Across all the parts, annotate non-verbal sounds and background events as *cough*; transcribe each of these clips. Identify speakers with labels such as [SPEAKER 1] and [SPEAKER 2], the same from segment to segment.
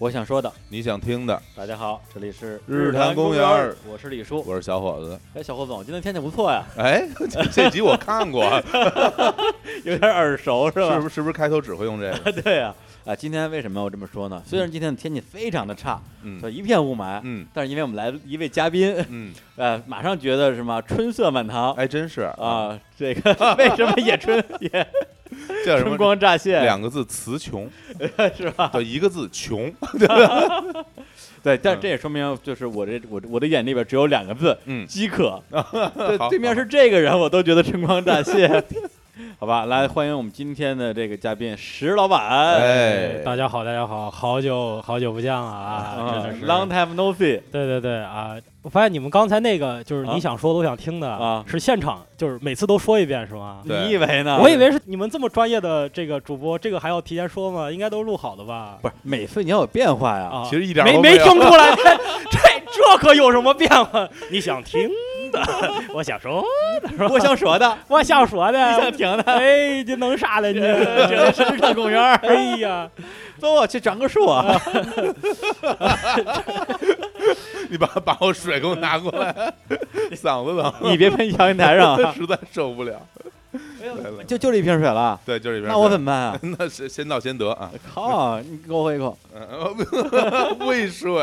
[SPEAKER 1] 我想说的，
[SPEAKER 2] 你想听的，
[SPEAKER 1] 大家好，这里是
[SPEAKER 2] 日坛
[SPEAKER 1] 公
[SPEAKER 2] 公园儿
[SPEAKER 1] 我是李叔。
[SPEAKER 2] 我是小伙
[SPEAKER 1] *laughs*
[SPEAKER 2] 子。
[SPEAKER 1] 哎，小伙总，今天天气不错
[SPEAKER 2] *laughs*
[SPEAKER 1] 呀，
[SPEAKER 2] 哎，这这集我看过，
[SPEAKER 1] 有点耳熟 *laughs* 是吧？
[SPEAKER 2] 是不是是不是开头只会用这
[SPEAKER 1] *laughs*
[SPEAKER 2] 个？
[SPEAKER 1] 对呀、啊，今天为什么要这么说呢？虽然今天的天气非常的差，就
[SPEAKER 2] 嗯
[SPEAKER 1] 一片雾霾，
[SPEAKER 2] 嗯
[SPEAKER 1] 但是因为我们来了一位嘉
[SPEAKER 2] *laughs*
[SPEAKER 1] 宾，
[SPEAKER 2] 嗯，
[SPEAKER 1] 呃，马上觉得什么春色满堂啊、
[SPEAKER 2] 哎，
[SPEAKER 1] *laughs*
[SPEAKER 2] 真是，
[SPEAKER 1] 这个 *laughs* 为什么也
[SPEAKER 2] *laughs*
[SPEAKER 1] 春也
[SPEAKER 2] 叫什
[SPEAKER 1] 春
[SPEAKER 2] 么？
[SPEAKER 1] 光乍现，
[SPEAKER 2] 两个字词穷，
[SPEAKER 1] *laughs* 是吧？
[SPEAKER 2] 对，一个字穷。
[SPEAKER 1] 对，但是
[SPEAKER 2] 嗯
[SPEAKER 1] 这也说明就是我这我我的眼里边只有两个字，
[SPEAKER 2] 嗯
[SPEAKER 1] 饥渴。 *laughs* 对，
[SPEAKER 2] 好
[SPEAKER 1] 对面是这个人，我都觉得春光乍
[SPEAKER 2] *laughs*
[SPEAKER 1] 泄。好吧，来欢迎我们今天的这个嘉宾石老板。
[SPEAKER 2] 哎，
[SPEAKER 3] 大家好，大家好，好久好久不见了啊！
[SPEAKER 1] 啊
[SPEAKER 3] 真的是
[SPEAKER 1] ，Long time no see，
[SPEAKER 3] 对对对啊！我发现你们刚才那个就是
[SPEAKER 1] 啊
[SPEAKER 3] 你想说的，我想听的
[SPEAKER 1] 啊
[SPEAKER 3] 是现场，就是每次都说一遍是吗？
[SPEAKER 2] 对
[SPEAKER 1] 你以为呢？
[SPEAKER 3] 我以为是你们这么专业的这个主播，这个还要提前说吗？应该都录好的吧？
[SPEAKER 1] 不是每次你要有变化呀。
[SPEAKER 3] 啊，
[SPEAKER 2] 其实一点
[SPEAKER 3] 没
[SPEAKER 2] 都
[SPEAKER 3] 没
[SPEAKER 2] 有
[SPEAKER 3] 听出来， *laughs* 这这可有什么变化？你想听的， *laughs* 我想说，
[SPEAKER 1] 我想说
[SPEAKER 2] *laughs*
[SPEAKER 1] 的，
[SPEAKER 3] 我想说的，
[SPEAKER 1] 你想听的，
[SPEAKER 3] 哎，这弄啥了你？
[SPEAKER 1] 这是日坛公园儿，
[SPEAKER 3] 哎呀，
[SPEAKER 1] 走啊，去长个树
[SPEAKER 2] *laughs*
[SPEAKER 1] 啊。
[SPEAKER 2] *laughs* 你把把我水给我拿过
[SPEAKER 1] *laughs*
[SPEAKER 2] 来，嗓子疼，
[SPEAKER 1] 你别喷阳台上
[SPEAKER 2] *laughs*
[SPEAKER 1] 啊，
[SPEAKER 2] 实在受不了。来了
[SPEAKER 1] 就就这一瓶水了，
[SPEAKER 2] 对，就这边。
[SPEAKER 1] 那我怎么办啊？
[SPEAKER 2] 那是 *laughs* 先到先得啊！
[SPEAKER 1] 靠，你给我喝一口。
[SPEAKER 2] 嗯 *laughs* 喂水，我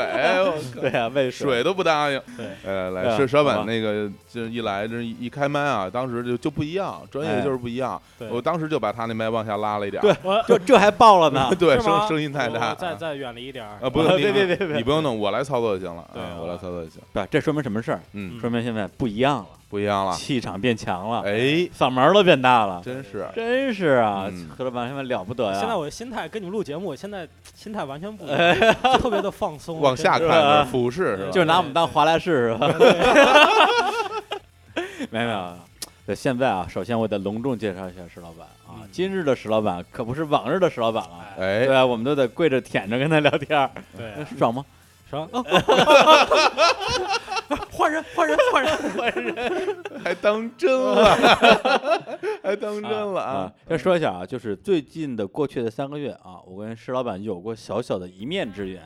[SPEAKER 1] *laughs*
[SPEAKER 2] 靠
[SPEAKER 1] 对呀，喂水。
[SPEAKER 2] 水都不答应。
[SPEAKER 3] 对
[SPEAKER 2] 呃，
[SPEAKER 1] 对
[SPEAKER 2] 来，
[SPEAKER 1] 啊
[SPEAKER 2] 是小
[SPEAKER 1] 好吧
[SPEAKER 2] 板那个，这一来这一一开麦啊，当时就就不一样，专
[SPEAKER 1] 哎
[SPEAKER 2] 业就是不一样。
[SPEAKER 3] 对
[SPEAKER 2] 我当时就把他那麦往下拉了一点儿，。
[SPEAKER 1] 对
[SPEAKER 3] 我
[SPEAKER 1] 就这还爆了呢 *laughs*
[SPEAKER 2] *laughs* 对，
[SPEAKER 3] 是吗
[SPEAKER 2] 声声音太大
[SPEAKER 3] 我再
[SPEAKER 2] 啊，
[SPEAKER 3] 再远离一点儿
[SPEAKER 2] 啊不用，
[SPEAKER 1] 别
[SPEAKER 2] 你
[SPEAKER 1] 别别别
[SPEAKER 2] 你不用弄，我来操作就行了
[SPEAKER 3] 对
[SPEAKER 2] 啊，我
[SPEAKER 3] 我
[SPEAKER 2] 来
[SPEAKER 3] 来
[SPEAKER 2] 操作就行，
[SPEAKER 1] 对，这说明什么事儿？
[SPEAKER 2] 嗯，
[SPEAKER 1] 说明现在不一样了，
[SPEAKER 2] 不一样了，
[SPEAKER 1] 气场变强了，
[SPEAKER 2] 哎，
[SPEAKER 1] 嗓门儿都变大了，
[SPEAKER 2] 真是，
[SPEAKER 1] 真是啊
[SPEAKER 2] 嗯，
[SPEAKER 1] 何老板现在了不得呀！
[SPEAKER 3] 现在我的心态跟你们录节目，我现在心态完全不一
[SPEAKER 1] *laughs*
[SPEAKER 3] 样，就特别的放松，
[SPEAKER 2] 往下
[SPEAKER 3] 真
[SPEAKER 2] 看
[SPEAKER 3] 的
[SPEAKER 1] 是吧
[SPEAKER 2] 着俯视是吧？
[SPEAKER 1] 嗯就是拿我们当华莱士是吧？ *laughs* 没有没有。对，现在啊，首先我得隆重介绍一下石老板啊，
[SPEAKER 3] 嗯
[SPEAKER 1] 今日的石老板可不是往日的石老板了。
[SPEAKER 3] 哎
[SPEAKER 2] 哎
[SPEAKER 1] 对，啊，我们都得跪着舔着跟他聊天儿，
[SPEAKER 3] 对啊，
[SPEAKER 1] 爽吗？
[SPEAKER 3] 爽。啊啊啊啊换人，换人，换人，
[SPEAKER 2] 还当
[SPEAKER 1] *laughs*
[SPEAKER 2] 真了，还当真了
[SPEAKER 1] 啊
[SPEAKER 2] 啊！，
[SPEAKER 1] 要说一下啊，就是最近的过去的三个月啊，我跟施老板有过小小的一面之缘，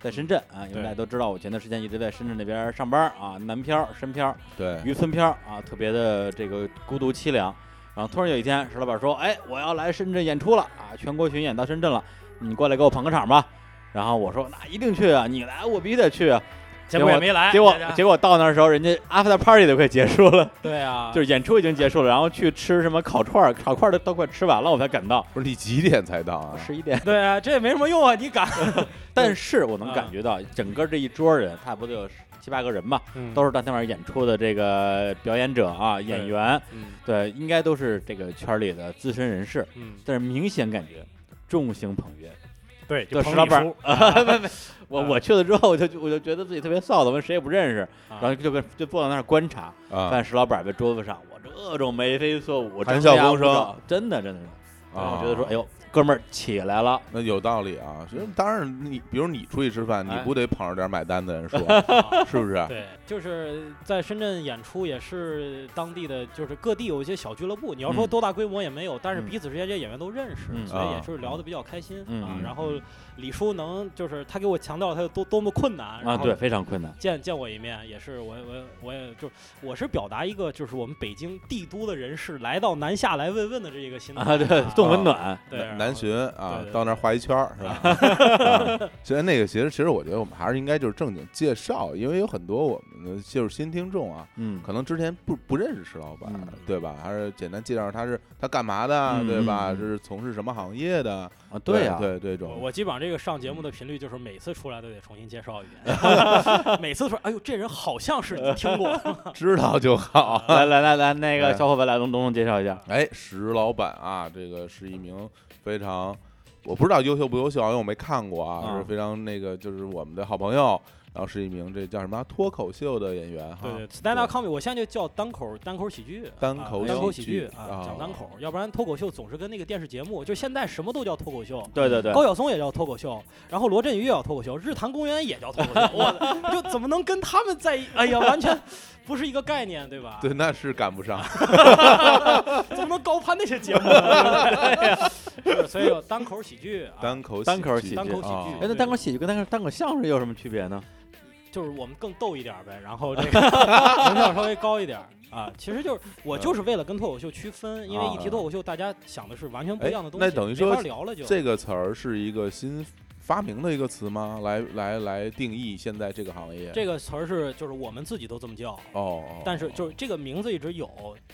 [SPEAKER 1] 在深圳啊，因为
[SPEAKER 3] 对
[SPEAKER 1] 大家都知道，我前段时间一直在深圳那边上班啊，南漂、深漂、
[SPEAKER 2] 对，
[SPEAKER 1] 渔村漂啊，特别的这个孤独凄凉。然后突然有一天，石老板说：“哎，我要来深圳演出了啊，全国巡演到深圳了，你过来给我捧个场吧。”然后我说：“那一定去啊，你来我必须得去啊。
[SPEAKER 3] 结果也没来，
[SPEAKER 1] *laughs* 结果
[SPEAKER 3] 大家
[SPEAKER 1] 结果到那儿的时候，人家 after party 都快结束了。
[SPEAKER 3] 对啊，
[SPEAKER 1] 就是是演出已经结束了，然后去吃什么烤串儿，烤串儿都都快吃完了，我才赶到
[SPEAKER 2] 不是你几点才到啊？
[SPEAKER 1] 十一点。
[SPEAKER 3] 对啊，这也没什么用啊，你敢？
[SPEAKER 1] 但是我能
[SPEAKER 3] 嗯
[SPEAKER 1] 感觉到，整个这一桌人，差不多有七八个人吧，
[SPEAKER 3] 嗯
[SPEAKER 1] 都是当天晚上演出的这个表演者啊，演员，
[SPEAKER 3] 嗯
[SPEAKER 1] 对，应该都是这个圈里的资深人士。
[SPEAKER 3] 嗯，
[SPEAKER 1] 但是明显感觉众星捧月，
[SPEAKER 3] 对，
[SPEAKER 1] 就
[SPEAKER 3] 就是彭
[SPEAKER 1] 老
[SPEAKER 3] 丽
[SPEAKER 1] 板 *laughs*
[SPEAKER 3] 叔，
[SPEAKER 1] 我
[SPEAKER 3] 啊
[SPEAKER 1] 我去了之后，我就我就觉得自己特别臊的，我谁也不认识，
[SPEAKER 3] 啊
[SPEAKER 1] 然后就跟就坐到那儿观察，发
[SPEAKER 2] 啊
[SPEAKER 1] 现石老板在桌子上，我这种眉飞色舞，
[SPEAKER 2] 谈
[SPEAKER 1] 张
[SPEAKER 2] 笑
[SPEAKER 1] 牙
[SPEAKER 2] 风
[SPEAKER 1] 舞
[SPEAKER 2] 生
[SPEAKER 1] 爪，真的真的是。然后
[SPEAKER 2] 啊！
[SPEAKER 1] 我觉得说，哎呦，哥们儿起来了，
[SPEAKER 2] 那有道理啊，
[SPEAKER 1] 嗯
[SPEAKER 2] 其实当然你，比如你出去吃饭，你
[SPEAKER 1] 哎
[SPEAKER 2] 不得捧着点买单的人
[SPEAKER 3] *laughs*
[SPEAKER 2] 说，
[SPEAKER 3] 啊
[SPEAKER 2] 是不是？
[SPEAKER 3] 对，就是在深圳演出，也是当地的，就是各地有一些小俱乐部。你要
[SPEAKER 1] 嗯
[SPEAKER 3] 说多大规模也没有，但是
[SPEAKER 1] 嗯
[SPEAKER 3] 彼此之间这些演员都认识，
[SPEAKER 1] 嗯
[SPEAKER 3] 所以
[SPEAKER 2] 啊
[SPEAKER 3] 也是聊得比较开心
[SPEAKER 1] 嗯
[SPEAKER 3] 啊
[SPEAKER 1] 嗯。
[SPEAKER 3] 然后李叔能就是他给我强调他有多多么困难，
[SPEAKER 1] 啊，
[SPEAKER 3] 然后
[SPEAKER 1] 对，非常困难。
[SPEAKER 3] 见见我一面，也是我我我也就我是表达一个就是我们北京帝都的人士来到南下来慰问的这一个心
[SPEAKER 1] *laughs*
[SPEAKER 3] 态
[SPEAKER 1] 啊，对，送温暖，
[SPEAKER 3] 对
[SPEAKER 2] 南
[SPEAKER 3] 然
[SPEAKER 2] 南
[SPEAKER 3] 后
[SPEAKER 2] 巡啊
[SPEAKER 3] 对，对
[SPEAKER 2] 到那儿画一圈儿是
[SPEAKER 3] *laughs*
[SPEAKER 2] 吧？啊其实那个，其实其实我觉得我们还是应该就是正经介绍，因为有很多我们的就是新听众啊，
[SPEAKER 1] 嗯，
[SPEAKER 2] 可能之前不不认识石老板
[SPEAKER 1] 嗯，
[SPEAKER 2] 对吧？还是简单介绍他是他干嘛的，
[SPEAKER 1] 嗯
[SPEAKER 2] 对吧？
[SPEAKER 1] 嗯嗯
[SPEAKER 2] 是从事什么行业的？
[SPEAKER 1] 啊，
[SPEAKER 2] 对
[SPEAKER 1] 呀，
[SPEAKER 2] 对这
[SPEAKER 3] 我
[SPEAKER 2] 种，
[SPEAKER 3] 我基本上这个上节目的频率就是每次出来都得重新介绍一
[SPEAKER 1] *laughs*
[SPEAKER 3] 遍，每次说哎呦这人好像是你听过，
[SPEAKER 2] 知道就好。
[SPEAKER 1] 来来来啊来，那个
[SPEAKER 2] 哎
[SPEAKER 1] 小伙伴来，龙龙介绍一下，
[SPEAKER 2] 哎，石老板啊，这个是一名非
[SPEAKER 3] 嗯
[SPEAKER 2] 常，我不知道优秀不优秀啊，因为我没看过啊，
[SPEAKER 1] 啊
[SPEAKER 2] 是非常那个就是我们的好朋友，然后是一名这叫什么啊脱口秀的演员哈
[SPEAKER 3] 对，对，stand up comedy，我现在就叫单口单口喜剧，
[SPEAKER 2] 啊单
[SPEAKER 3] 啊
[SPEAKER 2] 口
[SPEAKER 3] 单口
[SPEAKER 2] 喜
[SPEAKER 3] 喜
[SPEAKER 2] 剧
[SPEAKER 3] 剧
[SPEAKER 2] 啊
[SPEAKER 3] 啊，讲单口，要不然脱口秀总是跟那个电视节目，就现在什么都叫脱口秀。
[SPEAKER 1] 对对对，
[SPEAKER 3] 高晓松也叫脱口秀，然后罗振宇也叫脱口秀，日坛公园也叫脱口秀，我就怎么能跟他们在一？哎呀，完全不是一个概念，对吧？
[SPEAKER 2] 对，那是赶不上。
[SPEAKER 3] 啊怎么能高攀那些节
[SPEAKER 2] *laughs*
[SPEAKER 3] 目呢？是所以有单口喜剧啊，
[SPEAKER 2] 单口
[SPEAKER 1] 单口喜
[SPEAKER 2] 喜剧
[SPEAKER 1] 剧
[SPEAKER 3] 单口喜
[SPEAKER 2] 啊
[SPEAKER 3] 剧
[SPEAKER 1] 哎，那单口喜剧跟单口单口相声有什么区别呢？
[SPEAKER 3] 就是我们更逗一点儿呗，然后这个门票稍微高一点儿啊。其实就是我就是为了跟脱口秀区分，因为一提脱口秀，大家想的是完全不一样的东西，
[SPEAKER 2] 哎那等于说
[SPEAKER 3] 没法聊了就。
[SPEAKER 2] 这个词儿是一个新发明的一个词吗？来来来定义现在这个行业。
[SPEAKER 3] 这个词儿是就是我们自己都这么叫，
[SPEAKER 2] 哦，哦
[SPEAKER 3] 但是
[SPEAKER 2] 哦
[SPEAKER 3] 就是这个名字一直有，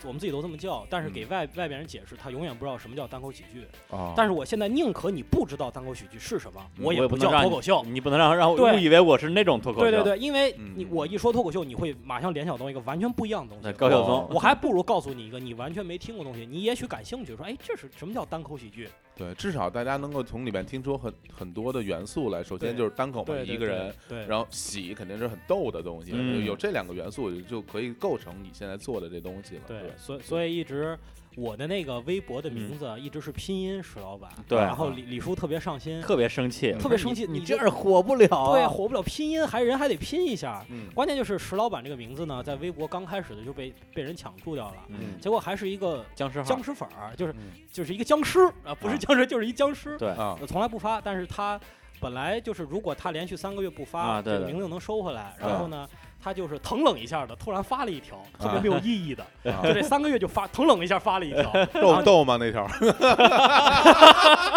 [SPEAKER 3] 我们自己都这么叫，但是给
[SPEAKER 2] 嗯
[SPEAKER 3] 外外边人解释，他永远不知道什么叫单口喜剧。
[SPEAKER 2] 哦
[SPEAKER 3] 但是我现在宁可你不知道单口喜剧是什么，
[SPEAKER 2] 嗯
[SPEAKER 3] 我
[SPEAKER 1] 我也
[SPEAKER 3] 不
[SPEAKER 1] 不能
[SPEAKER 3] 叫
[SPEAKER 1] 让
[SPEAKER 3] 脱口秀。
[SPEAKER 1] 你不能让让我
[SPEAKER 3] 对
[SPEAKER 1] 误以为我是那种脱口秀。
[SPEAKER 3] 对对对，因为你
[SPEAKER 2] 嗯
[SPEAKER 3] 我一说脱口秀，你会马上联想到一个完全不一样的东
[SPEAKER 1] 那
[SPEAKER 3] 西。
[SPEAKER 1] 高晓松
[SPEAKER 2] 哦
[SPEAKER 1] *laughs*
[SPEAKER 3] 我还不如告诉你一个你完全没听过的东西，你也许感兴趣，说哎，这是什么叫单口喜剧？
[SPEAKER 2] 对，至少大家能够从里面听出很很多的元素来。首先
[SPEAKER 3] 对
[SPEAKER 2] 就是单口嘛，
[SPEAKER 3] 对，
[SPEAKER 2] 一个人。，
[SPEAKER 3] 对，
[SPEAKER 2] 然后喜肯定是很逗的东西，
[SPEAKER 1] 嗯
[SPEAKER 2] 有这两个元素就可以构成你现在做的这东西了。
[SPEAKER 3] 对，所以所以一直我的那个微博的名字啊一直是拼音石老板，
[SPEAKER 1] 对
[SPEAKER 3] 然后李李叔特别上心，
[SPEAKER 1] 特别生气，
[SPEAKER 3] 特别生气
[SPEAKER 1] 你
[SPEAKER 3] 你
[SPEAKER 1] 这
[SPEAKER 3] 就
[SPEAKER 1] 样火不了啊。
[SPEAKER 3] 对，火不了拼音，还人还得拼一下。
[SPEAKER 2] 嗯
[SPEAKER 3] 关键就是石老板这个名字呢，在微博刚开始的就被被人抢注掉了，
[SPEAKER 1] 嗯，
[SPEAKER 3] 结果还是一个
[SPEAKER 1] 僵尸
[SPEAKER 3] 僵
[SPEAKER 1] 尸
[SPEAKER 3] 尸粉儿，就是
[SPEAKER 2] 嗯
[SPEAKER 3] 就是一个僵尸啊，不是
[SPEAKER 1] 啊
[SPEAKER 3] 僵尸就是一僵尸，
[SPEAKER 1] 对
[SPEAKER 2] 啊，
[SPEAKER 3] 我从来不发，但是他本来就是如果他连续三个月不发，
[SPEAKER 1] 啊对
[SPEAKER 3] 这个
[SPEAKER 1] 对啊
[SPEAKER 3] 名字能收回来，
[SPEAKER 1] 对
[SPEAKER 3] 然后呢，他就是腾冷一下的，突然发了一条，特别
[SPEAKER 2] 啊
[SPEAKER 3] 没有
[SPEAKER 1] *laughs*
[SPEAKER 3] 意义的，
[SPEAKER 2] 啊
[SPEAKER 3] 就这三个月就发腾冷一下发了一条，
[SPEAKER 2] 逗逗吗那条？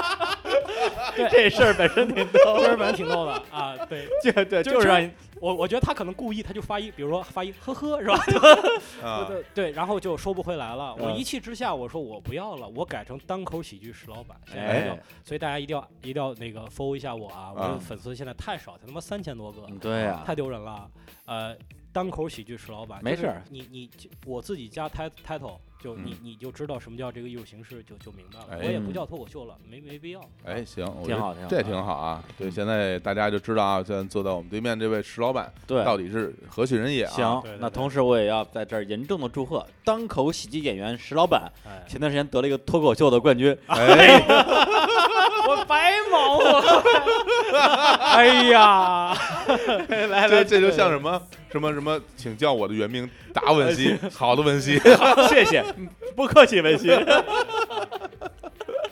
[SPEAKER 1] *laughs* 这事儿本身 *laughs* 挺逗，
[SPEAKER 3] 确实本来挺逗的啊，对，
[SPEAKER 1] 就对，
[SPEAKER 3] 就
[SPEAKER 1] *laughs* 就是是让你
[SPEAKER 3] 我我觉得他可能故意，他就发一，比如说发一呵呵是吧？
[SPEAKER 1] *laughs*
[SPEAKER 3] *laughs*
[SPEAKER 2] 啊，
[SPEAKER 3] 对对，然后就收不回来了。我
[SPEAKER 1] 嗯
[SPEAKER 3] 一气之下，我说我不要了，我改成单口喜剧石老板。现在
[SPEAKER 1] 哎
[SPEAKER 3] 叫，所以大家一定要一定要那个 follow 一下我啊！我的
[SPEAKER 2] 啊
[SPEAKER 3] 粉丝现在太少，才他妈三千多个，
[SPEAKER 1] 嗯对呀
[SPEAKER 3] 太丢人了。呃，单口喜剧石老板，
[SPEAKER 1] 没
[SPEAKER 3] 就是
[SPEAKER 1] 事儿
[SPEAKER 3] 你你就我自己加 tit- title，就你你就知道什么叫这个艺术形式，就就明白了。我
[SPEAKER 2] 哎
[SPEAKER 3] 也不
[SPEAKER 1] 嗯
[SPEAKER 3] 叫脱口秀了，没没必要。
[SPEAKER 2] 哎，行，我
[SPEAKER 1] 挺
[SPEAKER 2] 觉得
[SPEAKER 1] 好，挺好，嗯
[SPEAKER 2] 这挺好啊。对，现在大家就知道啊，现在坐在我们对面这位石老板
[SPEAKER 1] 对。
[SPEAKER 2] 到底是何许人也啊？
[SPEAKER 1] 行
[SPEAKER 3] 对对，
[SPEAKER 1] 那
[SPEAKER 3] 对
[SPEAKER 1] 同时我也要在这儿严重的祝贺单口喜剧演员石老板， *laughs*
[SPEAKER 3] 哎，
[SPEAKER 1] 前段时间得了一个脱口秀的冠军， *laughs*
[SPEAKER 2] 哎，
[SPEAKER 3] 我白啊忙活 *laughs* 了。哎呀，
[SPEAKER 1] 来
[SPEAKER 2] 这这就像什么什么什么，请叫我的原名达文
[SPEAKER 1] 哎
[SPEAKER 2] 西，好的文
[SPEAKER 1] *laughs*
[SPEAKER 2] 西，
[SPEAKER 1] 谢谢，不客气，
[SPEAKER 3] *laughs*
[SPEAKER 1] 文心。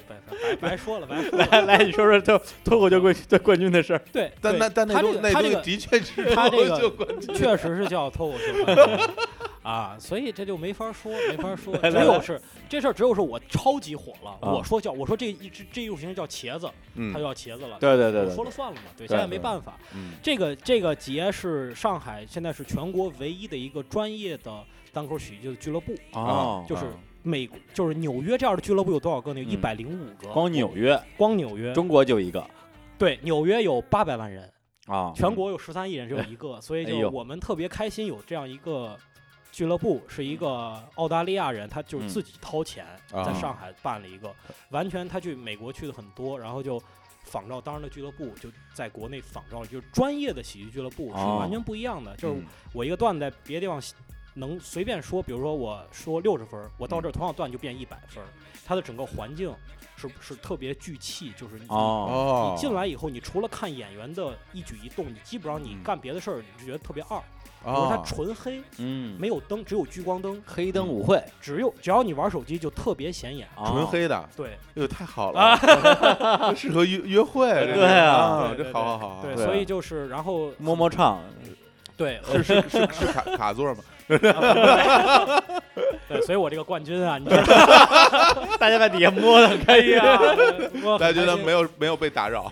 [SPEAKER 3] 白白白说了，白说了。
[SPEAKER 1] 来来，你说说脱脱口秀冠军冠军的事儿。
[SPEAKER 3] 对，
[SPEAKER 2] 但
[SPEAKER 3] 对
[SPEAKER 2] 那但那
[SPEAKER 3] 他这
[SPEAKER 2] 东
[SPEAKER 3] 个
[SPEAKER 2] 那
[SPEAKER 3] 他
[SPEAKER 2] 东
[SPEAKER 3] 这
[SPEAKER 2] 西的
[SPEAKER 3] 个
[SPEAKER 2] 确是
[SPEAKER 3] 他这
[SPEAKER 2] *laughs*
[SPEAKER 3] 个
[SPEAKER 2] 就关
[SPEAKER 3] 确实是叫脱口秀大会啊，所以这就没法说，没法说，
[SPEAKER 1] 来
[SPEAKER 3] 只
[SPEAKER 1] 来
[SPEAKER 3] 有
[SPEAKER 1] 来
[SPEAKER 3] 是这事儿，只有是我超级火了，
[SPEAKER 1] 啊
[SPEAKER 3] 我说叫我说这一这这艺术形式叫茄子，它就
[SPEAKER 2] 嗯
[SPEAKER 3] 叫茄子了。
[SPEAKER 1] 对对
[SPEAKER 3] 我
[SPEAKER 1] 对
[SPEAKER 3] 说
[SPEAKER 1] 对，
[SPEAKER 3] 了算了嘛，对，
[SPEAKER 1] 对
[SPEAKER 3] 现在没
[SPEAKER 2] 对
[SPEAKER 3] 办法。
[SPEAKER 2] 嗯
[SPEAKER 3] 这个这个节是上海现在是全国唯一的一个专业的单口喜剧的俱乐部，
[SPEAKER 1] 哦，
[SPEAKER 3] 就是
[SPEAKER 2] 啊
[SPEAKER 3] 美就是纽约这样的俱乐部有多少个呢？有
[SPEAKER 1] 嗯
[SPEAKER 3] 一百零五个，
[SPEAKER 1] 光纽约，
[SPEAKER 3] 光纽约，
[SPEAKER 1] 中国就一个
[SPEAKER 3] 对，纽约有八百万人，
[SPEAKER 1] 啊，
[SPEAKER 3] 全国有十三亿人，只有
[SPEAKER 1] *laughs*
[SPEAKER 3] 一个，所以
[SPEAKER 1] 哎
[SPEAKER 3] 就
[SPEAKER 1] 呦
[SPEAKER 3] 我们特别开心有这样一个俱乐部，是一个澳大利亚人，他就是
[SPEAKER 1] 嗯
[SPEAKER 3] 自己掏钱
[SPEAKER 2] 啊
[SPEAKER 3] 在上海办了一个，完全他去美国去的很多，然后就仿照当时的俱乐部，就在国内仿照，就是专业的喜剧俱乐部是
[SPEAKER 1] 哦
[SPEAKER 3] 完全不一样的，就是
[SPEAKER 2] 嗯
[SPEAKER 3] 我一个段子在别的地方。能随便说，比如说我说六十分儿，我
[SPEAKER 2] 嗯
[SPEAKER 3] 到这儿同样段就变一百分儿，它的整个环境是是特别聚气，就是你
[SPEAKER 1] 哦，
[SPEAKER 2] 哦
[SPEAKER 3] 你进来以后，你除了看演员的一举一动，你基本上你
[SPEAKER 2] 嗯
[SPEAKER 3] 干别的事儿，你就觉得特别二。比如它
[SPEAKER 2] 啊
[SPEAKER 3] 纯黑，
[SPEAKER 1] 嗯，
[SPEAKER 3] 没有灯，只有聚光灯，
[SPEAKER 1] 黑灯舞会，
[SPEAKER 3] 只有只要你玩手机就特别显眼。
[SPEAKER 1] 啊
[SPEAKER 2] 纯，黑的，
[SPEAKER 3] 对
[SPEAKER 2] 哟，哎太好
[SPEAKER 3] 啊
[SPEAKER 2] 了， *laughs* 适合约约
[SPEAKER 1] *laughs*
[SPEAKER 2] 会，这
[SPEAKER 1] 对啊
[SPEAKER 2] 啊，这
[SPEAKER 3] 对对
[SPEAKER 2] 好好好好，
[SPEAKER 3] 对，
[SPEAKER 1] 对
[SPEAKER 3] 所以
[SPEAKER 1] 啊
[SPEAKER 3] 就是然后
[SPEAKER 1] 摸摸唱，
[SPEAKER 3] 对
[SPEAKER 2] 是是是是卡卡座
[SPEAKER 3] *laughs*
[SPEAKER 2] 吗？
[SPEAKER 3] 对，所以我这个冠军啊，你知道
[SPEAKER 1] 大家在底下摸的
[SPEAKER 3] 哎呀， *laughs* 我
[SPEAKER 2] 大家觉得没
[SPEAKER 3] 有，
[SPEAKER 2] 有没有被打扰，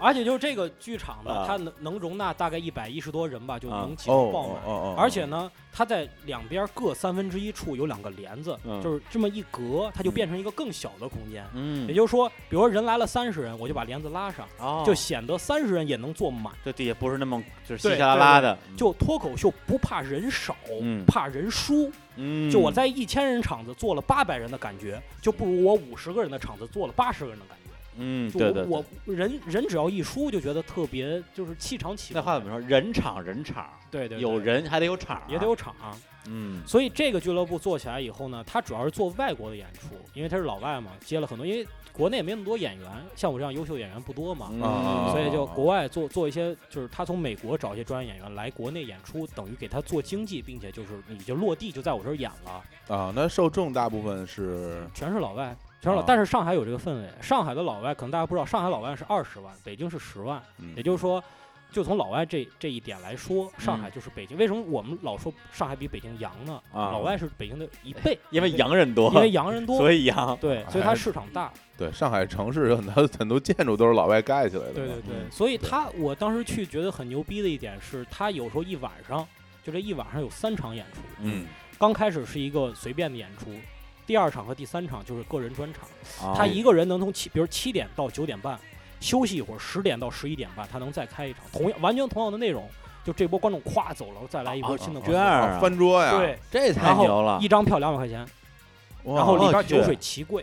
[SPEAKER 3] 而且就是这个剧场呢
[SPEAKER 1] 啊，
[SPEAKER 3] 它能能容纳大概一百一十多人吧，就
[SPEAKER 1] 啊
[SPEAKER 3] 能挤
[SPEAKER 2] 哦
[SPEAKER 3] 得爆
[SPEAKER 2] 哦
[SPEAKER 3] 满。
[SPEAKER 2] 哦，
[SPEAKER 3] 而且呢，它在两边各三分之一处有两个帘子，
[SPEAKER 1] 嗯
[SPEAKER 3] 就是这么一隔，它就变成一个更小的空间。
[SPEAKER 1] 嗯
[SPEAKER 3] 也，就是说，比如说人来了三十人，我就把帘子拉上，
[SPEAKER 1] 哦
[SPEAKER 3] 就显得三十人也能坐满。
[SPEAKER 1] 这底下不是那么就是稀
[SPEAKER 3] 对
[SPEAKER 1] 稀拉拉的，
[SPEAKER 3] 就脱口秀不怕人少，
[SPEAKER 1] 嗯
[SPEAKER 3] 怕人输。
[SPEAKER 1] 嗯，
[SPEAKER 3] 就我在一千人场子做了八百人的感觉，就不如我五十个人的场子做了八十个人的感觉。
[SPEAKER 1] 嗯，
[SPEAKER 3] 就
[SPEAKER 1] 对对，
[SPEAKER 3] 我
[SPEAKER 1] 对
[SPEAKER 3] 我人人只要一输就觉得特别就是气场起。
[SPEAKER 1] 那话怎么？说？人场人场，
[SPEAKER 3] 对对，对
[SPEAKER 1] 有人还得有场，
[SPEAKER 3] 也得。有场。
[SPEAKER 1] 嗯
[SPEAKER 3] 所以这个俱乐部做起来以后呢，它主要是做外国的演出，因为它是老外嘛，接了很多，因为国内也没那么多演员，像我这样优秀演员不多嘛，
[SPEAKER 2] 啊
[SPEAKER 1] 嗯
[SPEAKER 3] 所以就国外做做一些，就是他从美国找一些专业演员来国内演出，等于给他做经济，并且就是你就落地就在我这儿演了，
[SPEAKER 2] 啊，那受众大部分是
[SPEAKER 3] 全是老外，
[SPEAKER 1] 哦
[SPEAKER 3] 全是老，
[SPEAKER 2] 啊
[SPEAKER 3] 但是上海有这个氛围，上海的老外可能大家不知道，上海老外是二十万，北京是十万，
[SPEAKER 2] 嗯
[SPEAKER 3] 也就是说。就从老外这这一点来说，上海就是北京。为什么我们老说上海比北京洋呢？
[SPEAKER 1] 嗯啊
[SPEAKER 3] 老外是北京的一倍，
[SPEAKER 1] 因为洋人多，
[SPEAKER 3] 因为洋人
[SPEAKER 1] *laughs*
[SPEAKER 3] 多，
[SPEAKER 1] 所以洋。
[SPEAKER 3] 对，所以它市场大，
[SPEAKER 2] 对上海城市有很多很多建筑都是老外盖起来的嘛，哦
[SPEAKER 3] 对对对，
[SPEAKER 1] 嗯
[SPEAKER 3] 所以它我当时去觉得很牛逼的一点是，它有时候一晚上就这一晚上有三场演出，
[SPEAKER 1] 嗯，
[SPEAKER 3] 刚开始是一个随便的演出。第二场和第三场就是个人专场，
[SPEAKER 1] 啊
[SPEAKER 3] 他一个人能从七，比如七点到九点半休息一会儿，十点到十一点半他能再开一场，同样完全同样的内容，就这波观众咵走了，再来一波
[SPEAKER 1] 啊
[SPEAKER 3] 新的
[SPEAKER 1] 这
[SPEAKER 3] 观众，
[SPEAKER 1] 样
[SPEAKER 2] 啊
[SPEAKER 1] 啊，
[SPEAKER 2] 翻桌呀，
[SPEAKER 3] 对，
[SPEAKER 1] 这太
[SPEAKER 3] 然
[SPEAKER 1] 牛了
[SPEAKER 3] 后一。张票两百块钱，
[SPEAKER 2] 哇，
[SPEAKER 3] 然后里
[SPEAKER 1] 我
[SPEAKER 3] 边
[SPEAKER 1] 去
[SPEAKER 3] 酒水齐贵，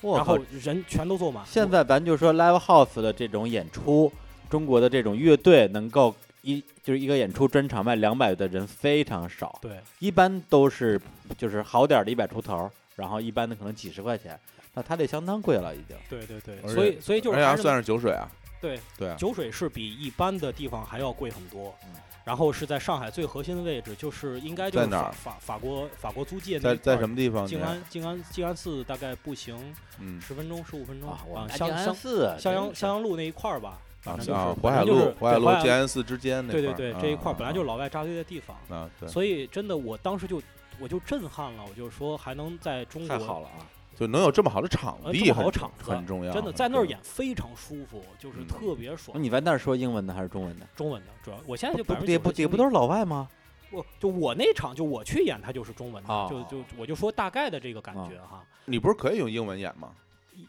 [SPEAKER 1] 我
[SPEAKER 3] 然
[SPEAKER 1] 靠
[SPEAKER 3] 后人全都坐满。
[SPEAKER 1] 现在咱就说 live house 的这种演出，中国的这种乐队能够一就是一个演出专场卖两百的人非常少，
[SPEAKER 3] 对，
[SPEAKER 1] 一般都是就是好点儿的一百出头，然后一般的可能几十块钱，那它这相当贵了已经。
[SPEAKER 3] 对对对，
[SPEAKER 2] 而
[SPEAKER 3] 所以
[SPEAKER 2] 且
[SPEAKER 3] 所以就是
[SPEAKER 2] 而且
[SPEAKER 3] 还
[SPEAKER 2] 还
[SPEAKER 3] 是
[SPEAKER 2] 算是酒水啊，
[SPEAKER 3] 对
[SPEAKER 2] 对啊，
[SPEAKER 3] 酒水是比一般的地方还要贵很多
[SPEAKER 1] 嗯，
[SPEAKER 3] 然后是在上海最核心的位置，就是应该就是
[SPEAKER 2] 在哪儿
[SPEAKER 3] 法法法国法国租界那
[SPEAKER 2] 在在什
[SPEAKER 3] 么？
[SPEAKER 2] 么地方？
[SPEAKER 3] 静安静安静安寺大概步行
[SPEAKER 2] 嗯
[SPEAKER 3] 十分钟十五分钟
[SPEAKER 1] 啊，我们
[SPEAKER 3] 襄
[SPEAKER 1] 安
[SPEAKER 3] 襄
[SPEAKER 1] 寺真
[SPEAKER 3] 襄阳
[SPEAKER 1] 是
[SPEAKER 3] 襄阳路那一块儿吧，
[SPEAKER 2] 啊
[SPEAKER 3] 反正就
[SPEAKER 2] 啊
[SPEAKER 3] 是，
[SPEAKER 2] 淮
[SPEAKER 3] 反
[SPEAKER 2] 海
[SPEAKER 3] 正就是
[SPEAKER 2] 路、淮海路
[SPEAKER 3] 对、
[SPEAKER 2] 静安寺之间那
[SPEAKER 3] 对对
[SPEAKER 2] 块儿
[SPEAKER 3] 对，这一块儿
[SPEAKER 2] 啊
[SPEAKER 3] 本来就是老外扎堆的地方，
[SPEAKER 2] 啊，对，
[SPEAKER 3] 所以真的我当时就我就震撼了，我就是说还能在中
[SPEAKER 1] 太好
[SPEAKER 3] 国
[SPEAKER 1] 了啊！
[SPEAKER 2] 就能有这么好的场
[SPEAKER 3] 呃这
[SPEAKER 2] 地
[SPEAKER 3] 么
[SPEAKER 2] 很，
[SPEAKER 3] 好场子
[SPEAKER 2] 很重要，
[SPEAKER 3] 真的
[SPEAKER 2] 很
[SPEAKER 3] 在那儿
[SPEAKER 2] 重要
[SPEAKER 3] 演非常舒服，就是
[SPEAKER 2] 嗯
[SPEAKER 3] 特别爽。
[SPEAKER 1] 你在那儿说英文的还是中文的？
[SPEAKER 3] 中文的主要，我现在就
[SPEAKER 1] 不
[SPEAKER 3] 百分
[SPEAKER 1] 也
[SPEAKER 3] 之
[SPEAKER 1] 不也不都是老外吗？
[SPEAKER 3] 我就我那场就我去演，他就是中文的，
[SPEAKER 1] 哦嗯
[SPEAKER 3] 就就我就说大概的这个感觉哈，
[SPEAKER 2] 你不是可以用英文演吗？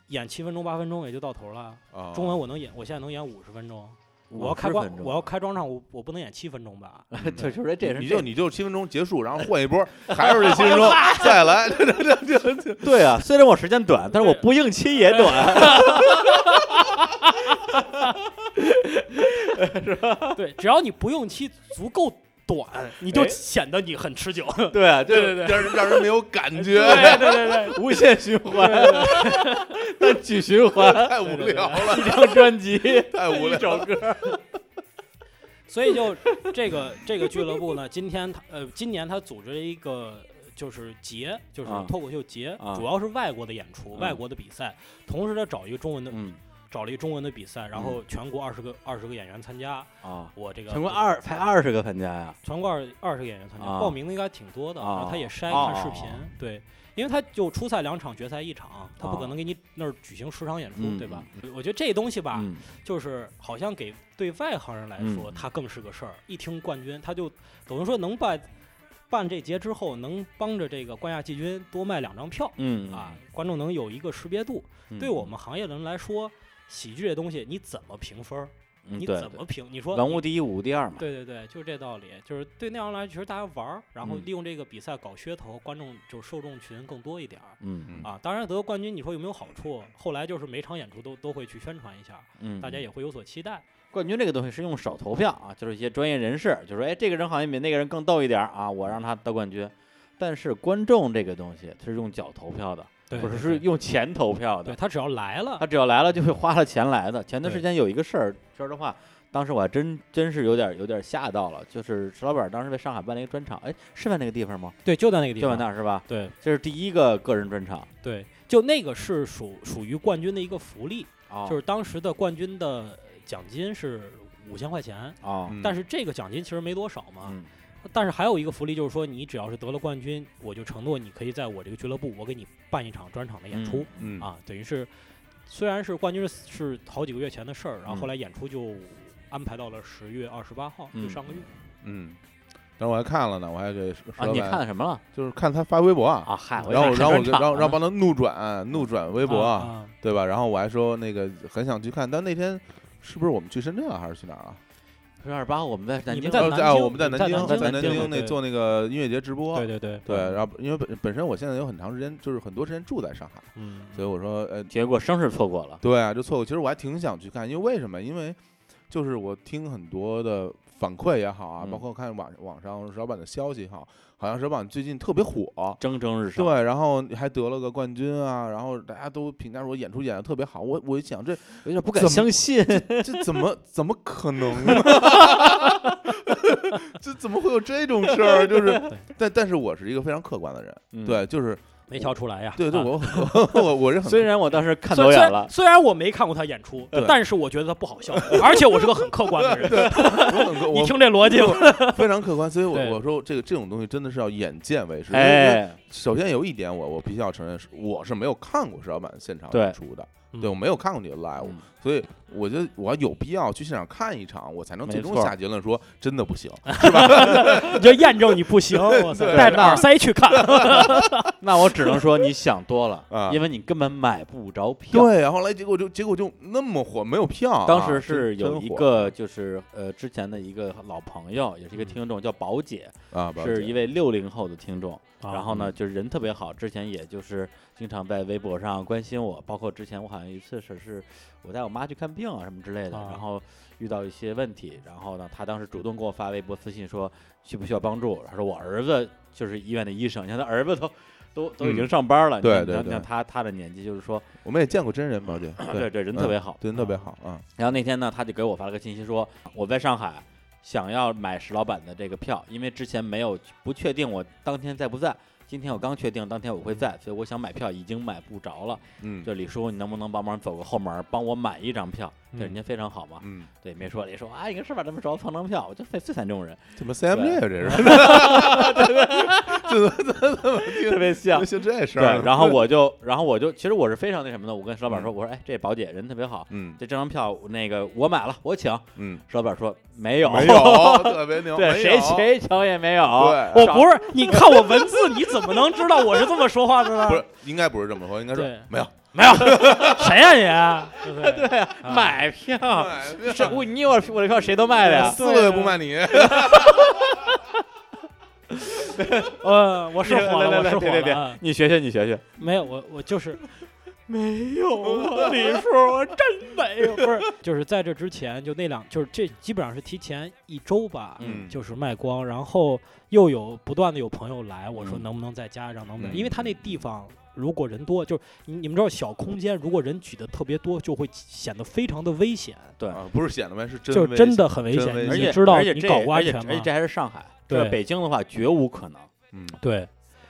[SPEAKER 3] 演七分钟八分钟也就到头了。
[SPEAKER 2] 啊，
[SPEAKER 3] 中文我能演，我现在能演五十分钟。我要开
[SPEAKER 1] 50
[SPEAKER 3] 光
[SPEAKER 1] 哦分，钟
[SPEAKER 3] 我要开专场，我我不能演七分
[SPEAKER 1] *laughs*
[SPEAKER 3] 钟吧？
[SPEAKER 2] 嗯
[SPEAKER 1] 就就是这人
[SPEAKER 2] 你就你就七分钟结束，然后换一波，还是这七分钟，再来，这这这这这
[SPEAKER 1] 对
[SPEAKER 3] *laughs*
[SPEAKER 1] 啊，虽然我时间短，但是我
[SPEAKER 3] 对
[SPEAKER 1] 不硬气也短。
[SPEAKER 3] 对，只要你不用期足够
[SPEAKER 1] 哎
[SPEAKER 3] 短，你就显得你很
[SPEAKER 1] *laughs*
[SPEAKER 3] 持久。
[SPEAKER 1] 对啊，就
[SPEAKER 3] 对
[SPEAKER 1] 是
[SPEAKER 3] 对对
[SPEAKER 2] 让人让人没有感觉，
[SPEAKER 3] 对对对
[SPEAKER 1] *laughs* 无限循
[SPEAKER 3] *laughs*
[SPEAKER 1] 环，单曲循环，
[SPEAKER 2] 太无聊了，
[SPEAKER 1] 一张专辑，
[SPEAKER 2] 太无聊
[SPEAKER 1] 一首
[SPEAKER 2] 了。
[SPEAKER 1] 歌。
[SPEAKER 3] 所以就这个这个俱乐部呢，今天他呃今年他组织了一个就是节，就是
[SPEAKER 1] 啊
[SPEAKER 3] 脱口秀节，
[SPEAKER 1] 啊
[SPEAKER 3] 主要是外国的演出、
[SPEAKER 1] 嗯
[SPEAKER 3] 外国的比赛，同时他找一个中文的
[SPEAKER 1] 嗯
[SPEAKER 3] 找了一中文的比赛，然后全国二十个二十个演员参加。
[SPEAKER 1] 啊，
[SPEAKER 3] 我这个
[SPEAKER 1] 嗯全国二才二十个参加呀，
[SPEAKER 3] 全国二二十个演员参加，
[SPEAKER 1] 啊
[SPEAKER 3] 报名的应该挺多的。
[SPEAKER 1] 啊
[SPEAKER 3] 然后他也筛
[SPEAKER 1] 哦
[SPEAKER 3] 看视频，对，因为他就初赛两场，决赛一场，他不可能给你那儿举行十场演出，
[SPEAKER 1] 啊嗯
[SPEAKER 3] 对吧？我觉得这东西吧，
[SPEAKER 1] 嗯
[SPEAKER 3] 就是好像给对外行人来说，
[SPEAKER 1] 嗯
[SPEAKER 3] 它更是个事儿。一听冠军，他就等于说能办办这节之后，能帮着这个冠亚季军多卖两张票、
[SPEAKER 1] 嗯
[SPEAKER 3] 啊，，观众能有一个识别度。
[SPEAKER 1] 嗯
[SPEAKER 3] 对我们行业的人来说，喜剧这东西你怎么评分儿？
[SPEAKER 1] 嗯
[SPEAKER 3] 你
[SPEAKER 1] 对
[SPEAKER 3] 怎么评？你说
[SPEAKER 1] 文无第一，武无第二嘛，
[SPEAKER 3] 对对对，就是这道理，就是对那样来，其实大家玩儿，然后
[SPEAKER 1] 嗯
[SPEAKER 3] 利用这个比赛搞噱头，观众就是受众群更多一点儿
[SPEAKER 1] 嗯
[SPEAKER 2] 嗯
[SPEAKER 3] 啊。当然得冠军，你说有没有好处？后来就是每场演出都都会去宣传一下，
[SPEAKER 1] 嗯，
[SPEAKER 3] 大家也会有所期待。
[SPEAKER 1] 冠军这个东西是用手投票啊，就是一些专业人士就说，哎，这个人好像比那个人更逗一点儿啊，我让他得冠军。但是观众这个东西是用脚投票的，
[SPEAKER 3] 对
[SPEAKER 1] 不是
[SPEAKER 3] 对
[SPEAKER 1] 是
[SPEAKER 3] 对
[SPEAKER 1] 用钱投票的
[SPEAKER 3] 对。他只要来了 *laughs*
[SPEAKER 1] 他，只要来了就会花了钱来的。前段
[SPEAKER 3] 对
[SPEAKER 1] 时间有一个事儿，说实话，当时我还真真是有点有点吓到了。就是石老板当时在上海办了一个专场，哎，是在那个地方吗？
[SPEAKER 3] 对，就在那个地
[SPEAKER 1] 就在
[SPEAKER 3] 方，
[SPEAKER 1] 那儿是吧？
[SPEAKER 3] 对
[SPEAKER 1] 这是第一个个人专场，
[SPEAKER 3] 对，就那个是属属于冠军的一个福利，
[SPEAKER 1] 啊，
[SPEAKER 3] 就是当时的冠军的奖金是五千块钱，
[SPEAKER 1] 啊，
[SPEAKER 2] 嗯
[SPEAKER 3] 但是这个奖金其实没多少嘛，
[SPEAKER 1] 嗯
[SPEAKER 3] 但是还有一个福利就是说，你只要是得了冠军，我就承诺你可以在我这个俱乐部，我给你办一场专场的演出、
[SPEAKER 2] 嗯
[SPEAKER 3] 啊，等于是虽然是冠军是是好几个月前的事儿，然后
[SPEAKER 1] 嗯
[SPEAKER 3] 后来演出就安排到了十月二十八号，
[SPEAKER 1] 嗯
[SPEAKER 3] 就上个月。
[SPEAKER 2] 嗯，但是我还看了呢，我还给石
[SPEAKER 1] 啊，
[SPEAKER 2] 老
[SPEAKER 1] 你
[SPEAKER 2] 板
[SPEAKER 1] 看什么了
[SPEAKER 2] 就是看他发微博啊，
[SPEAKER 1] 啊？嗨，
[SPEAKER 2] 然后
[SPEAKER 1] 我以为
[SPEAKER 2] 然后我
[SPEAKER 1] 看专场
[SPEAKER 2] 就
[SPEAKER 1] 啊呢
[SPEAKER 2] 然后然后帮他怒转怒转微
[SPEAKER 3] 微
[SPEAKER 2] 博啊，
[SPEAKER 3] 啊，
[SPEAKER 2] 对吧？然后我还说那个很想去看，但那天是不是我们去深圳啊，还是去哪儿啊？
[SPEAKER 1] 十二八我们在南
[SPEAKER 3] 你
[SPEAKER 1] 京
[SPEAKER 3] 们
[SPEAKER 2] 然
[SPEAKER 3] 在
[SPEAKER 2] 后在啊
[SPEAKER 3] 南京
[SPEAKER 2] 我们在南
[SPEAKER 3] 在
[SPEAKER 2] 京，
[SPEAKER 3] 南
[SPEAKER 1] 京
[SPEAKER 2] 在南
[SPEAKER 1] 对
[SPEAKER 2] 京那
[SPEAKER 3] 对
[SPEAKER 2] 做那个音乐节直播，
[SPEAKER 3] 对对对
[SPEAKER 2] 对，然后因为本本身我现在有很长时间，就是很多时间住在上海，
[SPEAKER 3] 嗯，
[SPEAKER 2] 所以我说，呃，
[SPEAKER 1] 结果生日错过了。
[SPEAKER 2] 对啊，就错过。其实我还挺想去看，因为为什么？因为就是我听很多的反馈也好啊，
[SPEAKER 1] 嗯
[SPEAKER 2] 包括看网网上石老板的消息也好，好像石老板最近特别火，
[SPEAKER 1] 蒸蒸日上，
[SPEAKER 3] 啊
[SPEAKER 2] 对，然后还得了个冠军啊，然后大家都评价说演出演的特别好，我我一想
[SPEAKER 3] *laughs*
[SPEAKER 2] 这
[SPEAKER 1] 有点不
[SPEAKER 2] 怎
[SPEAKER 1] 敢
[SPEAKER 2] 么
[SPEAKER 1] 相信。
[SPEAKER 2] 这怎么怎么可能呢？ *laughs* 这怎么会有这种事儿？啊就是，但但是我是一个非常客观的人，
[SPEAKER 1] 嗯，
[SPEAKER 2] 对，就是
[SPEAKER 3] 没瞧出来呀。
[SPEAKER 2] 对对，
[SPEAKER 3] 啊
[SPEAKER 2] 我很我我是很
[SPEAKER 1] 虽然我当时看
[SPEAKER 3] 虽
[SPEAKER 1] 走
[SPEAKER 3] 虽
[SPEAKER 1] 眼
[SPEAKER 3] 然
[SPEAKER 1] 了，
[SPEAKER 3] 虽然我没看过他演出
[SPEAKER 2] 对，
[SPEAKER 3] 但是我觉得他不好笑， *laughs* 而且我是个很客观的人。
[SPEAKER 2] 我很
[SPEAKER 3] *laughs* 你
[SPEAKER 2] 我
[SPEAKER 3] 听这逻辑，
[SPEAKER 2] *laughs* 非常客观，所以我
[SPEAKER 3] 对
[SPEAKER 2] 我说这个这种东西真的是要眼见为实。因为因为
[SPEAKER 1] 哎，
[SPEAKER 2] 首先有一点我，我必须要承认是，我是没有看过石老板现场
[SPEAKER 1] 对
[SPEAKER 2] 演出的，对
[SPEAKER 3] 嗯
[SPEAKER 2] 我没有看过你的 live，、
[SPEAKER 1] 嗯
[SPEAKER 2] 所以我觉得我有必要去现场看一场，我才能
[SPEAKER 1] 没
[SPEAKER 2] 最终
[SPEAKER 1] 错
[SPEAKER 2] 下结论说真的不
[SPEAKER 1] *laughs*
[SPEAKER 2] 行。
[SPEAKER 3] 你就验证你不行，我
[SPEAKER 2] *laughs*
[SPEAKER 3] 操，
[SPEAKER 2] 对
[SPEAKER 3] 带着耳塞去
[SPEAKER 2] *laughs*
[SPEAKER 3] 看。啊
[SPEAKER 1] 那我只能说你想多
[SPEAKER 2] 啊
[SPEAKER 1] 了，因为你根本买不着票。
[SPEAKER 2] 对，然后后来结果就结果就那么火，没有票啊、
[SPEAKER 1] 当时
[SPEAKER 2] 真
[SPEAKER 1] 是有
[SPEAKER 2] 真
[SPEAKER 1] 一
[SPEAKER 2] 火
[SPEAKER 1] 个就是呃之前的一个老朋友，也是一个听众，叫宝姐，
[SPEAKER 2] 啊，嗯宝
[SPEAKER 1] 是
[SPEAKER 2] 姐嗯
[SPEAKER 1] 一位六零后的听众。
[SPEAKER 3] 啊
[SPEAKER 1] 然后呢，就是人特别好，之前也就是经常在微博上关心我，包括之前我好像一次是是我带我妈去看病啊什么之类的，
[SPEAKER 3] 啊
[SPEAKER 1] 然后遇到一些问题，然后呢，她当时主动给我发微博私信说需不需要帮助，她说我儿子就是医院的医生，你看他儿子都都都已经
[SPEAKER 2] 嗯
[SPEAKER 1] 上班了，你
[SPEAKER 2] 对
[SPEAKER 1] 看
[SPEAKER 2] 对
[SPEAKER 1] 你看你
[SPEAKER 2] 对
[SPEAKER 1] 看他他的年纪就是说，
[SPEAKER 2] 我们也见过真人，
[SPEAKER 1] *clears throat*
[SPEAKER 2] 宝姐，
[SPEAKER 1] 对对，人特
[SPEAKER 2] 嗯
[SPEAKER 1] 别好。
[SPEAKER 2] 真特别好啊，
[SPEAKER 1] 然后那天呢，他就给我发了个信息说，我在上海想要买石老板的这个票，因为之前没有不确定我当天在不在，今天我刚确定当天我会在，所以我想买票已经买不着了。
[SPEAKER 2] 嗯
[SPEAKER 1] 这李叔，你能不能帮忙走个后门，帮我买一张票？
[SPEAKER 3] 嗯
[SPEAKER 1] 对，人家非常好嘛。 *laughs*
[SPEAKER 2] 嗯，
[SPEAKER 1] 对，没说李叔啊，你跟石板这么熟，蹭张票，我就最最惨这种人，
[SPEAKER 2] 怎么 CMJ 啊？这是怎么怎么怎么
[SPEAKER 1] 特
[SPEAKER 2] 听
[SPEAKER 1] 别像。
[SPEAKER 2] *laughs* 就这事
[SPEAKER 1] 对
[SPEAKER 2] 儿？，
[SPEAKER 1] 然后我就，然后我就，其实我是非常那什么的，我跟石老板说，我说，哎，这宝姐人特别好，
[SPEAKER 2] *laughs* 嗯
[SPEAKER 1] 这这张票那个我买了，我请。
[SPEAKER 2] 嗯，
[SPEAKER 1] 石老板说
[SPEAKER 2] 没有，特别牛，
[SPEAKER 1] 对，
[SPEAKER 2] 没
[SPEAKER 1] 谁
[SPEAKER 2] 有
[SPEAKER 1] 谁请也没有。
[SPEAKER 2] 对
[SPEAKER 3] 我不是，你看我文字，你怎么能知道我是这么说话的呢？
[SPEAKER 2] 不是，啊应该不是这么说，应该是
[SPEAKER 3] 对
[SPEAKER 2] 没有
[SPEAKER 3] 没有，谁呀、你？对不对？啊
[SPEAKER 1] 买票，
[SPEAKER 2] 没有
[SPEAKER 1] 谁我你有我我的票谁都卖了
[SPEAKER 3] 啊
[SPEAKER 1] 呀？
[SPEAKER 2] 啊四个月不卖你，
[SPEAKER 3] 呃，我是火
[SPEAKER 1] 来
[SPEAKER 3] 了，
[SPEAKER 1] 来
[SPEAKER 3] 我
[SPEAKER 1] 来，
[SPEAKER 3] 是
[SPEAKER 1] 别
[SPEAKER 3] 火
[SPEAKER 1] 别
[SPEAKER 3] 了
[SPEAKER 1] 别
[SPEAKER 3] 啊，！
[SPEAKER 1] *laughs* 你学学你学学，
[SPEAKER 3] 没有，我我就是没有啊，李叔，我真没有，不是，就是在这之前，就那两，就是这基本上是提前一周吧，
[SPEAKER 2] 嗯
[SPEAKER 3] 就是卖光，然后又有不断的有朋友来，我说
[SPEAKER 1] 嗯
[SPEAKER 3] 能不能再加一张，能不能？
[SPEAKER 2] 嗯
[SPEAKER 3] 因为他那地方如果人多，就是你你们知道小空间，如果人挤得特别多，就会显得非常的危险，
[SPEAKER 1] 对
[SPEAKER 2] 啊，不是显得呗，是真
[SPEAKER 3] 就是
[SPEAKER 2] 危
[SPEAKER 3] 真
[SPEAKER 2] 险，
[SPEAKER 3] 的很危
[SPEAKER 2] 真
[SPEAKER 3] 险，
[SPEAKER 2] 危
[SPEAKER 3] 你
[SPEAKER 2] 险
[SPEAKER 1] 而
[SPEAKER 3] 也
[SPEAKER 1] 且
[SPEAKER 3] 知道
[SPEAKER 1] 而且
[SPEAKER 3] 你
[SPEAKER 1] 这
[SPEAKER 3] 搞不
[SPEAKER 1] 而
[SPEAKER 3] 安
[SPEAKER 1] 且
[SPEAKER 3] 全
[SPEAKER 1] 而
[SPEAKER 3] 吗
[SPEAKER 1] 且？这还是上海，
[SPEAKER 3] 对
[SPEAKER 1] 这北京的话绝无可能。
[SPEAKER 2] 嗯
[SPEAKER 3] 对，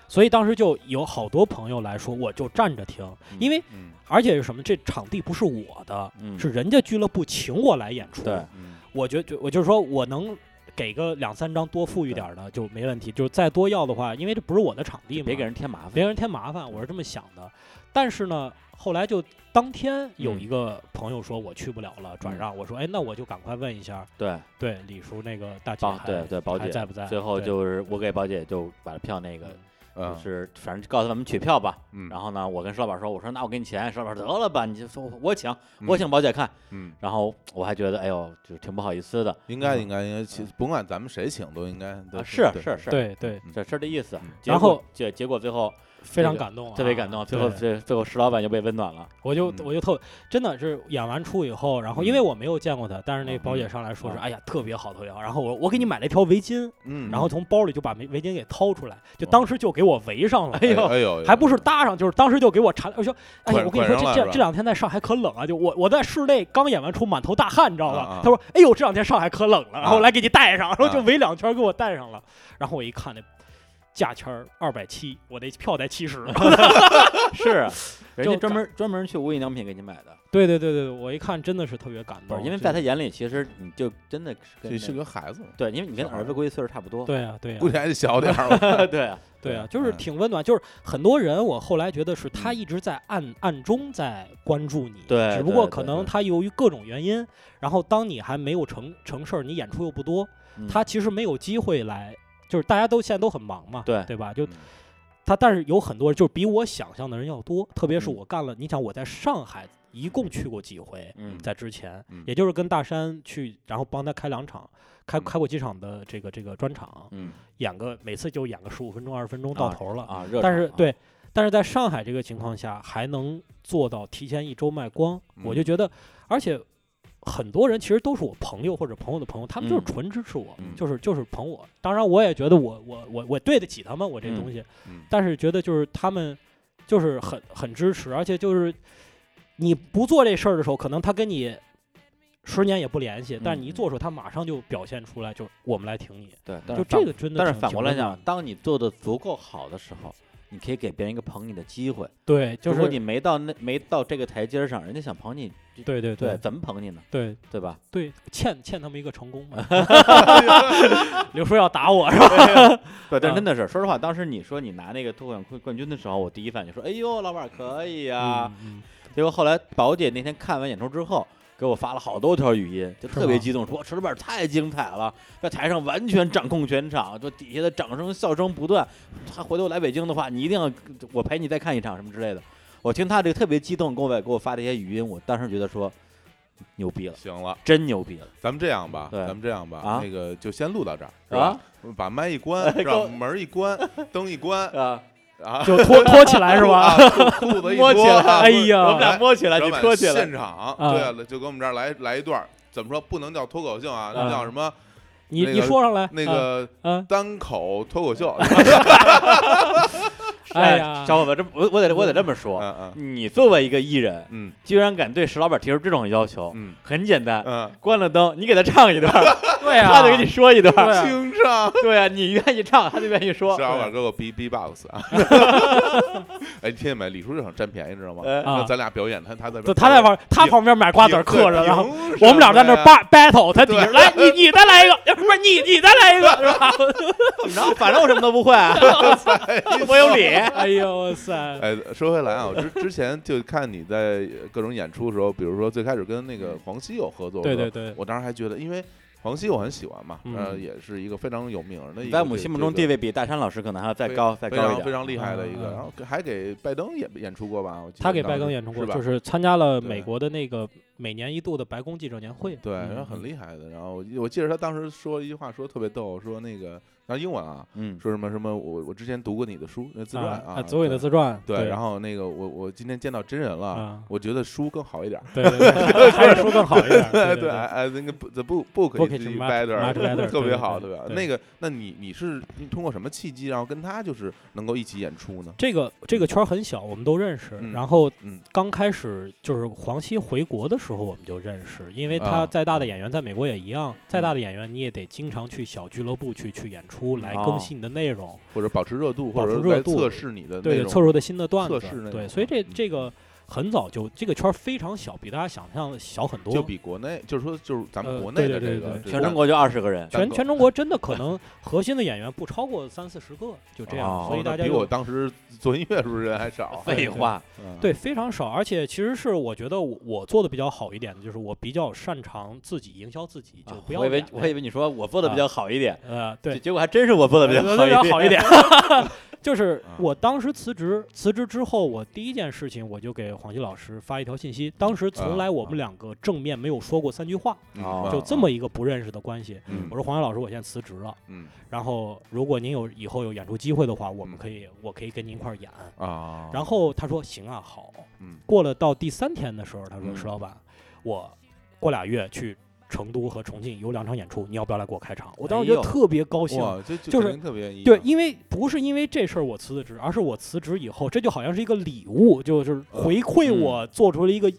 [SPEAKER 3] 所以当时就有好多朋友来说，我就站着听，因为
[SPEAKER 2] 嗯
[SPEAKER 3] 而且是什么，这场地不是我的，
[SPEAKER 1] 嗯，
[SPEAKER 3] 是人家俱乐部请我来演出。
[SPEAKER 1] 对，
[SPEAKER 2] 嗯
[SPEAKER 3] 我觉就我就是说我能。给个两三张多富裕点儿的就没问题，就是再多要的话，因为这不是我的场地嘛，
[SPEAKER 1] 别给人添麻烦。
[SPEAKER 3] 别给人添麻烦，我是这么想的。但是呢，后来就当天有
[SPEAKER 2] 嗯
[SPEAKER 3] 一个朋友说我去不了了，转
[SPEAKER 1] 嗯
[SPEAKER 3] 让，我说哎，那我就赶快问一下，
[SPEAKER 1] 对，
[SPEAKER 3] 对李叔那个大姐
[SPEAKER 1] 宝
[SPEAKER 3] 还
[SPEAKER 1] 对哎对宝
[SPEAKER 3] 还
[SPEAKER 1] 姐
[SPEAKER 3] 在不在？
[SPEAKER 1] 最后
[SPEAKER 3] 对
[SPEAKER 1] 就是我给宝姐就把票那个
[SPEAKER 3] 嗯
[SPEAKER 1] 就
[SPEAKER 2] 啊
[SPEAKER 1] 是反正告诉他们取票吧。
[SPEAKER 2] 嗯，
[SPEAKER 1] 然
[SPEAKER 2] 后
[SPEAKER 1] 后呢，我跟石老板说，我说那我给你钱，石老板说得了吧，你就说我请
[SPEAKER 2] 嗯
[SPEAKER 1] 我请宝姐看。
[SPEAKER 2] 嗯，
[SPEAKER 1] 然后我还觉得哎呦，就是挺不好意思的。
[SPEAKER 2] 应该
[SPEAKER 1] 嗯
[SPEAKER 2] 应该应该，其实甭管咱们谁请都应该
[SPEAKER 1] 啊，
[SPEAKER 2] 都
[SPEAKER 1] 是
[SPEAKER 2] 对
[SPEAKER 1] 是是，
[SPEAKER 3] 对对，
[SPEAKER 1] 这事儿的意思
[SPEAKER 2] 嗯。
[SPEAKER 1] 结
[SPEAKER 3] 然
[SPEAKER 1] 果
[SPEAKER 3] 后
[SPEAKER 1] 结结果最后
[SPEAKER 3] 非常
[SPEAKER 1] 这个
[SPEAKER 3] 感动啊，
[SPEAKER 1] 特别感动，最后
[SPEAKER 3] 对
[SPEAKER 1] 最最后石老板就被温 *laughs* 暖了。
[SPEAKER 3] 我就
[SPEAKER 2] 嗯
[SPEAKER 3] 我就特真的是演完出以后，然后
[SPEAKER 2] 嗯
[SPEAKER 3] 因为我没有见过他，但是那
[SPEAKER 1] 嗯
[SPEAKER 3] 包姐上来说是
[SPEAKER 1] 嗯
[SPEAKER 3] 哎呀特别好特别好，然后我我给你买了一条围巾，
[SPEAKER 2] 嗯，
[SPEAKER 3] 然后从包里就把围围巾给掏出来，就当时就给我围上了，哎
[SPEAKER 2] 哎呦哎呦，
[SPEAKER 3] 还不是搭上，就是当时就给我缠，我说，哎呀，
[SPEAKER 2] 捆
[SPEAKER 3] 我跟你说，
[SPEAKER 2] 捆上了是
[SPEAKER 3] 这这
[SPEAKER 2] 吧
[SPEAKER 3] 这两天在上海可冷啊，就我我在室内刚演完出，满头大汗，你知道
[SPEAKER 2] 啊
[SPEAKER 3] 吧
[SPEAKER 2] 啊？
[SPEAKER 3] 他说，哎呦，这两天上海可冷了，然后
[SPEAKER 2] 啊
[SPEAKER 3] 我来给你带上，然后
[SPEAKER 2] 啊
[SPEAKER 3] 就围两圈给我带上了，然后我一看那价签儿二百七，我那票才
[SPEAKER 2] *laughs*
[SPEAKER 3] 七十，
[SPEAKER 1] 是，啊人家
[SPEAKER 3] 就
[SPEAKER 1] 专门专门去无印良品给你买的，哦
[SPEAKER 3] 对对对对，我一看真的是特别感
[SPEAKER 1] 不
[SPEAKER 3] 动
[SPEAKER 1] 是，
[SPEAKER 3] 真的，
[SPEAKER 1] 因为在他眼里，其实你就真的是跟
[SPEAKER 2] 这是
[SPEAKER 1] 那
[SPEAKER 2] 个孩子嘛，
[SPEAKER 1] 对，因为你跟
[SPEAKER 2] 小孩
[SPEAKER 1] 儿子
[SPEAKER 2] 儿
[SPEAKER 1] 估计岁数差不多，，
[SPEAKER 3] 对啊对啊
[SPEAKER 2] 估，计还得小点儿吧
[SPEAKER 1] *laughs*
[SPEAKER 2] *laughs*
[SPEAKER 1] 对啊，
[SPEAKER 3] 对
[SPEAKER 2] 对，
[SPEAKER 3] 啊就是
[SPEAKER 2] 嗯
[SPEAKER 3] 挺温暖。就是很多人，我后来觉得是他
[SPEAKER 2] 嗯
[SPEAKER 3] 一直在暗暗中在关注你，
[SPEAKER 1] 对
[SPEAKER 3] 只不过
[SPEAKER 1] 对
[SPEAKER 3] 可
[SPEAKER 1] 对
[SPEAKER 3] 能
[SPEAKER 1] 对
[SPEAKER 3] 他由于各种原因，然后当你还没有成成事儿，你演出又不多，
[SPEAKER 1] 嗯
[SPEAKER 3] 他其实没有机会来。就是大家都现在都很忙嘛，
[SPEAKER 1] 对
[SPEAKER 3] 对吧？就
[SPEAKER 2] 嗯
[SPEAKER 3] 他但是有很多就是比我想象的人要多，特别
[SPEAKER 1] 嗯
[SPEAKER 3] 是我干了，你想我在上海一共去过几回，
[SPEAKER 1] 嗯
[SPEAKER 3] 在之前
[SPEAKER 2] 嗯，
[SPEAKER 3] 也就是跟大山去，然后帮他开两场，开
[SPEAKER 2] 嗯
[SPEAKER 3] 开过几场的这个这个专场，
[SPEAKER 1] 嗯
[SPEAKER 3] 演个每次就演个十五分钟二十分钟到头了，
[SPEAKER 1] 啊，热
[SPEAKER 3] 但
[SPEAKER 1] 场
[SPEAKER 3] 是
[SPEAKER 1] 啊，
[SPEAKER 3] 对，但是在上海这个情况下，还能做到提前一周卖光，
[SPEAKER 1] 嗯
[SPEAKER 3] 我就觉得，而且很多人其实都是我朋友或者朋友的朋友，他们就是
[SPEAKER 1] 嗯
[SPEAKER 3] 纯支持我，
[SPEAKER 2] 嗯
[SPEAKER 3] 就是就是捧我。当然，我也觉得我我我我对得起他们，我这
[SPEAKER 1] 嗯
[SPEAKER 3] 东西，
[SPEAKER 2] 嗯
[SPEAKER 3] 但是觉得就是他们就是很很支持，而且就是你不做这事儿的时候，可能他跟你。十年也不联系，但是你一
[SPEAKER 1] 嗯
[SPEAKER 3] 做的时候，他马上就表现出来，就是我们来挺你，
[SPEAKER 1] 对，但
[SPEAKER 3] 就是这
[SPEAKER 1] 反
[SPEAKER 3] 个真的
[SPEAKER 1] 但
[SPEAKER 3] 挺。
[SPEAKER 1] 是反过来
[SPEAKER 3] 挺温
[SPEAKER 1] 讲
[SPEAKER 3] 暖，的
[SPEAKER 1] 当你做的足够好的时候，你可以给别人一个捧你的机会。
[SPEAKER 3] 对，就
[SPEAKER 1] 如果
[SPEAKER 3] 是
[SPEAKER 1] 你没到那没到这个台阶儿上，人家想捧你，这
[SPEAKER 3] 对对
[SPEAKER 1] 对，怎么捧你呢？
[SPEAKER 3] 对
[SPEAKER 1] 对吧？
[SPEAKER 3] 对，欠欠他们一个成功 *laughs* 嘛。刘叔要打我是吧？
[SPEAKER 1] 对，但
[SPEAKER 3] 啊
[SPEAKER 1] 真的是，说实话，当时你说你拿那个脱口秀冠军的时候，我第一反应说，哎呦，老板可以
[SPEAKER 2] 啊
[SPEAKER 1] 呀。
[SPEAKER 3] 嗯，
[SPEAKER 1] 结果后来宝姐那天看完演出之后。给我发了好多条语音，就是特别
[SPEAKER 3] 吗
[SPEAKER 1] 激动，说石老板太精彩了，在台上完全掌控全场，就底下的掌声笑声不断。他回头来北京的话，你一定要我陪你再看一场什么之类的。我听他这个特别激动，给我给我发这些语音，我当时觉得说牛逼了，
[SPEAKER 2] 行了，
[SPEAKER 1] 真牛逼了。
[SPEAKER 2] 咱们这样吧，
[SPEAKER 1] 对
[SPEAKER 2] 咱们这样吧，
[SPEAKER 1] 啊
[SPEAKER 2] 那个就先录到这儿，是
[SPEAKER 1] 啊
[SPEAKER 2] 吧？把麦一
[SPEAKER 3] *laughs*
[SPEAKER 2] 关，
[SPEAKER 1] 够
[SPEAKER 2] 让门一关，灯一关
[SPEAKER 1] 啊，
[SPEAKER 2] 啊，
[SPEAKER 3] 就拖拖起来是吧？
[SPEAKER 2] 啊？裤裤子一
[SPEAKER 1] 摸起
[SPEAKER 2] 脱，
[SPEAKER 1] 来
[SPEAKER 2] 啊
[SPEAKER 3] 哎呀
[SPEAKER 1] 我们俩摸起来，
[SPEAKER 2] 老
[SPEAKER 1] 你
[SPEAKER 2] 板
[SPEAKER 1] 磕起来
[SPEAKER 2] 现，场
[SPEAKER 3] 啊
[SPEAKER 2] 对啊，就给我们这儿来来一段儿，怎么说不能叫脱口秀啊，那
[SPEAKER 3] 啊
[SPEAKER 2] 叫什么？
[SPEAKER 3] 你
[SPEAKER 2] 那
[SPEAKER 3] 你
[SPEAKER 2] 个
[SPEAKER 3] 说上来
[SPEAKER 2] 那
[SPEAKER 3] 啊
[SPEAKER 2] 个
[SPEAKER 3] 啊，
[SPEAKER 2] 单口脱口
[SPEAKER 3] *laughs*
[SPEAKER 2] 秀，
[SPEAKER 3] 哎呀，
[SPEAKER 1] 小伙子，这我我得我得这么说，
[SPEAKER 2] 嗯
[SPEAKER 1] 你作为一个艺人，
[SPEAKER 2] 嗯
[SPEAKER 1] 居然敢对石老板提出这种要求，
[SPEAKER 2] 嗯
[SPEAKER 1] 很简
[SPEAKER 3] 啊
[SPEAKER 1] 单，
[SPEAKER 2] 嗯
[SPEAKER 1] 关了灯，你给他唱一段，
[SPEAKER 3] *laughs* 对啊呀，
[SPEAKER 1] 他得给你说一段，
[SPEAKER 3] 对啊
[SPEAKER 2] 嗯，清唱。
[SPEAKER 1] 对啊，你愿意唱，他就愿意说
[SPEAKER 2] 石，老板给啊我 B B box 啊！ *laughs* 哎，听见没？李叔就想占便宜，知道吗？
[SPEAKER 1] 呃，
[SPEAKER 3] 啊
[SPEAKER 2] 那咱俩表演，他他在
[SPEAKER 3] 就他在旁他旁边买瓜子儿嗑着，然后我们俩在那儿
[SPEAKER 2] 扒
[SPEAKER 3] ba- battle，他底下
[SPEAKER 2] 对
[SPEAKER 3] 来你你再来一个，不是你你再来一个是吧？
[SPEAKER 1] 怎么着？反正我什么都不
[SPEAKER 2] *laughs*
[SPEAKER 1] 会，我有理。
[SPEAKER 3] 哎呦哇塞，
[SPEAKER 2] 哎，说回来啊，我之之前就看你在各种演出的时候，比如说最开始跟那个黄西有合作，
[SPEAKER 3] 对对，对，
[SPEAKER 2] 我当时还觉得，因为黄西我很喜欢嘛，
[SPEAKER 3] 嗯
[SPEAKER 2] 呃，也是一个非常有名的一个，
[SPEAKER 1] 在我们心目中地
[SPEAKER 2] 位
[SPEAKER 1] 位比大山老师可能还要再
[SPEAKER 2] 非
[SPEAKER 1] 高再
[SPEAKER 2] 非
[SPEAKER 1] 高一
[SPEAKER 2] 常非
[SPEAKER 1] 点，
[SPEAKER 2] 常厉害的一个，
[SPEAKER 3] 嗯嗯
[SPEAKER 2] 然后还给拜登也演出过吧？我记得
[SPEAKER 3] 他给
[SPEAKER 2] 当时
[SPEAKER 3] 白宫演出过，
[SPEAKER 2] 是吧
[SPEAKER 3] 就是参加了美
[SPEAKER 2] 对
[SPEAKER 3] 国的那个每年一度的白宫记者年会，
[SPEAKER 2] 对，
[SPEAKER 3] 嗯
[SPEAKER 2] 然后很厉害的。然后我我记得他当时说一句话，说得特别逗，说那个，然后英文啊，
[SPEAKER 1] 嗯，
[SPEAKER 2] 说什么什么，我我之前读过你的书，那自传
[SPEAKER 3] 啊
[SPEAKER 2] 啊，
[SPEAKER 3] 啊，左伟的
[SPEAKER 2] 对
[SPEAKER 3] 自传，
[SPEAKER 2] 对，然
[SPEAKER 3] 后
[SPEAKER 2] 后那个我我今天见到真人了，
[SPEAKER 3] 啊，
[SPEAKER 2] 我觉得书更好一点儿。
[SPEAKER 3] 对对
[SPEAKER 2] *laughs*
[SPEAKER 3] 对，还是说更好一点，对
[SPEAKER 2] 对，
[SPEAKER 3] 对，
[SPEAKER 2] 哎，那个 the book book
[SPEAKER 3] Book
[SPEAKER 2] is
[SPEAKER 3] is much-
[SPEAKER 2] better，
[SPEAKER 3] much better，
[SPEAKER 2] *laughs* 特别
[SPEAKER 3] 对
[SPEAKER 2] 好，特
[SPEAKER 3] 对
[SPEAKER 2] 别好。
[SPEAKER 3] 对
[SPEAKER 2] 那个，那你你是通过什么契机，然后跟他就是能够一起演出呢？
[SPEAKER 3] 这个这个圈儿很小，我们都认识。
[SPEAKER 2] 嗯
[SPEAKER 3] 然后
[SPEAKER 2] 嗯
[SPEAKER 3] 刚开始就是黄西回国的时候，我们就认识，因为
[SPEAKER 2] 啊嗯
[SPEAKER 3] 他再大的演员在美国也一样，再大的演员你也得经常去小俱乐部去去演出，来
[SPEAKER 2] 啊
[SPEAKER 1] 哦
[SPEAKER 3] 更新你的内容，
[SPEAKER 2] 或者保持热度，或
[SPEAKER 3] 保
[SPEAKER 2] 者
[SPEAKER 3] 持
[SPEAKER 2] 来
[SPEAKER 3] 热度
[SPEAKER 2] 测试你的
[SPEAKER 3] 对
[SPEAKER 2] 内
[SPEAKER 3] 对，
[SPEAKER 2] 容
[SPEAKER 3] 测出的新的段
[SPEAKER 2] 测
[SPEAKER 3] 子
[SPEAKER 2] 试内，容
[SPEAKER 3] 对，所以这
[SPEAKER 2] 嗯
[SPEAKER 3] 这个很早就这个圈儿非常小，比大家想象的小很多，
[SPEAKER 2] 就比国内，就是说就是咱们
[SPEAKER 3] 呃
[SPEAKER 2] 国内
[SPEAKER 3] 对
[SPEAKER 2] 的
[SPEAKER 3] 对
[SPEAKER 2] 这
[SPEAKER 3] 对
[SPEAKER 2] 个
[SPEAKER 3] 对
[SPEAKER 1] 全中国就二十个人，
[SPEAKER 2] 单
[SPEAKER 3] 全
[SPEAKER 2] 口
[SPEAKER 3] 全中国真的可能核心的演员不超过三四十个，就这
[SPEAKER 1] 哦
[SPEAKER 3] 样，所以
[SPEAKER 2] 那
[SPEAKER 3] 大家
[SPEAKER 2] 比
[SPEAKER 3] 就
[SPEAKER 2] 我当时 *laughs* 做音乐时候人还少。
[SPEAKER 1] 废话，
[SPEAKER 2] 嗯，
[SPEAKER 3] 对，非常少，而且其实是我觉得我我做的比较好一点的，就是我比较擅长自己营销自己，就不要
[SPEAKER 1] 啊我以为
[SPEAKER 3] 演
[SPEAKER 1] 我以为你说我做的比较好一点，
[SPEAKER 3] 呃对，
[SPEAKER 1] 结果还真是我做的比较好一点，
[SPEAKER 3] 好一
[SPEAKER 1] *laughs*
[SPEAKER 3] 点， *laughs* 就是
[SPEAKER 2] 啊
[SPEAKER 3] 我当时辞职，辞职之后，我第一件事情我就给黄西老师发一条信息，当时
[SPEAKER 1] 啊
[SPEAKER 3] 从来我们两个正面没有说过三句话，
[SPEAKER 1] 哦
[SPEAKER 3] 就这么一个不认识的关系。
[SPEAKER 2] 嗯
[SPEAKER 3] 我说黄西老师，我现在辞职了，
[SPEAKER 2] 嗯
[SPEAKER 3] 然后如果您有以后有演出机会的话，我
[SPEAKER 2] 嗯
[SPEAKER 3] 们可以我可以跟您一块儿演。
[SPEAKER 2] 啊，
[SPEAKER 3] 然后他说行啊，好。
[SPEAKER 2] 嗯
[SPEAKER 3] 过了到第三天的时候，他说：“
[SPEAKER 2] 嗯
[SPEAKER 3] 石老板，我过俩月去成都和重庆有两场演出，你要不要来给我开场？”我当时
[SPEAKER 1] 哎
[SPEAKER 3] 就
[SPEAKER 1] 呦
[SPEAKER 3] 特别高兴。啊
[SPEAKER 2] 哇，这
[SPEAKER 3] 就是
[SPEAKER 2] 肯定特别愿意
[SPEAKER 3] 对
[SPEAKER 2] 啊，
[SPEAKER 3] 因为不是因为这事儿我辞的职，而是我辞职以后，这就好像是一个礼物，就是回馈
[SPEAKER 1] 嗯
[SPEAKER 3] 我做出了一个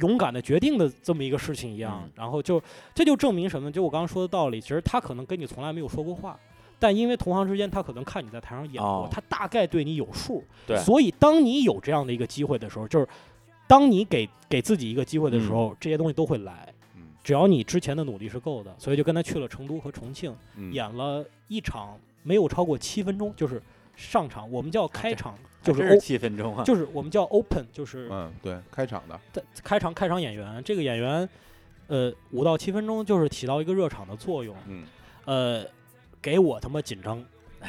[SPEAKER 3] 勇敢的决定的这么一个事情一样。
[SPEAKER 1] 嗯
[SPEAKER 3] 然后就这就证明什么？就我刚刚说的道理，其实他可能跟你从来没有说过话，但因为同行之间，他可能看你在台上演过，
[SPEAKER 1] 哦
[SPEAKER 3] 他大概对你有数。
[SPEAKER 1] 对
[SPEAKER 3] 所以当你有这样的一个机会的时候，就是当你给给自己一个机会的
[SPEAKER 1] 嗯
[SPEAKER 3] 时候，这些东西都会来。
[SPEAKER 2] 嗯
[SPEAKER 3] 只要你之前的努力是够的，所以就跟他去了成都和重庆。
[SPEAKER 2] 嗯
[SPEAKER 3] 演了一场没有超过七分钟，就是上场，我们
[SPEAKER 2] 啊
[SPEAKER 3] 叫开场，
[SPEAKER 1] 就
[SPEAKER 3] 就是是
[SPEAKER 1] 是
[SPEAKER 3] O，
[SPEAKER 1] 七分钟啊，
[SPEAKER 3] 就是我们叫 open，就是
[SPEAKER 2] 嗯对，开场的
[SPEAKER 3] 在开场开场演员。这个演员，呃，五到七分钟就是起到一个热场的作用，
[SPEAKER 2] 嗯
[SPEAKER 3] 呃，给我他妈紧张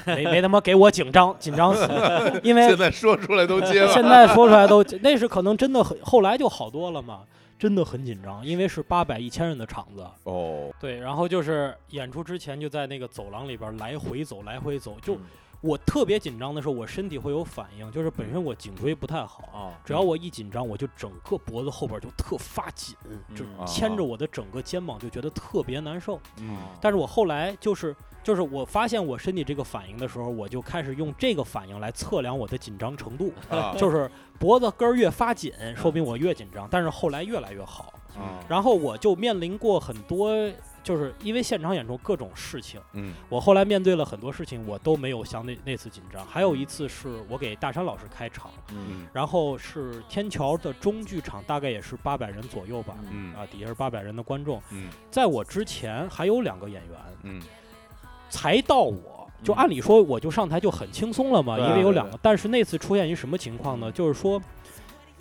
[SPEAKER 3] 没没他妈给我紧张，紧张死了，因为
[SPEAKER 2] 现在说出来都结巴。
[SPEAKER 3] 哎现在说出来都，那是可能真的很，后来就好多了嘛，真的很紧张，因为是八百一千人的场子。
[SPEAKER 2] 哦，
[SPEAKER 3] 对，然后就是演出之前就在那个走廊里边来回走，来回走。就
[SPEAKER 1] 嗯
[SPEAKER 3] 我特别紧张的时候，我身体会有反应，就是本
[SPEAKER 2] 嗯
[SPEAKER 3] 身我颈椎不太好，
[SPEAKER 1] 哦，
[SPEAKER 3] 只要我一紧张，我就整个脖子后边就特发紧，就
[SPEAKER 1] 嗯
[SPEAKER 2] 啊
[SPEAKER 3] 牵着我的整个肩膀，就觉得特别难受。 *laughs*
[SPEAKER 2] 嗯，
[SPEAKER 3] 但是我后来就是就是我发现我身体这个反应的时候，我就开始用这个反应来测量我的紧张程度。
[SPEAKER 2] 啊
[SPEAKER 3] 就是脖子根儿越发紧，说明我越紧张，但是后来越来越好。
[SPEAKER 2] 嗯
[SPEAKER 3] 然后我就面临过很多，就是因为现场演出各种事情，
[SPEAKER 2] 嗯
[SPEAKER 3] 我后来面对了很多事情，我都没有像那那次紧张。还有一次是我给大山老师开场，
[SPEAKER 1] 嗯
[SPEAKER 2] 嗯
[SPEAKER 3] 然后是天桥的中剧场，大概也是八百人左右吧，
[SPEAKER 1] 嗯
[SPEAKER 2] 嗯
[SPEAKER 3] 啊，底下是八百人的观众。
[SPEAKER 2] 嗯
[SPEAKER 3] 在我之前还有两个演员
[SPEAKER 2] 嗯
[SPEAKER 3] 才到我。就
[SPEAKER 1] 嗯
[SPEAKER 3] 按理说，我就上台就很轻松了嘛，
[SPEAKER 1] 对啊
[SPEAKER 3] 因为有
[SPEAKER 2] 对
[SPEAKER 3] 两个。但是那次出现于什么情况呢？就是说，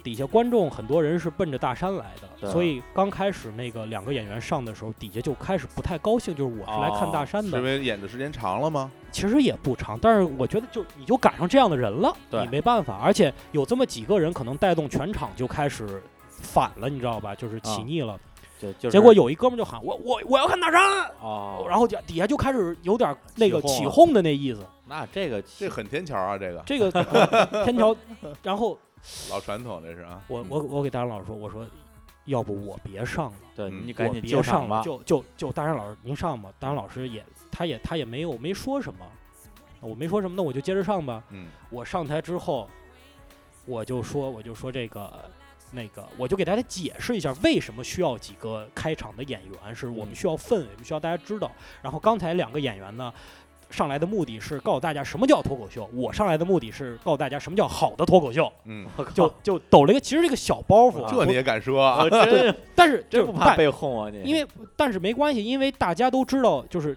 [SPEAKER 3] 底下观众很多人是奔着大山来
[SPEAKER 1] 对
[SPEAKER 3] 的，
[SPEAKER 1] 啊
[SPEAKER 3] 所以刚开始那个两个演员上的时候，底下就开始不太高兴，就是我是来
[SPEAKER 1] 哦
[SPEAKER 3] 看大山
[SPEAKER 2] 是
[SPEAKER 3] 的。
[SPEAKER 2] 因为演的时间长了吗？
[SPEAKER 3] 其实也不长，但是我觉得就你就赶上这样的人了，
[SPEAKER 1] 对
[SPEAKER 3] 你没办法。而且有这么几个人，可能带动全场就开始反了，你知道吧？就是起
[SPEAKER 1] 啊
[SPEAKER 3] 腻了。
[SPEAKER 1] 就就是
[SPEAKER 3] 结果有一哥们儿就喊我我我要看大山，
[SPEAKER 1] 哦，
[SPEAKER 3] 然后底底下就开始有点那个
[SPEAKER 1] 起哄
[SPEAKER 3] 起
[SPEAKER 1] 了
[SPEAKER 3] 哄的那意思。
[SPEAKER 1] 那这个
[SPEAKER 2] 这很天桥啊，这
[SPEAKER 1] *laughs*
[SPEAKER 2] 个
[SPEAKER 3] 这个天桥，然后
[SPEAKER 2] 老传统这是啊。
[SPEAKER 1] 嗯
[SPEAKER 3] 我我我给大山老师说，我说要不我别上了，
[SPEAKER 1] 对
[SPEAKER 2] 嗯
[SPEAKER 1] 你赶
[SPEAKER 3] 我
[SPEAKER 1] 紧
[SPEAKER 3] 别
[SPEAKER 1] 接
[SPEAKER 3] 上
[SPEAKER 1] 吧
[SPEAKER 3] 了，，就就就大山老师您上吧。大山老师也他也他也没有没说什么，我没说什么，那我就接着上吧。
[SPEAKER 2] 嗯
[SPEAKER 3] 我上台之后，我就说我就说这个。那个，我就给大家解释一下为什么需要几个开场的演员，是我们
[SPEAKER 1] 嗯
[SPEAKER 3] 需要氛围，我们需要大家知道。然后刚才两个演员呢，上来的目的是告诉大家什么叫脱口秀，我上来的目的是告诉大家什么叫好的脱口秀。
[SPEAKER 2] 嗯，
[SPEAKER 1] 我靠
[SPEAKER 3] 就就抖了一个，其实这个小包袱，
[SPEAKER 2] 这你也敢说啊？*laughs*
[SPEAKER 3] *laughs*
[SPEAKER 1] 我真
[SPEAKER 3] 但是
[SPEAKER 1] 真不
[SPEAKER 3] 就是
[SPEAKER 1] 怕
[SPEAKER 3] 大，
[SPEAKER 1] 被哄啊你，
[SPEAKER 3] 因为但是没关系，因为大家都知道，就是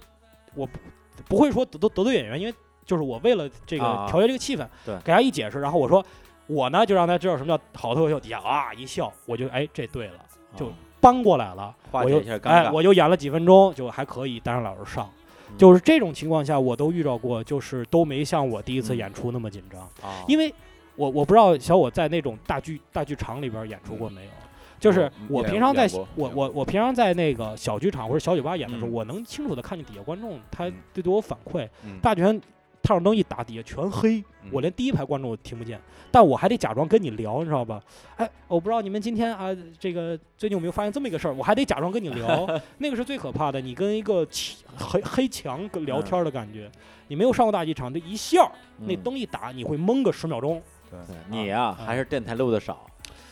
[SPEAKER 3] 我不不会说得得得罪演员，因为就是我为了这个
[SPEAKER 1] 啊
[SPEAKER 3] 调节这个气氛，
[SPEAKER 1] 对
[SPEAKER 3] 给他一解释，然后我说我呢就让他知道什么叫好脱口秀，底下啊一笑，我就哎这对了，就
[SPEAKER 1] 啊
[SPEAKER 3] 搬过来了，
[SPEAKER 1] 化
[SPEAKER 3] 我
[SPEAKER 1] 解
[SPEAKER 3] 又
[SPEAKER 1] 一下尴
[SPEAKER 3] 哎
[SPEAKER 1] 尬
[SPEAKER 3] 我又演了几分钟，就还可以，但是老师上。
[SPEAKER 1] 嗯
[SPEAKER 3] 就是这种情况下，我都遇到过，就是都没像我第一次
[SPEAKER 1] 嗯
[SPEAKER 3] 演出那么紧张。
[SPEAKER 1] 啊
[SPEAKER 3] 因为我我不知道小我在那种大剧大剧场里边演
[SPEAKER 1] 嗯
[SPEAKER 3] 出过没有，
[SPEAKER 1] 哦
[SPEAKER 3] 就是
[SPEAKER 2] 嗯
[SPEAKER 3] 我
[SPEAKER 2] 演
[SPEAKER 3] 平常在
[SPEAKER 2] 演过
[SPEAKER 3] 我
[SPEAKER 2] 演过
[SPEAKER 3] 我我平常在那个小剧场或者小酒吧演的时候，
[SPEAKER 1] 嗯
[SPEAKER 3] 我能清楚的看见底下观众他
[SPEAKER 2] 嗯
[SPEAKER 3] 对对我反馈，
[SPEAKER 2] 嗯
[SPEAKER 3] 大剧场探照灯一打，底下全黑，
[SPEAKER 2] 嗯
[SPEAKER 3] 我连第一排观众我听不见，但我还得假装跟你聊，你知道吧？哎，我不知道你们今天啊，这个最近有没有发现这么一个事儿？我还得假装跟你
[SPEAKER 2] *laughs*
[SPEAKER 3] 聊，那个是最可怕的，你跟一个漆黑黑墙跟
[SPEAKER 2] 嗯
[SPEAKER 3] 聊天儿的感觉，你没有上过大剧场，这一下儿那
[SPEAKER 1] 嗯
[SPEAKER 3] 灯一打，你会懵个十
[SPEAKER 2] *laughs*
[SPEAKER 3] 秒钟。
[SPEAKER 1] 对你啊
[SPEAKER 3] 啊
[SPEAKER 1] 还是电台录的少，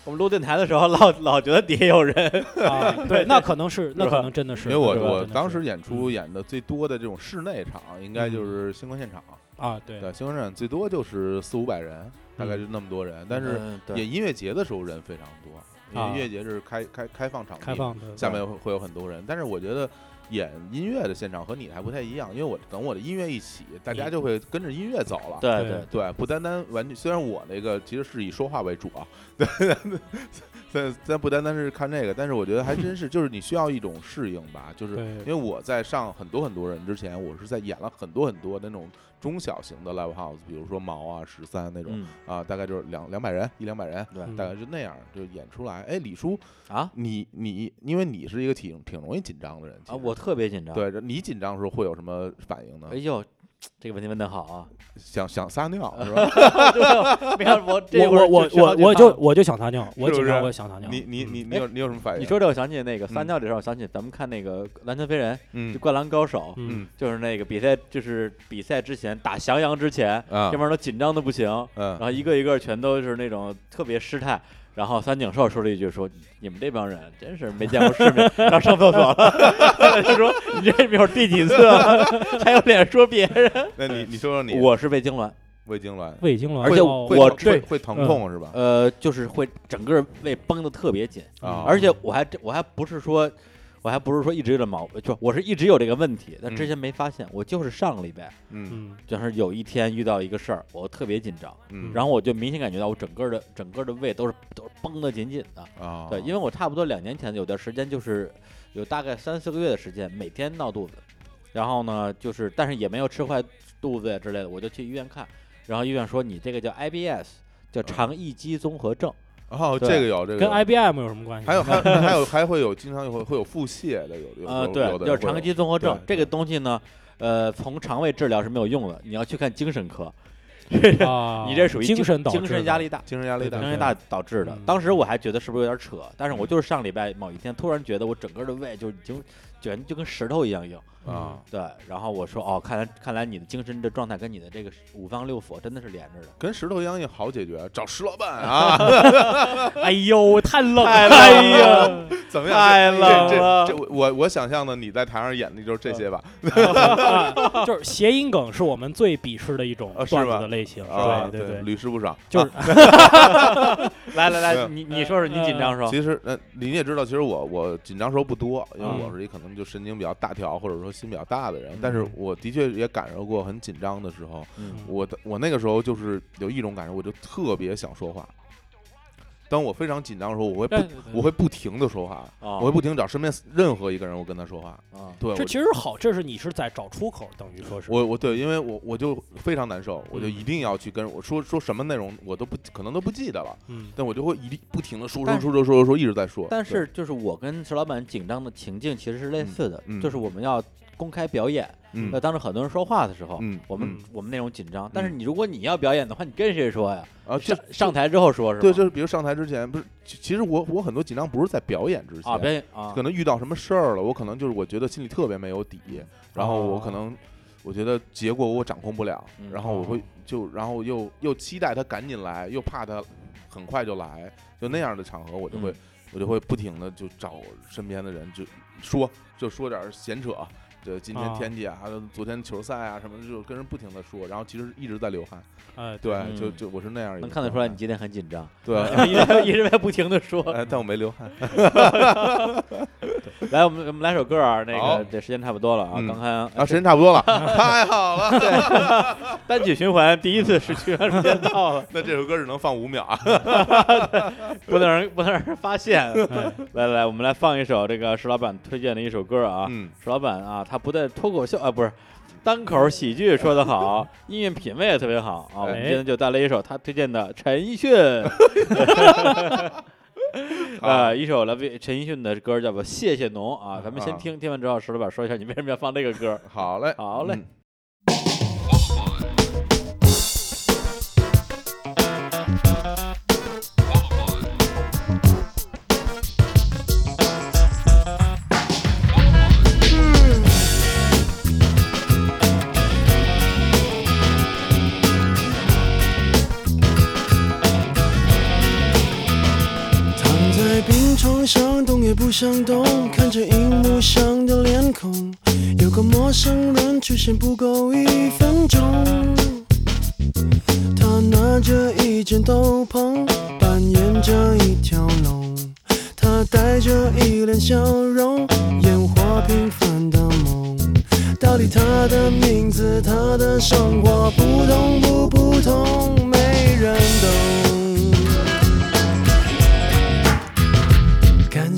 [SPEAKER 1] 我们录电台的时候老老觉得底下有人，
[SPEAKER 3] 啊，对，那可能是，那可能真的是，
[SPEAKER 2] 因为我
[SPEAKER 3] 那可能
[SPEAKER 2] 我
[SPEAKER 3] 真的
[SPEAKER 2] 当
[SPEAKER 3] 是嗯
[SPEAKER 2] 时演出演的最多的这种室内场，应该就是星光现场。
[SPEAKER 3] 啊，嗯对，嗯
[SPEAKER 2] 对，星光现场最多就是四五百人，大概就那么多人。但是
[SPEAKER 1] 嗯
[SPEAKER 2] 演音乐节的时候人非常多，因为
[SPEAKER 3] 啊
[SPEAKER 2] 音乐节是开开开放场地，
[SPEAKER 3] 开放的
[SPEAKER 2] 下面会会有很多人。但是我觉得演音乐的现场和你还不太一样，因为我等我的音乐一起，大家
[SPEAKER 3] 你
[SPEAKER 2] 就会跟着音乐走了。
[SPEAKER 1] 对
[SPEAKER 3] 对
[SPEAKER 1] 对
[SPEAKER 2] 对，不单单玩具，虽然我那个其实是以说话为主啊， *laughs* 对，咱咱不单单是看这个，但是我觉得还真是，就是你需要一种适应吧，就是因
[SPEAKER 3] 对
[SPEAKER 2] 为我在上很多很多人之前，我是在演了很多很多那种中小型的 live house，比如说毛啊、十三那种、
[SPEAKER 1] 嗯
[SPEAKER 2] 啊，大概就是两两百人、一两百人，
[SPEAKER 1] 对
[SPEAKER 2] 大概就那样就演出来。哎，李叔，
[SPEAKER 1] 啊
[SPEAKER 2] 你你因为你是一个挺挺容易紧张的人其
[SPEAKER 1] 啊，
[SPEAKER 2] 实
[SPEAKER 1] 我特别紧张，，
[SPEAKER 2] 对嗯你紧张的时候会有什么反应呢
[SPEAKER 1] 哎？呦，这个问题问的好啊，
[SPEAKER 2] 想想撒尿
[SPEAKER 1] 呃 *laughs*
[SPEAKER 2] 是吧？
[SPEAKER 1] 没看我这
[SPEAKER 3] 我
[SPEAKER 1] 会
[SPEAKER 3] 我
[SPEAKER 1] 儿
[SPEAKER 3] 我
[SPEAKER 1] 去
[SPEAKER 3] 我
[SPEAKER 1] 去
[SPEAKER 3] 我
[SPEAKER 1] 趟
[SPEAKER 3] 就我就想撒尿，我
[SPEAKER 2] 是不
[SPEAKER 3] 紧张
[SPEAKER 2] 是
[SPEAKER 3] 我也想撒尿，
[SPEAKER 2] 你你你
[SPEAKER 3] 嗯
[SPEAKER 2] 你有你有什么反应？
[SPEAKER 1] 哎你说这我想起那个撒
[SPEAKER 2] 哎嗯
[SPEAKER 1] 尿这事儿，我想起咱们看那个篮球飞人，
[SPEAKER 2] 嗯
[SPEAKER 1] 就灌篮高手，
[SPEAKER 3] 嗯
[SPEAKER 2] 嗯
[SPEAKER 1] 就是那个比赛，就是比赛之前打降阳之前，
[SPEAKER 2] 啊
[SPEAKER 1] 这帮人都紧张的不行，然
[SPEAKER 2] 嗯
[SPEAKER 1] 后一个一个全都是那种特别失态。然后三井寿说了一句说：“你们这帮人真是没见过世 *laughs* 面，然后上厕所了。” *laughs* 他说：“你这秒第几次了？还有脸说别人
[SPEAKER 2] 那你你说说？”你
[SPEAKER 1] 我是胃痉挛，
[SPEAKER 2] 胃痉挛，
[SPEAKER 3] 胃痉挛，
[SPEAKER 1] 而且
[SPEAKER 3] 哦
[SPEAKER 2] 会
[SPEAKER 1] 我
[SPEAKER 2] 疼
[SPEAKER 1] 对
[SPEAKER 2] 会会疼痛是吧？
[SPEAKER 1] 呃，就是会整个胃绷得特别紧，
[SPEAKER 2] 啊，
[SPEAKER 1] 而且我还真我还不是说，我还不是说一直有这毛病，就我是一直有这个问题，但之前没发现。我就是上个礼拜，
[SPEAKER 2] 嗯
[SPEAKER 3] 嗯
[SPEAKER 1] 就是有一天遇到一个事儿，我特别紧张，
[SPEAKER 2] 嗯
[SPEAKER 1] 然后我就明显感觉到我整个的整个的胃都是都是绷得紧紧的。
[SPEAKER 2] 啊，
[SPEAKER 1] 对，因为我差不多两年前有段时间就是有大概三四个月的时间，每天闹肚子，然后呢，就是但是也没有吃坏肚子呀之类的，我就去医院看，然后医院说你这个叫 IBS，叫
[SPEAKER 2] 嗯
[SPEAKER 1] 肠易激综合症，
[SPEAKER 2] 哦，
[SPEAKER 1] 对
[SPEAKER 2] 这个有这个
[SPEAKER 3] 跟
[SPEAKER 2] 有
[SPEAKER 3] IBM 有什么关系？
[SPEAKER 1] *laughs*
[SPEAKER 2] 还有还有还有还会有经常会会有腹泻的，有有
[SPEAKER 1] 呃，
[SPEAKER 2] 有
[SPEAKER 1] 对
[SPEAKER 2] 有，的
[SPEAKER 1] 叫
[SPEAKER 2] 人会
[SPEAKER 1] 肠易
[SPEAKER 2] 有
[SPEAKER 1] 激综合症这
[SPEAKER 2] 对
[SPEAKER 1] 个东西呢，呃，从肠胃治疗是没有用的，你要去看精神科，
[SPEAKER 3] 啊，
[SPEAKER 1] 你这属于
[SPEAKER 3] 精神导致
[SPEAKER 1] 精神
[SPEAKER 3] 的
[SPEAKER 1] 压力大。
[SPEAKER 2] 精神压力大
[SPEAKER 1] 精
[SPEAKER 3] 对，
[SPEAKER 1] 神大导致的
[SPEAKER 3] 嗯。
[SPEAKER 1] 当时我还觉得是不是有点扯，但是我就是上礼拜某一天突然觉得我整个的胃就已经卷就跟石头一样硬。
[SPEAKER 2] 啊
[SPEAKER 1] 对，然后我说哦，看来看来你的精神的状态跟你的这个五脏六腑真的是连着的。
[SPEAKER 2] 跟石头一样也好解决，找石老板
[SPEAKER 1] *laughs*
[SPEAKER 2] 啊，
[SPEAKER 3] 哎呦，太冷了，
[SPEAKER 1] 太
[SPEAKER 3] 哎
[SPEAKER 1] 冷
[SPEAKER 3] 呀，
[SPEAKER 2] 怎么样？
[SPEAKER 1] 太
[SPEAKER 2] 这
[SPEAKER 1] 冷
[SPEAKER 2] 这这
[SPEAKER 1] 了
[SPEAKER 2] 这，我我想象的你在台上演的就是这些吧？
[SPEAKER 3] 啊就是谐音梗是我们最鄙视的一种
[SPEAKER 2] 啊是
[SPEAKER 3] 段
[SPEAKER 2] 吧
[SPEAKER 3] 子的类
[SPEAKER 1] 嗯
[SPEAKER 3] 型，
[SPEAKER 2] 啊，
[SPEAKER 3] 对对，
[SPEAKER 2] 屡试不爽。
[SPEAKER 3] 就是
[SPEAKER 1] 来来
[SPEAKER 2] 是
[SPEAKER 1] 来，你你说说，你紧张说。
[SPEAKER 2] 其实，呃，你也知道，其实我我紧张时候不多，因为
[SPEAKER 3] 嗯
[SPEAKER 2] 我是一可能就神经比较大条，或者说心比较大的人
[SPEAKER 1] 嗯。
[SPEAKER 2] 但是我的确也感受过很紧张的时候，
[SPEAKER 1] 嗯
[SPEAKER 2] 我的我那个时候就是有一种感受，我就特别想说话。当我非常紧张的时候，我会不我会不停的说话，
[SPEAKER 1] 啊，
[SPEAKER 2] 我会不停地找身边任何一个人，我跟他说话。
[SPEAKER 1] 啊，
[SPEAKER 2] 对，
[SPEAKER 3] 这
[SPEAKER 2] 我
[SPEAKER 3] 其实好，这是你是在找出口，等于说是
[SPEAKER 2] 我我对，因为我我就非常难受，我就
[SPEAKER 3] 嗯
[SPEAKER 2] 一定要去跟我说说什么内容，我都不可能都不记得了，
[SPEAKER 3] 嗯
[SPEAKER 2] 但我就会一定不停的说说
[SPEAKER 1] 但
[SPEAKER 2] 说说说说，一直在说。
[SPEAKER 1] 但
[SPEAKER 2] 对
[SPEAKER 1] 是就是我跟石老板紧张的情境其实是类似的，
[SPEAKER 2] 嗯嗯
[SPEAKER 1] 就是我们要公开表演，
[SPEAKER 2] 嗯
[SPEAKER 1] 那当着很多人说话的时候，
[SPEAKER 2] 嗯
[SPEAKER 1] 我们
[SPEAKER 3] 嗯
[SPEAKER 1] 我们那种紧张。但是你如果你要表演的话，你跟谁说呀？
[SPEAKER 2] 啊，就
[SPEAKER 1] 呃上上台之后说是吗？
[SPEAKER 2] 对，就是比如上台之前，不是，其其实我我很多紧张不是在表演之
[SPEAKER 1] 啊，表
[SPEAKER 2] 前，
[SPEAKER 1] 演啊
[SPEAKER 2] 可，能遇到什么事儿了，我可能就是我觉得心里特别没有底，然后我可能我觉得结果我掌控不了，
[SPEAKER 1] 哦嗯
[SPEAKER 2] 然后我会就然后又又期待他赶紧来，又怕他很快就来，就那样的场合我就会
[SPEAKER 1] 嗯
[SPEAKER 2] 我就会不停的就找身边的人就说，就说点儿闲扯，这今天
[SPEAKER 1] 哦
[SPEAKER 3] 啊
[SPEAKER 2] 天气啊，还有昨天球赛啊什么的，就跟人不停的说，然后其实一直在流汗。
[SPEAKER 3] 呃
[SPEAKER 2] 对，
[SPEAKER 1] 嗯
[SPEAKER 2] 就就我是那样一个
[SPEAKER 1] 能看得
[SPEAKER 2] 状
[SPEAKER 1] 出来
[SPEAKER 2] 态
[SPEAKER 1] 你今天很紧 *laughs* 张，
[SPEAKER 2] 对。
[SPEAKER 1] 一直一直在不停的说。 *laughs*
[SPEAKER 2] 哎，但我没流汗。
[SPEAKER 1] 来，我们我们来首歌啊，那
[SPEAKER 2] 好
[SPEAKER 1] 个这时间差不多了啊，
[SPEAKER 2] 嗯
[SPEAKER 1] 刚才
[SPEAKER 2] 啊，时间差不
[SPEAKER 1] *laughs*
[SPEAKER 2] 多了，太好了。
[SPEAKER 1] 单曲循环第一次是循环时间到了，
[SPEAKER 2] 那这首歌只能放五秒啊。
[SPEAKER 1] 不能让人不能让人发现。
[SPEAKER 3] *laughs* 哎
[SPEAKER 1] 来来，我们来放一首这个石老板推荐的一首歌啊，
[SPEAKER 2] 嗯，
[SPEAKER 1] *laughs* 石老板啊，他不但脱口秀啊，不是单口喜剧说得好，音乐品味也特别好啊。我们
[SPEAKER 3] 哎
[SPEAKER 1] 今天就带来一首他推荐的陈奕
[SPEAKER 3] *laughs*
[SPEAKER 1] 迅，呃，一首来自陈奕迅的歌叫做《谢谢侬》啊。咱们先
[SPEAKER 2] 啊
[SPEAKER 1] 听，听完之后，石老板说一下你为什么要放这个歌。
[SPEAKER 2] 好嘞，
[SPEAKER 1] 好嘞
[SPEAKER 2] 嗯。
[SPEAKER 4] 躺在病床上，动也不想动，看着荧幕上的脸孔，有个陌生人出现不够一分钟。他拿着一件斗篷，扮演着一条龙，他带着一脸笑容，演活平凡的梦。到底他的名字，他的生活，普通不普通，没人懂。感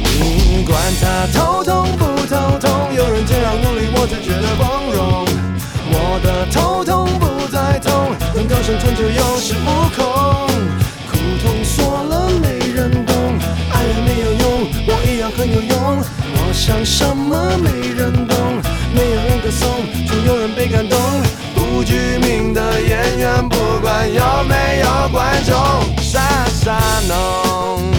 [SPEAKER 4] 尽管它头痛不头痛，有人这样努力，我只觉得光荣。我的头痛不再痛，能够生存就有恃无恐。苦痛说了没人懂，爱人没有用，我一样很有用。我想什么没人懂，没有人歌颂，总有人被感动。不具名的演员，不管有没有观众，傻傻弄。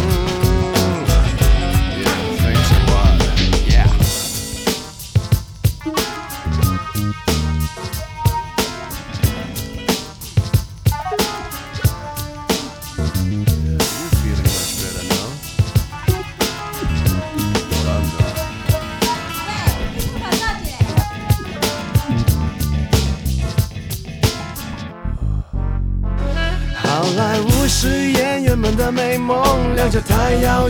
[SPEAKER 5] 喂，你不管大姐。
[SPEAKER 4] 我亮着太遥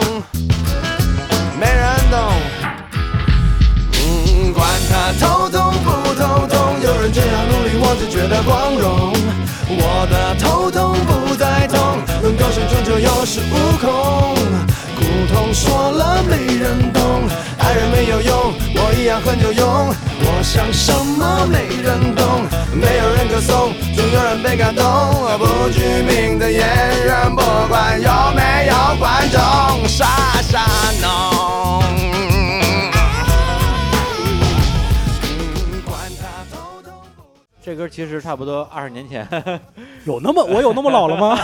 [SPEAKER 4] 没人懂。嗯，管他头痛不头痛，有人这样努力，我只觉得光荣。我的头痛不再痛，能够生存就有恃无恐。苦痛说了没人懂，爱人没有用，我一样很有用。我想什么没人懂，没有人歌颂，总有人被感动。不具名的演员，不管有没有观众，傻傻弄。管他头痛不
[SPEAKER 1] 这歌其实差不多二十年前， *laughs*
[SPEAKER 3] 有那么我有那么老了吗？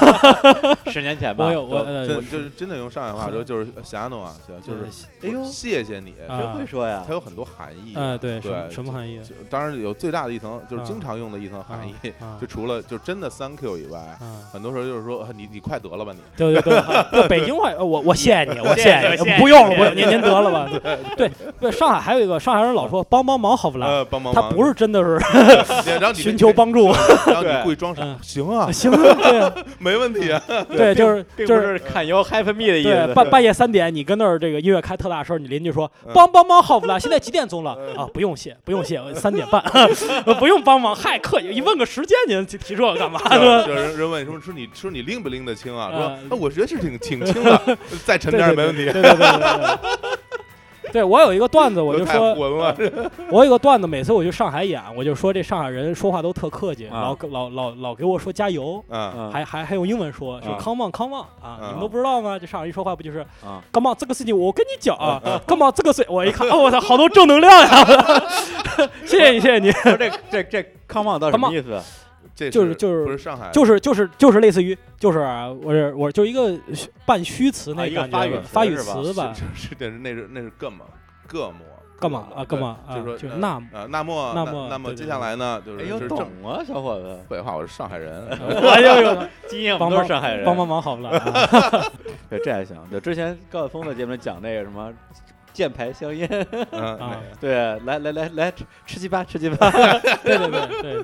[SPEAKER 1] 十年前吧。
[SPEAKER 3] 我有我
[SPEAKER 1] 都
[SPEAKER 3] 呃
[SPEAKER 2] 真就是真的用上海话说就是霞诺啊，就是
[SPEAKER 1] 哎呦，
[SPEAKER 2] 谢谢你，
[SPEAKER 3] 啊
[SPEAKER 1] 真会说呀
[SPEAKER 2] 它！有很多含义。啊
[SPEAKER 3] 呃对什么
[SPEAKER 2] 对，
[SPEAKER 3] 什么含义？
[SPEAKER 2] 就当然有最大的一层，就是
[SPEAKER 3] 啊
[SPEAKER 2] 经常用的一层含义
[SPEAKER 3] 啊啊，
[SPEAKER 2] 就除了就真的 thank you 以外，
[SPEAKER 3] 啊，
[SPEAKER 2] 很多时候就是说啊你你快得了吧你，
[SPEAKER 3] 对对对，对北京话，呃我我谢谢你，我
[SPEAKER 1] 谢
[SPEAKER 3] 谢
[SPEAKER 1] 谢
[SPEAKER 3] 你，
[SPEAKER 1] 谢
[SPEAKER 3] 呃
[SPEAKER 1] 谢
[SPEAKER 3] 不用
[SPEAKER 1] 谢谢
[SPEAKER 3] 了，不用，您您得了吧。对对，上海还有一个上海人老说帮帮忙好不啦，
[SPEAKER 2] 呃帮帮
[SPEAKER 3] 他
[SPEAKER 2] 忙，
[SPEAKER 3] 不是真的是
[SPEAKER 2] 对，然后你
[SPEAKER 3] 寻求帮助，
[SPEAKER 2] 然后
[SPEAKER 1] 对
[SPEAKER 2] 你故意装
[SPEAKER 3] *laughs*
[SPEAKER 2] 傻，
[SPEAKER 3] 嗯
[SPEAKER 2] 行啊，
[SPEAKER 3] 行，对
[SPEAKER 2] 没问题
[SPEAKER 3] *laughs*
[SPEAKER 2] 啊，
[SPEAKER 3] 对，就是
[SPEAKER 1] 并
[SPEAKER 3] 就
[SPEAKER 1] 不
[SPEAKER 3] 是呃
[SPEAKER 1] 是看由 Happy Me 的意
[SPEAKER 3] 对，
[SPEAKER 1] 思。
[SPEAKER 3] 半半夜三点，你跟那儿这个音乐开特大声，你邻居说
[SPEAKER 2] 嗯
[SPEAKER 3] 帮帮忙好不啦？现在几点钟了
[SPEAKER 2] 嗯
[SPEAKER 3] 啊？不用谢，不用谢，三点半， *laughs* 不用帮忙，嗨，客气，一问个时间，您提提这个干嘛呢？
[SPEAKER 2] 有人人问说说你说你拎不拎得清啊？
[SPEAKER 3] 呃
[SPEAKER 2] 说那我觉得是挺挺轻
[SPEAKER 3] *laughs*
[SPEAKER 2] 的，再沉
[SPEAKER 3] 对
[SPEAKER 2] 点儿
[SPEAKER 3] 对
[SPEAKER 2] 也没问 *laughs* 题。
[SPEAKER 3] 对 *laughs* 对对对对对。对我有一个段子，我就
[SPEAKER 2] 太
[SPEAKER 3] 说，啊
[SPEAKER 2] 混了，
[SPEAKER 1] *laughs*
[SPEAKER 3] 我有一个段子，每次我去上海演，我就说这上海人说话都特客气，
[SPEAKER 1] 啊
[SPEAKER 3] 老老老老给我说加油，
[SPEAKER 2] 啊
[SPEAKER 1] 嗯
[SPEAKER 3] 还还还用英文说，就
[SPEAKER 1] 啊
[SPEAKER 3] come on come on 啊，
[SPEAKER 2] 啊
[SPEAKER 3] 你们都不知道吗？这上海人一说话不就是
[SPEAKER 1] 啊
[SPEAKER 3] come on 这个事情我跟你讲啊，come on 这个事，我一看， *laughs* 哦，我操，好多正能量呀！ *laughs* 谢谢你，谢谢你，
[SPEAKER 1] *laughs* 不是这这这 Come on 到什
[SPEAKER 3] Come
[SPEAKER 1] 么
[SPEAKER 3] on
[SPEAKER 1] 意思？
[SPEAKER 2] 这
[SPEAKER 3] 就是就是
[SPEAKER 2] 不是上海
[SPEAKER 3] 就是就是就是类似于就是我是我就是一个半虚词
[SPEAKER 1] 啊
[SPEAKER 3] 那
[SPEAKER 1] 一个
[SPEAKER 3] 感觉
[SPEAKER 1] 发语
[SPEAKER 3] 吧
[SPEAKER 1] 词
[SPEAKER 3] 发
[SPEAKER 1] 是吧
[SPEAKER 3] 语词吧，
[SPEAKER 2] *laughs* 是是这是那是那是膈嘛膈膜
[SPEAKER 3] 干嘛啊干嘛
[SPEAKER 2] 对
[SPEAKER 3] 啊
[SPEAKER 2] 就说
[SPEAKER 3] 就是
[SPEAKER 2] 呃
[SPEAKER 3] 纳
[SPEAKER 2] 呃纳莫
[SPEAKER 3] 纳
[SPEAKER 2] 莫
[SPEAKER 3] 莫
[SPEAKER 2] 那么
[SPEAKER 3] 对对
[SPEAKER 2] 接下来呢就是
[SPEAKER 1] 哎
[SPEAKER 2] 就
[SPEAKER 1] 呦，
[SPEAKER 2] 是正。
[SPEAKER 1] 懂啊，小伙子
[SPEAKER 2] 废话，我是上海
[SPEAKER 3] *laughs*
[SPEAKER 2] 人，
[SPEAKER 1] 哎呦呦，基因我们 *laughs*
[SPEAKER 3] 帮
[SPEAKER 1] 都是
[SPEAKER 3] 帮
[SPEAKER 1] 上海人。
[SPEAKER 3] 帮帮忙好不了啊？ *laughs*
[SPEAKER 1] 对，这还行。对，之前高晓松在节目里讲那个什么箭牌香烟，
[SPEAKER 2] 嗯，
[SPEAKER 3] 啊
[SPEAKER 2] 那
[SPEAKER 1] 对，来来来来，吃吃鸡巴，吃鸡巴。
[SPEAKER 3] 对对对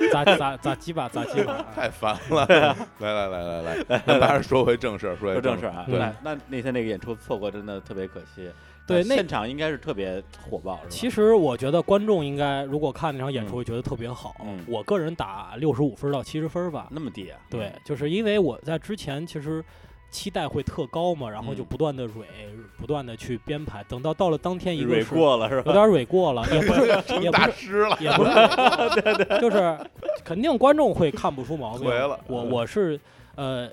[SPEAKER 3] 对， *laughs* 咋咋咋鸡巴咋鸡巴啊。
[SPEAKER 2] *laughs* 太烦
[SPEAKER 3] *laughs*
[SPEAKER 2] 了。来来来来来，咱还是说回正事儿，说
[SPEAKER 1] *laughs* 说
[SPEAKER 2] 回
[SPEAKER 1] 正事
[SPEAKER 2] 儿。
[SPEAKER 1] 儿啊，
[SPEAKER 3] 对
[SPEAKER 1] 那那那天那个演出错过真的特别可惜。
[SPEAKER 3] 对
[SPEAKER 1] 那
[SPEAKER 3] 那
[SPEAKER 1] 现场应该是特别火爆，是吧？
[SPEAKER 3] 其实我觉得观众应该，如果看那场演出，会觉得特别好。
[SPEAKER 1] 嗯
[SPEAKER 3] 我个人打六十五分到七十分吧。
[SPEAKER 1] 那么低啊？
[SPEAKER 3] 对，就是因为我在之前其实期待会特高嘛，然后就
[SPEAKER 1] 嗯
[SPEAKER 3] 不断的蕊，不断的去编排。等到到了当天，一个
[SPEAKER 1] 蕊
[SPEAKER 3] 是
[SPEAKER 1] 过了是
[SPEAKER 3] 有
[SPEAKER 1] 吧？
[SPEAKER 3] 点蕊过了，也
[SPEAKER 1] *laughs*
[SPEAKER 3] 不是也
[SPEAKER 2] 成
[SPEAKER 3] 不
[SPEAKER 2] 大
[SPEAKER 3] 是
[SPEAKER 2] 师了，
[SPEAKER 3] 也不是蕊过了，就是肯定观众会看不出毛病
[SPEAKER 2] 回。了。
[SPEAKER 3] 我
[SPEAKER 1] 嗯
[SPEAKER 3] 我是呃。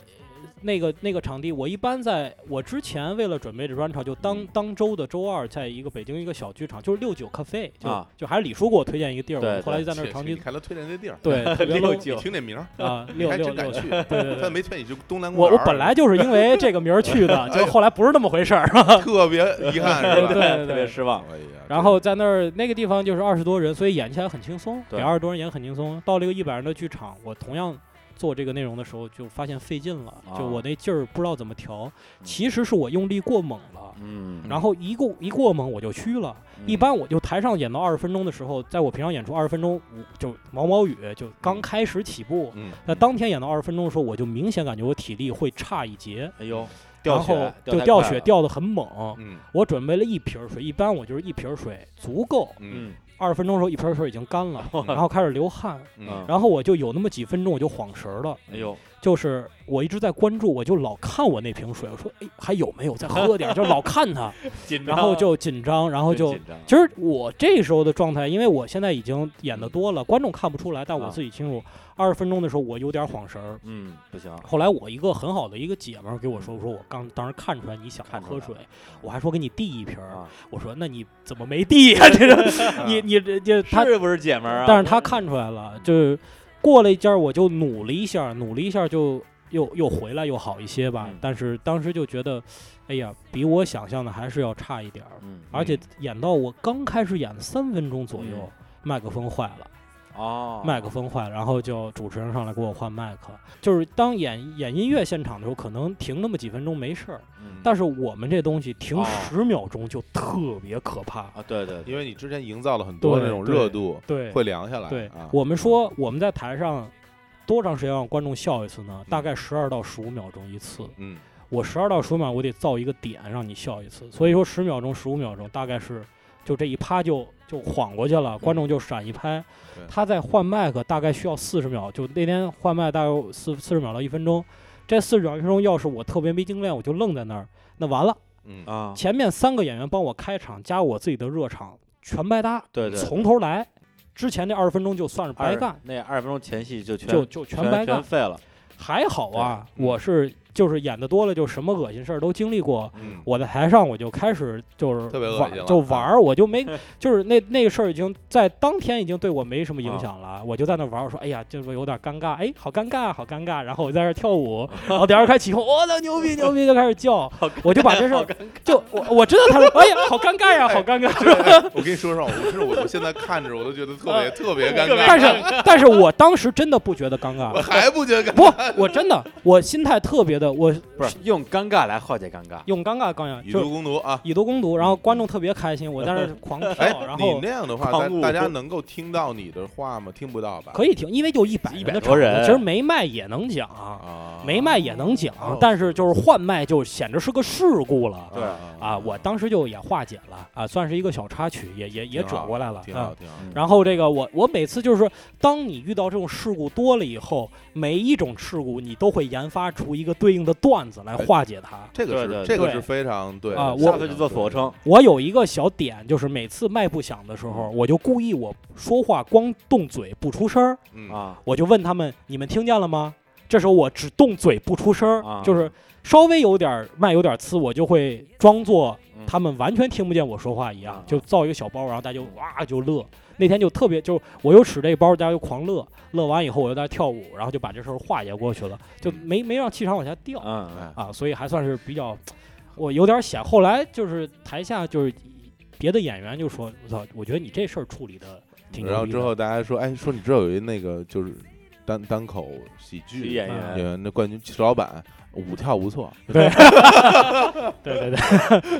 [SPEAKER 3] 那个那个场地，我一般在我之前为了准备这专场，就
[SPEAKER 1] 嗯
[SPEAKER 3] 当当周的周二，在一个北京一个小剧场，就是六九 cafe，就、
[SPEAKER 1] 啊
[SPEAKER 3] 就还是李叔给我推荐一个地儿，
[SPEAKER 1] 对
[SPEAKER 3] 我后来就在那儿
[SPEAKER 2] 去
[SPEAKER 3] 长
[SPEAKER 2] 去
[SPEAKER 3] 期
[SPEAKER 2] 你看他推荐这地儿，
[SPEAKER 3] *laughs* 对
[SPEAKER 1] *laughs*
[SPEAKER 3] 特别
[SPEAKER 1] 六
[SPEAKER 3] low
[SPEAKER 1] 九
[SPEAKER 2] 你听这名儿，
[SPEAKER 1] *laughs*
[SPEAKER 3] 啊
[SPEAKER 2] 你
[SPEAKER 3] 六
[SPEAKER 2] 还
[SPEAKER 3] 六
[SPEAKER 2] 真敢
[SPEAKER 3] 六
[SPEAKER 2] 去。
[SPEAKER 3] 对
[SPEAKER 2] *laughs*
[SPEAKER 3] 对
[SPEAKER 2] 他
[SPEAKER 3] 对。
[SPEAKER 2] 没劝你去东南公
[SPEAKER 3] 我
[SPEAKER 2] 园
[SPEAKER 3] 我
[SPEAKER 2] 儿
[SPEAKER 3] 本来就是因为这个名儿去
[SPEAKER 1] *laughs*
[SPEAKER 3] 的，就后来不是那么回事儿。
[SPEAKER 2] 特别遗憾，是吧？
[SPEAKER 3] *laughs* 对对
[SPEAKER 1] 哎特别失望。
[SPEAKER 2] 哎呀
[SPEAKER 3] 然后在那儿那个地方就是二十多人，所以演起来很轻松，
[SPEAKER 1] 对
[SPEAKER 3] 给二十多人演很轻松。到了一个一百人的剧场，我同样做这个内容的时候，就发现费劲了，
[SPEAKER 1] 啊
[SPEAKER 3] 就我那劲儿不知道怎么调，其实是我用力过猛了。
[SPEAKER 1] 嗯，
[SPEAKER 3] 然后一过一过猛我就虚了，一般我就台上演到二十分钟的时候，在我平常演出二十分钟，我就毛毛雨就刚开始起步。
[SPEAKER 2] 嗯，
[SPEAKER 3] 那当天演到二十分钟的时候，我就明显感觉我体力会差一截，
[SPEAKER 1] 哎呦，掉
[SPEAKER 3] 然
[SPEAKER 1] 血
[SPEAKER 3] 后就
[SPEAKER 1] 太
[SPEAKER 3] 掉
[SPEAKER 1] 快
[SPEAKER 3] 血
[SPEAKER 1] 了，
[SPEAKER 3] 掉得很猛。
[SPEAKER 2] 嗯
[SPEAKER 3] 我准备了一瓶水，一般我就是一瓶水足够，
[SPEAKER 2] 嗯
[SPEAKER 1] 嗯
[SPEAKER 3] 二十分钟的时候一瓶水已经干
[SPEAKER 1] *laughs*
[SPEAKER 3] 了，然后开始流汗，
[SPEAKER 1] 嗯
[SPEAKER 2] 嗯，
[SPEAKER 3] 然后我就有那么几分钟我就晃神儿了，
[SPEAKER 1] 哎呦，
[SPEAKER 3] 就是我一直在关注，我就老看我那瓶水，我说哎还有没有再喝点儿，就老看
[SPEAKER 1] *laughs*
[SPEAKER 3] 它，
[SPEAKER 1] 紧张，
[SPEAKER 3] 然后就紧张，然后
[SPEAKER 1] 真
[SPEAKER 3] 就
[SPEAKER 1] 紧张
[SPEAKER 3] 其实我这时候的状态，因为我现在已经演的多了，观众看不出来，但
[SPEAKER 1] 啊
[SPEAKER 3] 我自己清楚。二十分钟的时候，我有点晃神儿。
[SPEAKER 1] 嗯，不行，
[SPEAKER 3] 后来我一个很好的一个姐们儿给我说，说我刚当时看出来你想
[SPEAKER 1] 嗯看出
[SPEAKER 3] 喝
[SPEAKER 1] 来
[SPEAKER 3] 水
[SPEAKER 1] 了，
[SPEAKER 3] 我还说给你递一瓶儿。
[SPEAKER 1] 啊，
[SPEAKER 3] 我说那你怎么没递呀、 *laughs*
[SPEAKER 1] *laughs*
[SPEAKER 3] 这个你你这这他，
[SPEAKER 1] 是不是姐们儿啊？
[SPEAKER 3] 但是他看出来了，就是过了一阵儿，我就努了一下，努了一下就又又回来又好一些吧
[SPEAKER 1] 嗯。
[SPEAKER 3] 但是当时就觉得哎呀，比我想象的还是要差一点儿。
[SPEAKER 1] 嗯
[SPEAKER 3] 而且
[SPEAKER 2] 嗯
[SPEAKER 3] 演到我刚开始演的三分钟左右，
[SPEAKER 1] 嗯
[SPEAKER 3] 麦克风坏了，
[SPEAKER 1] 哦，
[SPEAKER 3] 麦克风坏了，然后就主持人上来给我换麦克。就是当演演音乐现场的时候，可能停那么几分钟没事儿，
[SPEAKER 1] 嗯
[SPEAKER 3] 但是我们这东西停
[SPEAKER 1] 哦
[SPEAKER 3] 十秒钟就特别可怕。
[SPEAKER 1] 啊，对对，对
[SPEAKER 2] 因为你之前营造了很多
[SPEAKER 3] 对
[SPEAKER 2] 那种
[SPEAKER 3] 对
[SPEAKER 2] 热度，
[SPEAKER 3] 对，
[SPEAKER 2] 会凉下来。
[SPEAKER 3] 对
[SPEAKER 2] 啊，，
[SPEAKER 3] 我们说我们在台上多长时间让观众笑一次呢？大概十二到十五秒钟一次。
[SPEAKER 2] 嗯，
[SPEAKER 3] 我十二到十五秒，我得造一个点让你笑一次。所以说十秒钟、十五秒钟，大概是就这一趴就就晃过去了，观众就闪一拍
[SPEAKER 1] 嗯
[SPEAKER 2] 对。
[SPEAKER 3] 他在换麦克，大概需要四十秒，就那天换麦大概有四四十秒到一分钟。这四十秒一分钟，要是我特别没精炼，我就愣在那儿，那完了。
[SPEAKER 2] 嗯
[SPEAKER 1] 啊，
[SPEAKER 3] 前面三个演员帮我开场，加我自己的热场，全白搭，
[SPEAKER 1] 对对，
[SPEAKER 3] 从头来。之前这二十分钟就算是
[SPEAKER 1] 二
[SPEAKER 3] 白干，
[SPEAKER 1] 那二十分钟前戏就全
[SPEAKER 3] 就就全
[SPEAKER 1] 全
[SPEAKER 3] 白干
[SPEAKER 1] 全，废了，
[SPEAKER 3] 还好啊，
[SPEAKER 2] 对嗯
[SPEAKER 3] 我是就是演的多了，就什么恶心事儿都经历过。
[SPEAKER 2] 嗯，
[SPEAKER 3] 我在台上我就开始就是
[SPEAKER 2] 特别恶
[SPEAKER 3] 玩
[SPEAKER 2] 心了
[SPEAKER 3] 就玩儿，我就没就是那那个事儿已经在当天已经对我没什么影响了，我就在那玩儿，我说哎呀，就是有点尴尬，哎，好尴尬，好尴尬，然后我在那儿跳舞，然后底下人开始起哄，我操牛逼牛逼，就开始叫，我就把这事儿就我我知道他说哎呀好尴尬呀好
[SPEAKER 2] 哎
[SPEAKER 3] 尴尬，
[SPEAKER 2] 我跟你说实话，我是我我现在看着我都觉得特
[SPEAKER 3] 嗯
[SPEAKER 2] 别特别尴尬，
[SPEAKER 3] 但是但是我当时真的不觉得尴
[SPEAKER 2] *laughs*
[SPEAKER 3] 尬
[SPEAKER 2] 我，还不觉得尴尬。
[SPEAKER 3] 不，我真的我心态特别的我
[SPEAKER 1] 不是用尴尬来化解尴尬，
[SPEAKER 3] 用尴尬刚呀，
[SPEAKER 2] 以
[SPEAKER 3] 就
[SPEAKER 2] 毒攻毒啊！
[SPEAKER 3] 以毒攻毒，然后观众特别开心，我在那儿狂
[SPEAKER 2] 哎
[SPEAKER 3] 跳，然，
[SPEAKER 2] 你
[SPEAKER 3] 后
[SPEAKER 2] 那样的话，
[SPEAKER 1] 狂
[SPEAKER 2] 大
[SPEAKER 1] 舞
[SPEAKER 2] 大家能够听到你的话吗？听不到吧？
[SPEAKER 3] 可以听，因为就一百
[SPEAKER 1] 100
[SPEAKER 3] 的场
[SPEAKER 1] 多
[SPEAKER 3] 子
[SPEAKER 1] 人
[SPEAKER 3] 其实没卖也能讲，
[SPEAKER 2] 啊，
[SPEAKER 3] 没卖也能讲
[SPEAKER 2] 哦，
[SPEAKER 3] 但是就是换卖就显着是个事故了
[SPEAKER 1] 对
[SPEAKER 3] 啊！我当时就也化解了啊，算是一个小插曲，也也也
[SPEAKER 2] 挺
[SPEAKER 3] 折
[SPEAKER 2] 好
[SPEAKER 3] 过来了
[SPEAKER 2] 挺
[SPEAKER 3] 啊
[SPEAKER 2] 好。挺好。
[SPEAKER 1] 嗯
[SPEAKER 3] 然后这个我我每次就是说，当你遇到这种事故多了以后，每一种事故你都会研发出一个对应的段子来化解它。
[SPEAKER 2] 这个
[SPEAKER 1] 对
[SPEAKER 2] 是
[SPEAKER 1] 对
[SPEAKER 2] 这个
[SPEAKER 3] 对
[SPEAKER 2] 是非常对
[SPEAKER 3] 啊
[SPEAKER 2] 的
[SPEAKER 3] 我
[SPEAKER 1] 下次就做俯卧。撑，
[SPEAKER 3] 我有一个小点，就是每次麦不响的时
[SPEAKER 2] 嗯
[SPEAKER 3] 候，我就故意我说话光动嘴不出声儿，
[SPEAKER 2] 嗯
[SPEAKER 1] 啊
[SPEAKER 3] 我就问他们：“你们听见了吗？”这时候我只动嘴不出声儿，
[SPEAKER 1] 啊
[SPEAKER 3] 就是稍微有点儿麦有点儿呲，我就会装作
[SPEAKER 1] 嗯
[SPEAKER 3] 他们完全听不见我说话一样
[SPEAKER 1] 啊，
[SPEAKER 3] 就造一个小包，然后大家就哇就乐。那天就特别，就我又使这个包，大家就狂乐，乐完以后我又在那儿跳舞，然后就把这事儿化解过去了，就
[SPEAKER 2] 嗯
[SPEAKER 3] 没没让气场往下掉。
[SPEAKER 2] 哎
[SPEAKER 1] 嗯，
[SPEAKER 3] 啊，所以还算是比较，我有点险。后来就是台下就是别的演员就说：“我操，我觉得你这事儿处理的挺牛逼的。”
[SPEAKER 2] 然后之后大家说，哎，说你知道有一那个就是单单口喜剧
[SPEAKER 1] 是演
[SPEAKER 3] 啊
[SPEAKER 2] 演
[SPEAKER 1] 员，
[SPEAKER 2] 员的冠军石老板，舞跳不错， *laughs*
[SPEAKER 3] 对对对，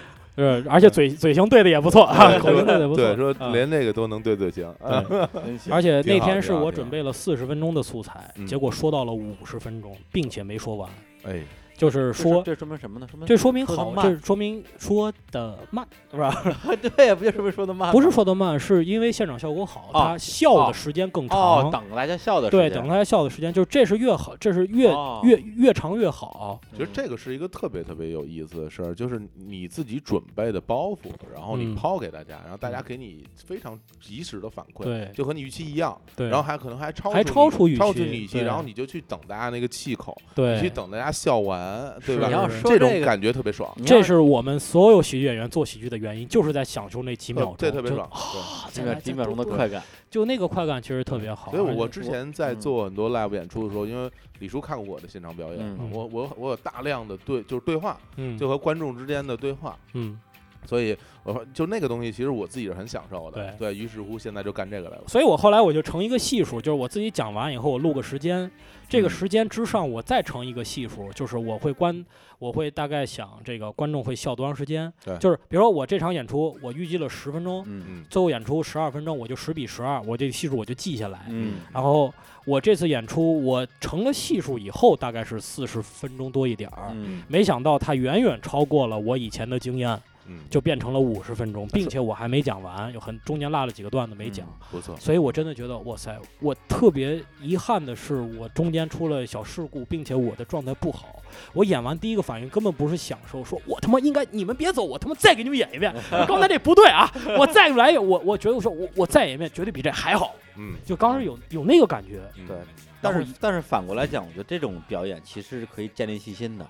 [SPEAKER 3] *laughs* 呃，而且嘴嘴型对的也不错啊，
[SPEAKER 2] 对
[SPEAKER 3] 口型对的不错。
[SPEAKER 2] 对，说
[SPEAKER 3] 啊
[SPEAKER 2] 连这个都能对对行，啊
[SPEAKER 3] 对
[SPEAKER 1] 真行
[SPEAKER 3] 嗯而且
[SPEAKER 2] 挺
[SPEAKER 3] 那
[SPEAKER 2] 好
[SPEAKER 3] 天
[SPEAKER 2] 挺
[SPEAKER 3] 是
[SPEAKER 2] 好
[SPEAKER 3] 我
[SPEAKER 2] 挺
[SPEAKER 3] 准
[SPEAKER 2] 好
[SPEAKER 3] 备了四十分钟的素材，
[SPEAKER 2] 嗯
[SPEAKER 3] 结果说到了五十分钟，并且没说完，
[SPEAKER 2] *laughs* 哎，
[SPEAKER 3] 就是
[SPEAKER 1] 这
[SPEAKER 3] 说。
[SPEAKER 1] 这说明什么呢？说明 *laughs*
[SPEAKER 3] 这说明
[SPEAKER 1] 说得
[SPEAKER 3] 好，
[SPEAKER 1] 慢
[SPEAKER 3] 这说明说的慢，是吧？
[SPEAKER 1] 对呀，不就说明说的慢吗，
[SPEAKER 3] 不是说的慢，是因为现场效果好，
[SPEAKER 1] 啊
[SPEAKER 3] 它笑
[SPEAKER 1] 哦
[SPEAKER 3] 的时间更
[SPEAKER 1] 哦
[SPEAKER 3] 长，，
[SPEAKER 1] 等大家笑的时
[SPEAKER 3] 对，
[SPEAKER 1] 间
[SPEAKER 3] 等他笑的时间，就是这是越好，这是越、
[SPEAKER 1] 哦
[SPEAKER 3] 越越长越好。
[SPEAKER 2] 其实这个是一个特别特别有意思的事儿，就是你自己准备的包袱，然后你
[SPEAKER 3] 嗯
[SPEAKER 2] 抛给大家，然后大家给你非常及时的反馈，
[SPEAKER 3] 对
[SPEAKER 2] 就和你预期一样，
[SPEAKER 3] 对，
[SPEAKER 2] 然后还可能还超
[SPEAKER 3] 还
[SPEAKER 2] 出
[SPEAKER 3] 超
[SPEAKER 2] 超
[SPEAKER 3] 出预
[SPEAKER 2] 超
[SPEAKER 3] 期
[SPEAKER 2] 出你预期，
[SPEAKER 3] 对
[SPEAKER 2] 然后你就去等大家那个气口，你去
[SPEAKER 3] 对，
[SPEAKER 2] 等大家笑完，对
[SPEAKER 3] 是
[SPEAKER 2] 吧
[SPEAKER 1] 你？要说
[SPEAKER 2] 这
[SPEAKER 1] 这
[SPEAKER 2] 种
[SPEAKER 1] 个
[SPEAKER 2] 感觉特别爽，
[SPEAKER 1] 你要
[SPEAKER 3] 这是我们所有喜剧演员做喜剧的原因，就是在享受那几秒钟，
[SPEAKER 2] 这特别
[SPEAKER 3] 就
[SPEAKER 2] 爽。哦对
[SPEAKER 3] 啊
[SPEAKER 1] 几
[SPEAKER 3] 再
[SPEAKER 1] 秒
[SPEAKER 3] 来
[SPEAKER 1] 几
[SPEAKER 3] 再
[SPEAKER 1] 秒钟
[SPEAKER 3] 多
[SPEAKER 1] 的
[SPEAKER 3] 多
[SPEAKER 1] 快感，
[SPEAKER 3] 就那个快感其实特别好。
[SPEAKER 2] 所以我，
[SPEAKER 3] 而且
[SPEAKER 2] 我之前在
[SPEAKER 1] 嗯
[SPEAKER 2] 做很多 live 演出的时候，因为李叔看过我的现场表演嘛，
[SPEAKER 1] 嗯
[SPEAKER 2] 我我我有大量的对就是对话，
[SPEAKER 3] 嗯
[SPEAKER 2] 就和观众之间的对话，
[SPEAKER 3] 嗯，
[SPEAKER 2] 所以我就那个东西，其实我自己是很享受的。
[SPEAKER 3] 对
[SPEAKER 2] 对，于是乎现在就干这个来了。
[SPEAKER 3] 所以我后来我就成一个系数，就是我自己讲完以后，我录个时间，这
[SPEAKER 2] 嗯
[SPEAKER 3] 个时间之上我再成一个系数，就是我会观，我会大概想这个观众会笑多长时间
[SPEAKER 2] 对，
[SPEAKER 3] 就是比如说我这场演出我预计了十分钟，
[SPEAKER 1] 嗯
[SPEAKER 3] 最后演出十二分钟，我就十比十二，我这个系数我就记下来。
[SPEAKER 1] 嗯
[SPEAKER 3] 然后我这次演出，我成了系数以后，大概是四十分钟多一点儿。
[SPEAKER 1] 嗯，
[SPEAKER 3] 没想到它远远超过了我以前的经验，
[SPEAKER 2] 嗯，
[SPEAKER 3] 就变成了五十分钟，并且我还没讲完，有很中间落了几个段子没讲，
[SPEAKER 2] 不错。
[SPEAKER 3] 所以我真的觉得哇塞，我特别遗憾的是，我中间出了小事故，并且我的状态不好。我演完第一个反应根本不是享受，说我他妈应该你们别走，我他妈再给你们演一遍，刚才这不对啊，我再来一我我觉得我说我我再演一遍绝对比这还好，
[SPEAKER 2] 嗯，
[SPEAKER 3] 就当时有有那个感觉，
[SPEAKER 2] 嗯
[SPEAKER 1] 对，
[SPEAKER 3] 然
[SPEAKER 1] 但
[SPEAKER 3] 后
[SPEAKER 1] 是但是反过来讲，我觉得这种表演其实是可以建立信心的。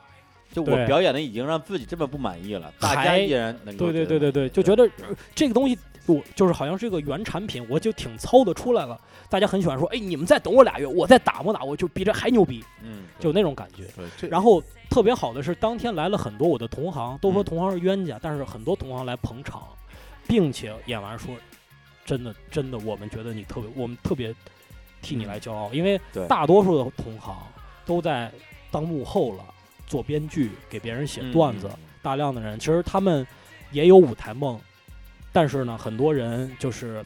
[SPEAKER 1] 就我
[SPEAKER 3] 对
[SPEAKER 1] 表演的已经让自己这么不满意了，大家
[SPEAKER 3] 还
[SPEAKER 1] 依然能够
[SPEAKER 3] 对对
[SPEAKER 1] 觉得
[SPEAKER 3] 对对
[SPEAKER 1] 满
[SPEAKER 3] 对，
[SPEAKER 1] 意
[SPEAKER 3] 就觉得、呃这个东西我就是好像是一个原产品，我就挺操的出来了。大家很喜欢说，哎，你们再等我俩月，我再打磨打磨，就比这还牛逼，
[SPEAKER 1] 嗯，
[SPEAKER 3] 就那种感觉。
[SPEAKER 2] 对，这
[SPEAKER 3] 然后特别好的是，当天来了很多我的同行，都说
[SPEAKER 1] 嗯
[SPEAKER 3] 同行是冤家，但是很多同行来捧场，并且演完说，真的真的，我们觉得你特别，我们特别替你来骄傲，因为
[SPEAKER 1] 嗯对
[SPEAKER 3] 大多数的同行都在当幕后了，做编剧，给别人写
[SPEAKER 1] 嗯
[SPEAKER 3] 段子，大量的人其实他们也有舞台梦，但是呢，很多人就是。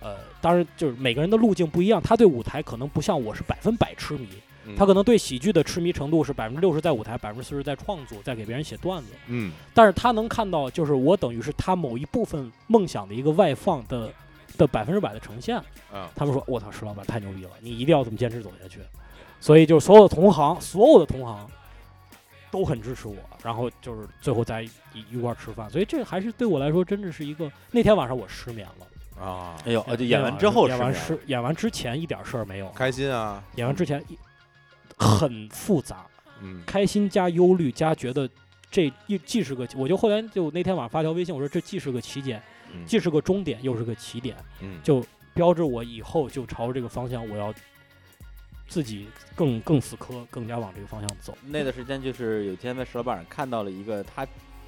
[SPEAKER 3] 呃，当然，就是每个人的路径不一样，他对舞台可能不像我是百分百痴迷，
[SPEAKER 2] 嗯
[SPEAKER 3] 他可能对喜剧的痴迷程度是百分之六十在舞台，百分之四十在创作，在给别人写段子。
[SPEAKER 2] 嗯
[SPEAKER 3] 但是他能看到，就是我等于是他某一部分梦想的一个外放的的百分之百的呈现。
[SPEAKER 2] 啊
[SPEAKER 3] 他们说：“我操，石老板太牛逼了，你一定要这么坚持走下去。”所以就是所有的同行，所有的同行都很支持我，然后就是最后在一一块儿吃饭。所以这还是对我来说，真的是一个那天晚上我失眠了。
[SPEAKER 2] 啊
[SPEAKER 1] 哎，呦，呃就演
[SPEAKER 3] 那天
[SPEAKER 1] 完
[SPEAKER 3] 晚
[SPEAKER 1] 之
[SPEAKER 3] 上
[SPEAKER 1] 后
[SPEAKER 3] 演
[SPEAKER 1] 是
[SPEAKER 3] 完
[SPEAKER 1] 这样
[SPEAKER 3] 是演完之前一点事儿没有，
[SPEAKER 2] 开心啊，
[SPEAKER 3] 演完之前一很复杂。
[SPEAKER 2] 嗯
[SPEAKER 3] 开心加忧虑加觉得这一既是个，我就后来就那天晚上发条微信，我说这既是个起点，
[SPEAKER 2] 嗯
[SPEAKER 3] 既是个终点，又是个起点，
[SPEAKER 2] 嗯
[SPEAKER 3] 就标志我以后就朝这个方向，我要自己更更死磕，更加往这个方向走。
[SPEAKER 1] 那段时间就是有一天在石老板上看到了一个他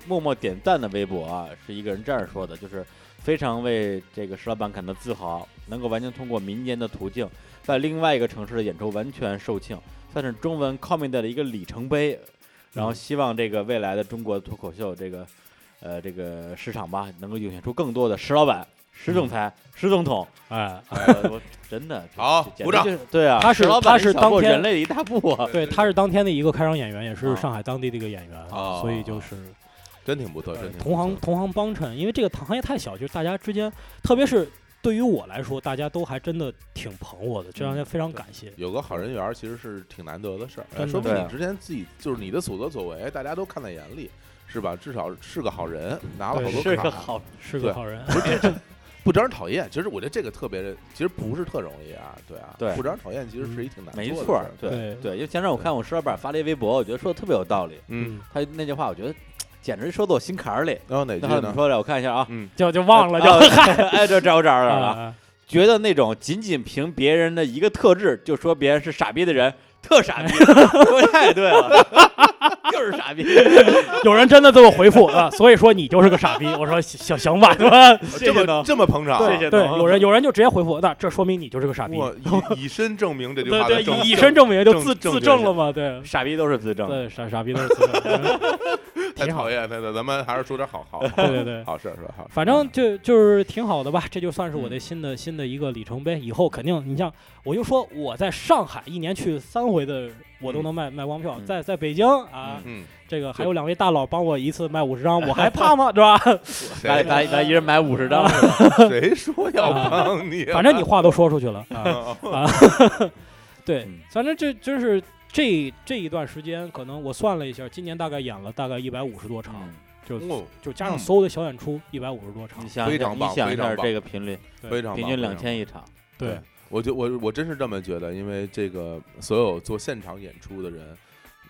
[SPEAKER 1] 默默点赞的微博啊，是一个人这样说的，就是非常为这个石老板感到自豪，能够完全通过民间的途径，在另外一个城市的演出完全售罄，算是中文 comedy 的一个里程碑。然
[SPEAKER 3] 嗯
[SPEAKER 1] 后希望这个未来的中国脱口秀这个呃这个市场吧，能够涌现出更多的石老板、石总裁、石总统。
[SPEAKER 3] 嗯哎，
[SPEAKER 1] 呃我真
[SPEAKER 3] *laughs*
[SPEAKER 1] 的这
[SPEAKER 2] 好
[SPEAKER 1] 这简
[SPEAKER 2] 鼓
[SPEAKER 1] 直
[SPEAKER 2] 掌
[SPEAKER 1] 就是对啊，
[SPEAKER 3] 他是
[SPEAKER 1] 石老板
[SPEAKER 3] 他是
[SPEAKER 1] 小过
[SPEAKER 3] 当天
[SPEAKER 1] 人类的一大步啊。
[SPEAKER 3] 对，他是当天的一个开场演员，也
[SPEAKER 1] 啊
[SPEAKER 3] 是上海当地的一个演员，
[SPEAKER 2] 啊
[SPEAKER 3] 所以就是
[SPEAKER 2] 真挺不错，真挺不
[SPEAKER 3] 同行
[SPEAKER 2] 错
[SPEAKER 3] 同行帮衬，因为这个行业太小，就是大家之间，特别是对于我来说，大家都还真的挺捧我的，
[SPEAKER 1] 嗯
[SPEAKER 3] 这让人非常感谢。
[SPEAKER 2] 有个好人缘儿其实是挺难得的事
[SPEAKER 3] 真
[SPEAKER 2] 儿，
[SPEAKER 3] 的
[SPEAKER 2] 说明
[SPEAKER 1] 对
[SPEAKER 2] 你
[SPEAKER 1] 啊
[SPEAKER 2] 之前自己就是你的所作所为，大家都看在眼里，是吧？至少是个好人，拿了好
[SPEAKER 3] 对
[SPEAKER 2] 多
[SPEAKER 1] 是
[SPEAKER 2] 卡啊
[SPEAKER 1] 个好，
[SPEAKER 3] 是
[SPEAKER 2] 对
[SPEAKER 3] 个好 *laughs* 人，
[SPEAKER 2] 不招人讨厌。其实我觉得这个特别，其实不是特容易啊，对啊，
[SPEAKER 1] 对
[SPEAKER 2] 不招人讨厌其实是一挺难做的
[SPEAKER 1] 没
[SPEAKER 2] 事儿
[SPEAKER 1] 错儿，
[SPEAKER 3] 对
[SPEAKER 1] 对，因为前阵我看我石老板发了一微博，我觉得说的特别有道理。
[SPEAKER 2] 嗯，，
[SPEAKER 1] 他那句话，我觉得简直说到我心坎儿里。
[SPEAKER 2] 然后哪句
[SPEAKER 1] 那他怎么
[SPEAKER 2] 呢？
[SPEAKER 1] 说来？我看一下啊，
[SPEAKER 2] 嗯，
[SPEAKER 3] 就就忘了就
[SPEAKER 1] 啊。 *laughs* 哎，这找我找着了啊！
[SPEAKER 3] 啊，
[SPEAKER 1] 觉得那种仅仅凭别人的一个特质就说别人是傻逼的人，特傻逼，说太对了，就是傻逼。
[SPEAKER 3] 有人真的这么回复啊，所以说你就是个傻逼。我说行行吧，对吧？
[SPEAKER 1] 谢
[SPEAKER 2] 这
[SPEAKER 1] 谢呢
[SPEAKER 2] 么这么捧场啊，
[SPEAKER 1] 谢
[SPEAKER 2] *laughs*
[SPEAKER 1] 谢
[SPEAKER 3] 对，
[SPEAKER 1] 懂
[SPEAKER 3] 有人有人就直接回复，那这说明你就是个傻逼。
[SPEAKER 2] 我以以身证明这句
[SPEAKER 3] 对
[SPEAKER 2] 话的正
[SPEAKER 3] 对，以以身证明就
[SPEAKER 2] 正
[SPEAKER 3] 自
[SPEAKER 2] 正
[SPEAKER 3] 自
[SPEAKER 2] 确
[SPEAKER 3] 证
[SPEAKER 2] 性
[SPEAKER 3] 了嘛，对
[SPEAKER 1] 傻逼都是自证，
[SPEAKER 3] 对，傻傻逼都是自证。
[SPEAKER 2] 太
[SPEAKER 3] 挺好
[SPEAKER 2] 讨厌他了，咱们还是说点好好
[SPEAKER 3] *laughs* 对
[SPEAKER 2] *laughs*
[SPEAKER 3] 对对，
[SPEAKER 2] 好事儿是吧？好事儿
[SPEAKER 3] 反正就就是挺好的吧，这就算是我
[SPEAKER 2] 嗯
[SPEAKER 3] 的新的新的一个里程碑。以后肯定，你像我就说我在上海一年去三回的，我都能卖卖光票，
[SPEAKER 1] 嗯
[SPEAKER 3] 在在北京啊，
[SPEAKER 2] 嗯，
[SPEAKER 3] 这个还
[SPEAKER 2] 对
[SPEAKER 3] 有两位大佬帮我一次卖五十张，
[SPEAKER 2] *laughs*
[SPEAKER 3] 我还怕吗？对吧？
[SPEAKER 1] 咱
[SPEAKER 3] 哎
[SPEAKER 2] 谁
[SPEAKER 1] 咱咱一人买五十张，是吧
[SPEAKER 2] 谁说要嗯帮你啊？
[SPEAKER 3] 反正你话都说出去了啊。啊，对
[SPEAKER 1] 嗯，
[SPEAKER 3] 反正这就是这这一段时间，可能我算了一下，今年大概演了大概一百五十多场，就
[SPEAKER 2] 哦
[SPEAKER 3] 就加上所有的小演出一百五十多场
[SPEAKER 1] 你。想
[SPEAKER 2] 非
[SPEAKER 1] 想，
[SPEAKER 2] 常
[SPEAKER 1] 你
[SPEAKER 2] 棒
[SPEAKER 1] 想一
[SPEAKER 2] 非
[SPEAKER 1] 下
[SPEAKER 2] 常棒
[SPEAKER 1] 这个频率，
[SPEAKER 2] 非常棒
[SPEAKER 1] 平均两。
[SPEAKER 2] 非常棒
[SPEAKER 1] 千一场，
[SPEAKER 3] 对，
[SPEAKER 2] 我就我我真是这么觉得，因为这个所有做现场演出的人，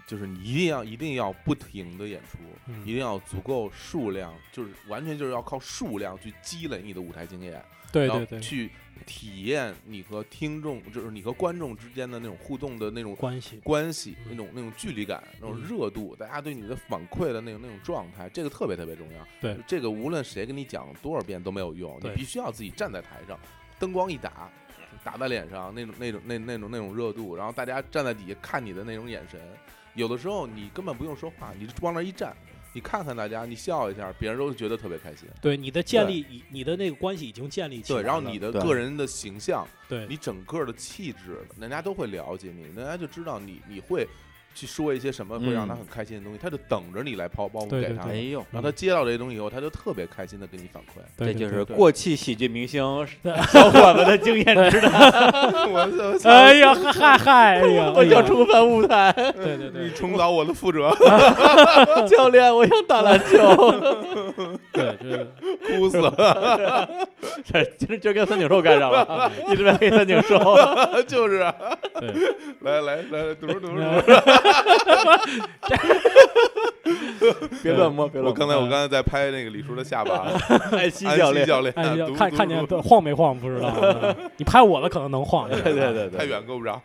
[SPEAKER 2] 就是你一定要一定要不停的演出，
[SPEAKER 3] 嗯
[SPEAKER 2] 一定要足够数量，就是完全就是要靠数量去积累你的舞台经验，
[SPEAKER 3] 对
[SPEAKER 2] 然后
[SPEAKER 3] 对对，
[SPEAKER 2] 去体验你和听众，就是你和观众之间的那种互动的那种
[SPEAKER 3] 关系
[SPEAKER 2] 关系，
[SPEAKER 3] 嗯
[SPEAKER 2] 那种那种距离感，那种
[SPEAKER 3] 嗯
[SPEAKER 2] 热度，大家对你的反馈的那种那种状态，这个特别特别重要。
[SPEAKER 3] 对，
[SPEAKER 2] 这个无论谁跟你讲多少遍都没有用，你
[SPEAKER 3] 对
[SPEAKER 2] 必须要自己站在台上，灯光一打，打在脸上那种那种那那种那种热度，然后大家站在底下看你的那种眼神，有的时候你根本不用说话，你就往那儿一站，你看看大家，你笑一下，别人都觉得特别开心。
[SPEAKER 3] 对你的建立，已你的那个关系已经建立起来
[SPEAKER 2] 对，
[SPEAKER 3] 了。
[SPEAKER 2] 然后你的
[SPEAKER 1] 对
[SPEAKER 2] 个人的形象，
[SPEAKER 3] 对
[SPEAKER 2] 你整个的气质，人家都会了解你，人家就知道你你会去说一些什么会让他
[SPEAKER 1] 嗯
[SPEAKER 2] 很开心的东西，他就等着你来抛包袱
[SPEAKER 3] 对
[SPEAKER 2] 给
[SPEAKER 3] 对
[SPEAKER 2] 他。
[SPEAKER 1] 哎呦，
[SPEAKER 2] 然后他接到这些东西以后，他就特别开心的给你反馈。
[SPEAKER 1] 这
[SPEAKER 3] 对
[SPEAKER 1] 就
[SPEAKER 3] 对
[SPEAKER 1] *laughs* 是
[SPEAKER 3] 对
[SPEAKER 1] 过气喜剧明星
[SPEAKER 3] 对
[SPEAKER 1] 小伙子的经验值。
[SPEAKER 2] 我我
[SPEAKER 3] 哎呀， *laughs* 嗨嗨，哎呀，
[SPEAKER 1] 我 *laughs* 要
[SPEAKER 3] 哎呀
[SPEAKER 1] 重返舞台，
[SPEAKER 3] 对对对
[SPEAKER 2] 你重蹈我的覆辙，
[SPEAKER 1] 教练，我想打篮球。
[SPEAKER 3] 对，就是
[SPEAKER 2] 哭死了，
[SPEAKER 1] 这今儿今儿跟三井寿干上 *laughs* 了，一直在黑三井寿。
[SPEAKER 2] 就是啊
[SPEAKER 3] 对
[SPEAKER 2] 来来来，读着读着读
[SPEAKER 3] 嗯
[SPEAKER 2] 着，
[SPEAKER 1] 别乱摸，别乱摸。
[SPEAKER 2] 我刚才我刚才在拍那个李叔的下巴，
[SPEAKER 1] 安西
[SPEAKER 2] 安
[SPEAKER 1] 教
[SPEAKER 2] 西
[SPEAKER 1] 练，
[SPEAKER 2] 教练，
[SPEAKER 3] 哎，
[SPEAKER 2] 读
[SPEAKER 3] 看
[SPEAKER 2] 读
[SPEAKER 3] 看见
[SPEAKER 2] 读
[SPEAKER 3] 晃没晃不知道，嗯你拍我的可能能晃。
[SPEAKER 1] *laughs* 对对对对，
[SPEAKER 2] 太远够不着，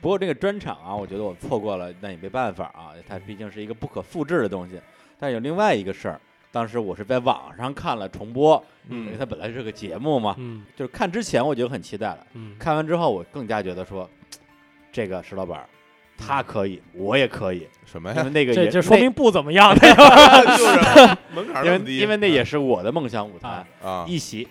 [SPEAKER 1] 不过这个专场啊，我觉得我错过了，那也没办法啊，它毕竟是一个不可复制的东西。但有另外一个事儿，当时我是在网上看了重播，因为
[SPEAKER 2] 嗯，
[SPEAKER 1] 它本来是个节目嘛，
[SPEAKER 3] 嗯
[SPEAKER 1] 就是看之前我就很期待了，
[SPEAKER 3] 嗯，
[SPEAKER 1] 看完之后我更加觉得说，这个石老板儿他可以，我也可以，
[SPEAKER 2] 什么
[SPEAKER 1] 因
[SPEAKER 2] 呀
[SPEAKER 1] 为？那个
[SPEAKER 3] 哎这
[SPEAKER 1] 也
[SPEAKER 3] 这说明不怎么样。
[SPEAKER 2] 就是门
[SPEAKER 1] 那因
[SPEAKER 2] 槛儿那么
[SPEAKER 1] 为
[SPEAKER 2] 低，
[SPEAKER 1] 因为那也是我的梦想舞台
[SPEAKER 3] 啊，
[SPEAKER 2] 啊，
[SPEAKER 1] 一席，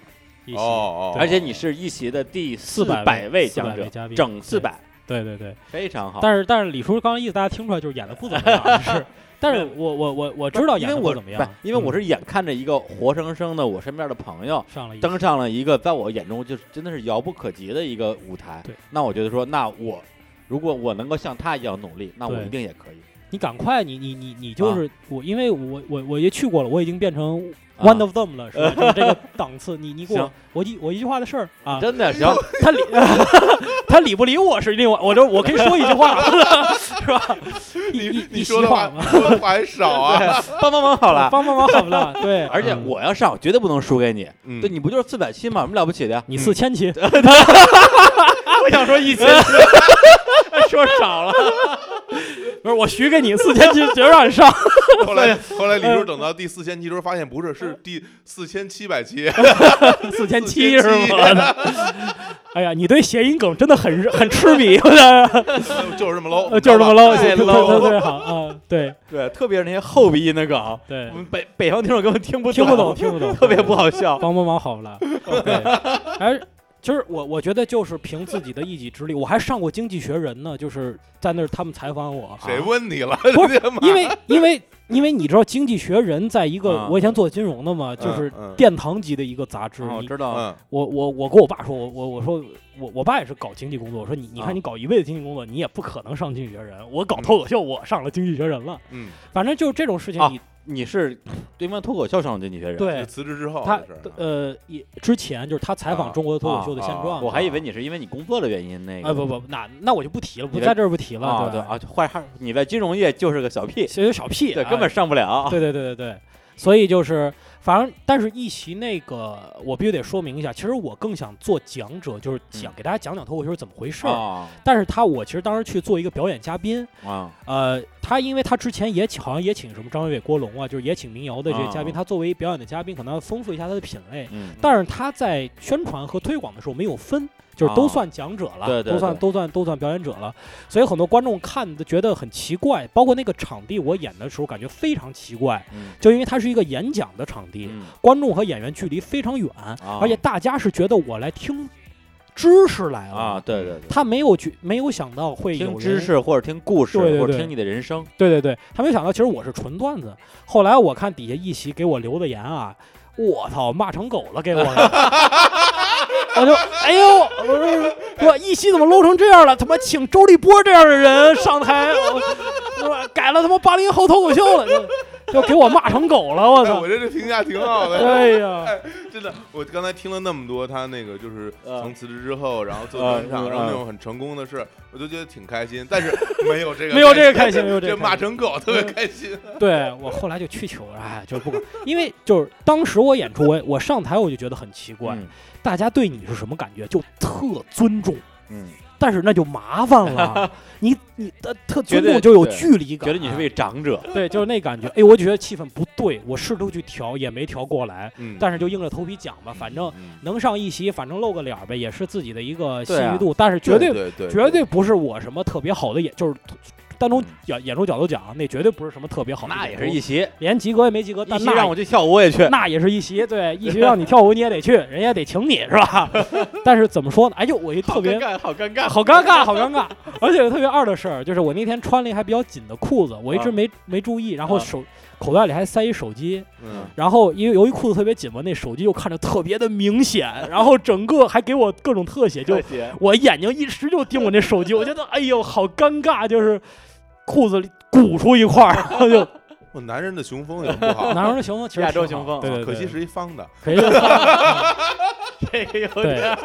[SPEAKER 3] 一
[SPEAKER 2] 哦
[SPEAKER 3] 起
[SPEAKER 2] 哦，
[SPEAKER 1] 而且你是一席的第
[SPEAKER 3] 400
[SPEAKER 1] 位
[SPEAKER 3] 位
[SPEAKER 1] 讲者
[SPEAKER 3] 400位嘉，宾
[SPEAKER 1] 整四百，
[SPEAKER 3] 对对对，
[SPEAKER 1] 非常好。
[SPEAKER 3] 但是但是李叔刚刚意思大家听出来就是演的不怎么样，是。但是我我我我知道
[SPEAKER 1] 因
[SPEAKER 3] 演
[SPEAKER 1] 为
[SPEAKER 3] 的不
[SPEAKER 1] 我
[SPEAKER 3] 怎么
[SPEAKER 1] 不
[SPEAKER 3] 样
[SPEAKER 1] 是，因为我
[SPEAKER 3] 嗯
[SPEAKER 1] 是眼看着一个活生生的我身边的朋友
[SPEAKER 3] 上了一
[SPEAKER 1] 登上了一个在我眼中就是真的是遥不可及的一个舞台
[SPEAKER 3] 对，
[SPEAKER 1] 那我觉得说，那我如果我能够像他一样努力，那我
[SPEAKER 3] 对
[SPEAKER 1] 一定也可以。
[SPEAKER 3] 你赶快，你你你你就
[SPEAKER 1] 啊
[SPEAKER 3] 是我，因为我我我也去过了，我已经变成
[SPEAKER 1] 啊
[SPEAKER 3] one of them 了，是吧？就是这 *laughs* 个档次，你你给
[SPEAKER 1] 行
[SPEAKER 3] 我我一我一句话的事儿啊，
[SPEAKER 1] 真的行，
[SPEAKER 3] 他理他理不理我是另外，我就我可以说一句话，是吧？一
[SPEAKER 2] 你
[SPEAKER 3] 一
[SPEAKER 2] 你
[SPEAKER 3] 一席
[SPEAKER 2] 说的话
[SPEAKER 3] 话嘛，
[SPEAKER 2] 说的话还少啊，
[SPEAKER 1] *laughs* 帮帮忙好了。
[SPEAKER 3] 帮帮忙好不啦？对，
[SPEAKER 1] 而且
[SPEAKER 3] 嗯
[SPEAKER 1] 我要上，我绝对不能输给你。
[SPEAKER 2] 嗯
[SPEAKER 1] 对，你不就是四百七吗？有什么了不起的呀？
[SPEAKER 3] 你四千 *laughs* 七，
[SPEAKER 1] 我想说
[SPEAKER 3] *laughs*
[SPEAKER 1] 一千，说少了。
[SPEAKER 3] 不是我许给你四千七，绝对让你上。
[SPEAKER 2] *laughs* 后来后来李
[SPEAKER 3] 嗯
[SPEAKER 2] 叔等到第四千期时候发现不是，是第四千七百期，
[SPEAKER 3] 四千嗯七
[SPEAKER 2] 4700
[SPEAKER 3] 是吗？哎呀，你对谐音梗真的很热很痴迷，我的
[SPEAKER 2] *laughs* 就是这么 low，
[SPEAKER 3] 呃 *laughs* 就是这么 low，
[SPEAKER 1] 哦太
[SPEAKER 3] 对对
[SPEAKER 1] low
[SPEAKER 3] 对对，好啊，对
[SPEAKER 1] 对，特别是那些后鼻音的梗，
[SPEAKER 3] 对
[SPEAKER 1] 我，们北北方听众根本听不
[SPEAKER 3] 听不
[SPEAKER 1] *laughs*
[SPEAKER 3] 懂，听不懂，
[SPEAKER 1] 特别不好笑。
[SPEAKER 3] 帮帮忙
[SPEAKER 1] *laughs*
[SPEAKER 3] 好了。对，而就是我我觉得就是凭自己的一己之力，我还上过《经济学人》呢，就是在那儿他们采访我，
[SPEAKER 2] *laughs* 谁问你了？ *laughs*
[SPEAKER 3] 不是
[SPEAKER 2] 这嘛
[SPEAKER 3] 因为因为因为你知道《经济学人》在一个
[SPEAKER 1] 啊
[SPEAKER 3] 我以前做金融的嘛，就是
[SPEAKER 2] 嗯嗯
[SPEAKER 3] 殿堂级的一个杂志，
[SPEAKER 1] 哦我
[SPEAKER 3] 你
[SPEAKER 1] 知道了，
[SPEAKER 2] 嗯
[SPEAKER 3] 我我我跟我爸说，我我我说我我爸也是搞经济工作，我说你你
[SPEAKER 1] 啊
[SPEAKER 3] 看你搞一辈子经济工作，你也不可能上经济学人。我搞脱口秀，我上了经济学人了。
[SPEAKER 2] 嗯，
[SPEAKER 3] 反正就是这种事情
[SPEAKER 1] 啊
[SPEAKER 3] 你，
[SPEAKER 1] 你是对方脱口秀上的经济学人，
[SPEAKER 2] 就
[SPEAKER 3] 对
[SPEAKER 2] 辞职之后
[SPEAKER 3] 他
[SPEAKER 2] 的事儿啊
[SPEAKER 3] 呃也之前就是他采
[SPEAKER 2] 啊
[SPEAKER 3] 访中国脱口秀的现状嘛，
[SPEAKER 1] 我还以为你是因为你工作的原因那个。
[SPEAKER 3] 哎不不那那我就不提了，不
[SPEAKER 1] 你的
[SPEAKER 3] 在这儿不提了。
[SPEAKER 1] 啊，
[SPEAKER 3] 对
[SPEAKER 1] 对啊，坏汉，你在金融业就是个小屁，
[SPEAKER 3] 其实小屁，
[SPEAKER 1] 对，
[SPEAKER 3] 哎
[SPEAKER 1] 根本上不了。
[SPEAKER 3] 对对对对对，所以就是反正，但是一席那个我必须得说明一下，其实我更想做讲者，就是想
[SPEAKER 1] 嗯
[SPEAKER 3] 给大家讲讲脱口秀是怎么回事儿。
[SPEAKER 1] 啊
[SPEAKER 3] 但是他我其实当时去做一个表演嘉宾，
[SPEAKER 1] 啊，
[SPEAKER 3] 呃，他因为他之前也请好像也请什么张伟伟、郭龙啊，就是也请民谣的这些嘉宾，
[SPEAKER 1] 啊
[SPEAKER 3] 他作为表演的嘉宾，可能要丰富一下他的品类。
[SPEAKER 1] 嗯，
[SPEAKER 3] 但是他在宣传和推广的时候没有分，就是
[SPEAKER 1] 啊
[SPEAKER 3] 都算讲者了，
[SPEAKER 1] 对对
[SPEAKER 3] 都算
[SPEAKER 1] 对
[SPEAKER 3] 都算都算表演者了，所以很多观众看的觉得很奇怪。包括那个场地，我演的时候感觉非常奇怪，
[SPEAKER 1] 嗯
[SPEAKER 3] 就因为它是一个演讲的场地，
[SPEAKER 1] 嗯
[SPEAKER 3] 观众和演员距离非常远，
[SPEAKER 1] 啊
[SPEAKER 3] 而且大家是觉得我来听知识来了，
[SPEAKER 1] 啊，对对对，
[SPEAKER 3] 他没有觉没有想到会嗯有
[SPEAKER 1] 听
[SPEAKER 3] 人
[SPEAKER 1] 知识或者听故事
[SPEAKER 3] 对对
[SPEAKER 1] 或者
[SPEAKER 3] 对
[SPEAKER 1] 听你的人生，
[SPEAKER 3] 对对对，他没想到其实我是纯段子。后来我看底下一席给我留的言啊，我操，骂成狗了 *laughs* 给我的。我就哎呦，我说我一席怎么 low 成这样了？他妈请周立波这样的人上台，我我改了他妈八零后脱口秀了，就就给我骂成狗了，我
[SPEAKER 2] 哎，
[SPEAKER 3] 操
[SPEAKER 2] 我！觉得这评价挺好的。
[SPEAKER 3] 哎呀，
[SPEAKER 2] 真的，我刚才听了那么多，他那个就是
[SPEAKER 3] 嗯
[SPEAKER 1] 呃
[SPEAKER 2] 从辞职之后，然后做
[SPEAKER 1] 呃
[SPEAKER 2] 专场，
[SPEAKER 1] 嗯
[SPEAKER 2] 然后
[SPEAKER 1] 嗯
[SPEAKER 2] 那种很成功的事，我就觉得挺开心。但
[SPEAKER 3] *laughs*
[SPEAKER 2] 是没有这个，
[SPEAKER 3] 没有这个开心，没有这
[SPEAKER 2] 这
[SPEAKER 3] 个开
[SPEAKER 2] 骂
[SPEAKER 3] 心。嗯
[SPEAKER 2] 成狗特别开心。
[SPEAKER 3] 对我后来就去球了，哎，就是不管，因为就是当时我演出，我我上台我就觉得很奇怪，
[SPEAKER 1] 嗯
[SPEAKER 3] 大家对你是什么感觉？就特尊重。
[SPEAKER 1] 嗯，
[SPEAKER 3] 但是那就麻烦
[SPEAKER 1] *laughs*
[SPEAKER 3] 了，你你的特
[SPEAKER 1] 觉
[SPEAKER 3] 尊
[SPEAKER 1] 得
[SPEAKER 3] 重就有
[SPEAKER 1] 对
[SPEAKER 3] 距离感，啊
[SPEAKER 1] 觉得你是位长者，
[SPEAKER 3] 对，就是那感觉。哎，我觉得气氛不对，我试图去调也没调过来，
[SPEAKER 2] 嗯
[SPEAKER 3] 但是就硬着头皮讲吧，反正
[SPEAKER 2] 嗯
[SPEAKER 3] 能上一席，反正露个脸儿呗，也是自己的一个信
[SPEAKER 1] 对啊
[SPEAKER 3] 誉度，但是绝
[SPEAKER 2] 对
[SPEAKER 3] 对
[SPEAKER 2] 对嗯对，
[SPEAKER 3] 绝对不是我什么特别好的演，就是单从
[SPEAKER 1] 嗯
[SPEAKER 3] 演演出角度讲，那绝对不是什么特别好的演
[SPEAKER 1] 那
[SPEAKER 3] 出，
[SPEAKER 1] 也是一席，
[SPEAKER 3] 连及格也没及格，
[SPEAKER 1] 一
[SPEAKER 3] 但
[SPEAKER 1] 席
[SPEAKER 3] 那
[SPEAKER 1] 让我去跳舞我也
[SPEAKER 3] *laughs*
[SPEAKER 1] 去，
[SPEAKER 3] 那也是一席，对，一席让你跳舞你也得去，人家得请你是 *laughs* 吧？但是怎么说呢？哎呦，我一特别
[SPEAKER 1] 尬，好尴尬，
[SPEAKER 3] 好尴尬，好尴尬。而且特别二的事儿就是，我那天穿了一还比较紧的裤子，我一直
[SPEAKER 1] 啊
[SPEAKER 3] 没、没注意，然后
[SPEAKER 1] 啊
[SPEAKER 3] 手、口袋里还塞一手机，
[SPEAKER 2] 嗯，
[SPEAKER 3] 然后因为由于裤子特别紧嘛，那手机又看着特别的明显，然后整个还给我各种特写，就
[SPEAKER 1] 谢。
[SPEAKER 3] *laughs* 我眼睛一直就盯我那手机，我觉得哎呦好尴尬，就是裤子里鼓出一块儿， *laughs* 然后就
[SPEAKER 2] 我男人的雄风也不好，
[SPEAKER 3] 男生的雄风其实
[SPEAKER 1] 亚洲
[SPEAKER 3] 挺好
[SPEAKER 1] 雄风
[SPEAKER 3] *laughs* 对对对，
[SPEAKER 2] 可惜是一方的。
[SPEAKER 3] 可惜是 *laughs*
[SPEAKER 1] 这个有
[SPEAKER 3] 对
[SPEAKER 1] 点，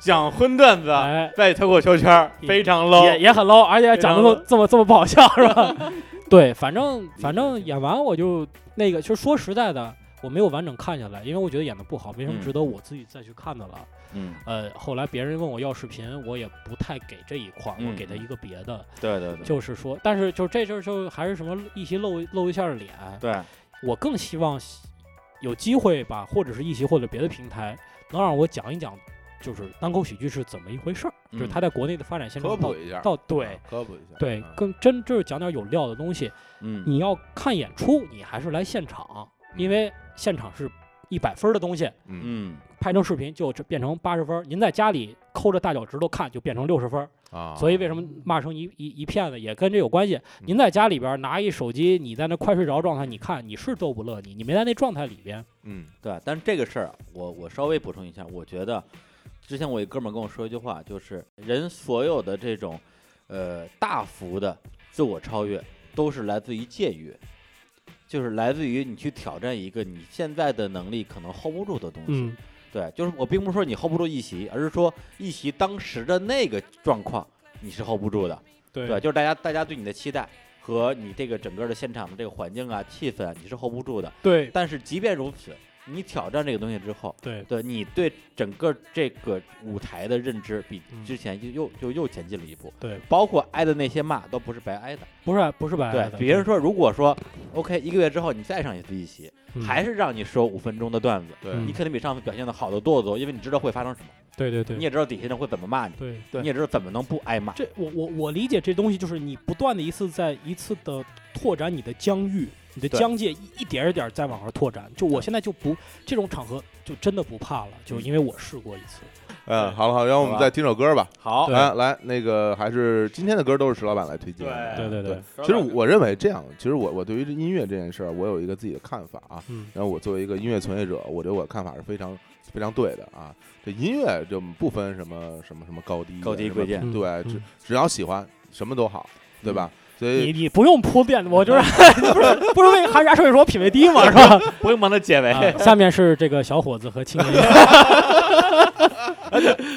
[SPEAKER 1] 讲荤段子，
[SPEAKER 3] 哎，
[SPEAKER 1] 在脱口秀圈儿非常 low，
[SPEAKER 3] 也也很 low，而且还讲的
[SPEAKER 1] 非常 low
[SPEAKER 3] 这么这么不好笑是吧？
[SPEAKER 1] *laughs*
[SPEAKER 3] *laughs* 对，反正反正演完我就那个，就说实在的，我没有完整看下来，因为我觉得演的不好，没什么
[SPEAKER 1] 嗯
[SPEAKER 3] 值得我自己再去看的了。
[SPEAKER 1] 嗯，
[SPEAKER 3] 呃，后来别人问我要视频，我也不太给这一块儿，我
[SPEAKER 1] 嗯
[SPEAKER 3] 给他一个别的，
[SPEAKER 1] 对对对，
[SPEAKER 3] 就是说，但是就这事儿就还是什么一起露露一下脸，
[SPEAKER 1] 对，
[SPEAKER 3] 我更希望有机会吧，或者是一席或者别的平台，能让我讲一讲，就是单口喜剧是怎么一回事儿，就是
[SPEAKER 1] 嗯
[SPEAKER 3] 它在国内的发展现
[SPEAKER 2] 科
[SPEAKER 3] 状
[SPEAKER 2] 普
[SPEAKER 3] 到
[SPEAKER 2] 一下，
[SPEAKER 3] 到
[SPEAKER 1] 啊
[SPEAKER 3] 对。
[SPEAKER 2] 科普一下，
[SPEAKER 3] 对
[SPEAKER 2] 嗯，
[SPEAKER 3] 更真就是讲点有料的东西。
[SPEAKER 1] 嗯
[SPEAKER 3] 你要看演出，你还是来现场，因为现场是一百分儿的东西，
[SPEAKER 2] 嗯
[SPEAKER 1] 嗯
[SPEAKER 3] 拍成视频就这变成八十分儿。您在家里抠着大脚趾头看，就变成六十分儿。
[SPEAKER 2] 啊，
[SPEAKER 3] 所以为什么骂成一一一片子，也跟这有关
[SPEAKER 1] 嗯
[SPEAKER 3] 系。您在家里边儿拿一手机，你在那快睡着状态，你看你是逗不乐你，你没在那状态里边。
[SPEAKER 2] 嗯
[SPEAKER 1] 对，但是这个事儿啊，我我稍微补充一下，我觉得之前我一哥们儿跟我说一句话，就是人所有的这种呃大幅的自我超越，都是来自于僭越，就是来自于你去挑战一个你现在的能力可能 hold 不住的东西。
[SPEAKER 3] 嗯，
[SPEAKER 1] 对，就是我并不是说你 hold 不住一席，而是说一席当时的那个状况你是 hold 不住的。
[SPEAKER 3] 对
[SPEAKER 1] 对，就是大家大家对你的期待和你这个整个的现场的这个环境啊、气氛啊，你是 hold 不住的。
[SPEAKER 3] 对
[SPEAKER 1] 但是即便如此，你挑战这个东西之后，
[SPEAKER 3] 对
[SPEAKER 1] 对你对整个这个舞台的认知比
[SPEAKER 3] 嗯
[SPEAKER 1] 之前就又就又前进了一步。
[SPEAKER 3] 对，
[SPEAKER 1] 包括挨的那些骂都不是白挨的。
[SPEAKER 3] 不是不是白来
[SPEAKER 1] 对
[SPEAKER 3] 的，
[SPEAKER 1] 比如说，如果说 OK 一个月之后你再上一次一席，
[SPEAKER 3] 嗯
[SPEAKER 1] 还是让你说五分钟的段子，
[SPEAKER 2] 对
[SPEAKER 1] 你肯定比上次表现的好得多得多，因为你知道会发生什么，
[SPEAKER 3] 对对对
[SPEAKER 1] 你也知道底下人会怎么骂你，
[SPEAKER 3] 对
[SPEAKER 1] 你也知道怎么能不挨骂。
[SPEAKER 3] 这我我我理解这东西就是你不断的一次在一次的拓展你的疆域，你的
[SPEAKER 1] 对
[SPEAKER 3] 疆界一一点儿一点儿再往上拓展。就我现在就不这种场合就真的不怕了，
[SPEAKER 1] 嗯
[SPEAKER 3] 就因为我试过一次。
[SPEAKER 2] 嗯，好了好了，让我
[SPEAKER 1] 好
[SPEAKER 2] 们
[SPEAKER 1] 吧
[SPEAKER 2] 再听首歌吧。
[SPEAKER 1] 好，
[SPEAKER 3] 对
[SPEAKER 2] 来来，那个还是今天的歌都是石老板来推荐的。
[SPEAKER 1] 对
[SPEAKER 3] 对对，
[SPEAKER 2] 其实我认为这样，其实我我对于音乐这件事儿，我有一个自己的看法啊。
[SPEAKER 3] 嗯，
[SPEAKER 2] 然后我作为一个音乐从业者，我觉得我的看法是非常非常对的啊。这音乐就不分什么什么什么高低啊
[SPEAKER 1] 高低
[SPEAKER 2] 什么
[SPEAKER 1] 贵贱
[SPEAKER 3] 嗯
[SPEAKER 2] 对，只
[SPEAKER 3] 嗯
[SPEAKER 2] 只要喜欢什么都好，对吧？所
[SPEAKER 3] 你
[SPEAKER 2] 以
[SPEAKER 3] 你不用铺垫，我就是
[SPEAKER 1] 啊
[SPEAKER 3] *laughs* 不是不是为韩啥说说我品味低嘛，是
[SPEAKER 1] *laughs*
[SPEAKER 3] 吧？
[SPEAKER 1] 不用帮他结尾，
[SPEAKER 3] *laughs* 啊下面是这个小伙子和青年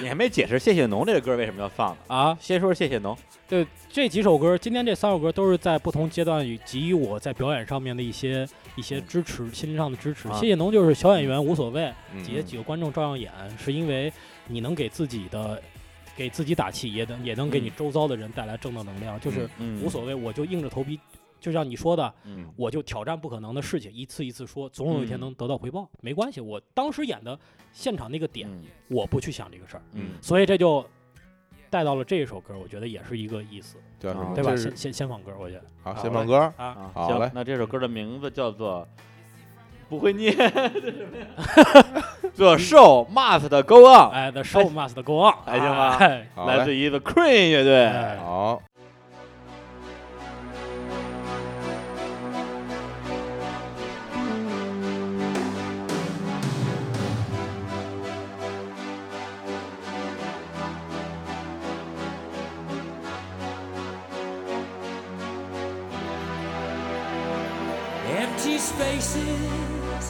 [SPEAKER 1] 你还没解释谢谢农这个歌为什么要放呢？
[SPEAKER 3] *laughs* 啊，
[SPEAKER 1] 先说谢谢农，
[SPEAKER 3] 对这几首歌，今天这三首歌都是在不同阶段与给予我在表演上面的一些一些支持，心灵上的支持。
[SPEAKER 1] 嗯啊
[SPEAKER 3] 谢谢农就是小演员无所谓，
[SPEAKER 2] 嗯
[SPEAKER 3] 几几个观众照样演，是因为你能给自己的给自己打气，也能也能给你
[SPEAKER 1] 嗯
[SPEAKER 3] 周遭的人带来正的能量，就是
[SPEAKER 1] 嗯，
[SPEAKER 3] 无所谓，我就硬着头皮，就像你说的，
[SPEAKER 1] 嗯，
[SPEAKER 3] 我就挑战不可能的事情，一次一次说，总有一天
[SPEAKER 1] 嗯
[SPEAKER 3] 能得到回报，没关系。我当时演的现场那个点，
[SPEAKER 1] 嗯
[SPEAKER 3] 我不去想这个事儿，
[SPEAKER 1] 嗯，
[SPEAKER 3] 所以这就带到了这一首歌，我觉得也是一个意思，
[SPEAKER 2] 嗯叫什么？
[SPEAKER 3] 对吧？
[SPEAKER 2] 这
[SPEAKER 3] 先
[SPEAKER 2] 是
[SPEAKER 3] 先先放歌，我觉得
[SPEAKER 2] 好，
[SPEAKER 1] 好
[SPEAKER 2] 先
[SPEAKER 1] 嘞
[SPEAKER 2] 放歌。
[SPEAKER 3] 啊，
[SPEAKER 1] 啊，
[SPEAKER 2] 好
[SPEAKER 1] 行
[SPEAKER 2] 嘞
[SPEAKER 1] 那这首歌的名字叫做不会
[SPEAKER 2] *laughs*
[SPEAKER 1] 念， *laughs* 这什么呀？The show must go on，
[SPEAKER 3] 哎，The show must go on，
[SPEAKER 1] 还行吧
[SPEAKER 3] 哎
[SPEAKER 2] 好
[SPEAKER 1] 啊来
[SPEAKER 2] 嘞，
[SPEAKER 1] 自于 The Queen 乐队。
[SPEAKER 3] 哎
[SPEAKER 2] 好，
[SPEAKER 5] Empty spaces,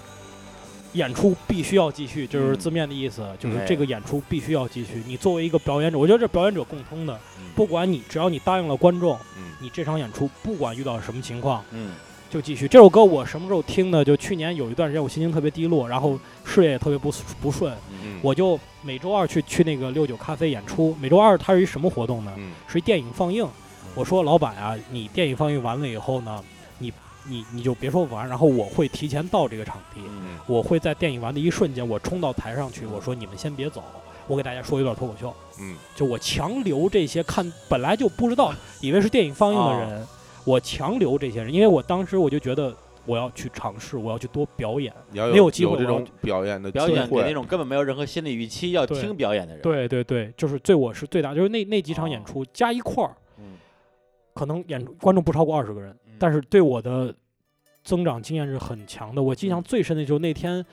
[SPEAKER 3] 演出必须要继续，这就是
[SPEAKER 2] 嗯
[SPEAKER 3] 字面的意思，就是
[SPEAKER 2] 哎
[SPEAKER 3] 这个演出必须要继续。你作为一个表演者，我觉得这表演者共通的，不管你只要你答应了观众，
[SPEAKER 2] 嗯
[SPEAKER 3] 你这场演出不管遇到什么情况
[SPEAKER 1] 嗯，
[SPEAKER 3] 就继续。这首歌我什么时候听的？就去年有一段时间我心情特别低落，然后事业也特别不不顺，
[SPEAKER 2] 嗯，
[SPEAKER 3] 我就每周二去去那个六九咖啡演出。每周二它是一什么活动呢？
[SPEAKER 2] 嗯
[SPEAKER 3] 是一电影放映。我说老板啊，你电影放映完了以后呢，你你你就别说玩，然后我会提前到这个场地，
[SPEAKER 2] 嗯
[SPEAKER 3] 我会在电影完的一瞬间，我冲到台上去，我说你们先别走，我给大家说一段脱口秀。
[SPEAKER 2] 嗯，
[SPEAKER 3] 就我强留这些看本来就不知道，以为是电影放映的
[SPEAKER 2] 啊
[SPEAKER 3] 人，我强留这些人，因为我当时我就觉得我要去尝试，我要去多表演。
[SPEAKER 2] 你要
[SPEAKER 3] 没有机会
[SPEAKER 2] 有这
[SPEAKER 3] 我要
[SPEAKER 2] 种表演的
[SPEAKER 1] 表演
[SPEAKER 2] 机
[SPEAKER 1] 给
[SPEAKER 2] 会
[SPEAKER 1] 那种根本没有任何心理预期要
[SPEAKER 3] 对
[SPEAKER 1] 听表演的人。，
[SPEAKER 3] 对对对，就是对我是最大，就是那那几
[SPEAKER 1] 哦
[SPEAKER 3] 场演出、加一块儿，
[SPEAKER 1] 嗯，
[SPEAKER 3] 可能演出观众不超过二十个人，
[SPEAKER 1] 嗯
[SPEAKER 3] 但是对我的增长经验是很强的。我
[SPEAKER 1] 嗯
[SPEAKER 3] 印象最深的就是那天，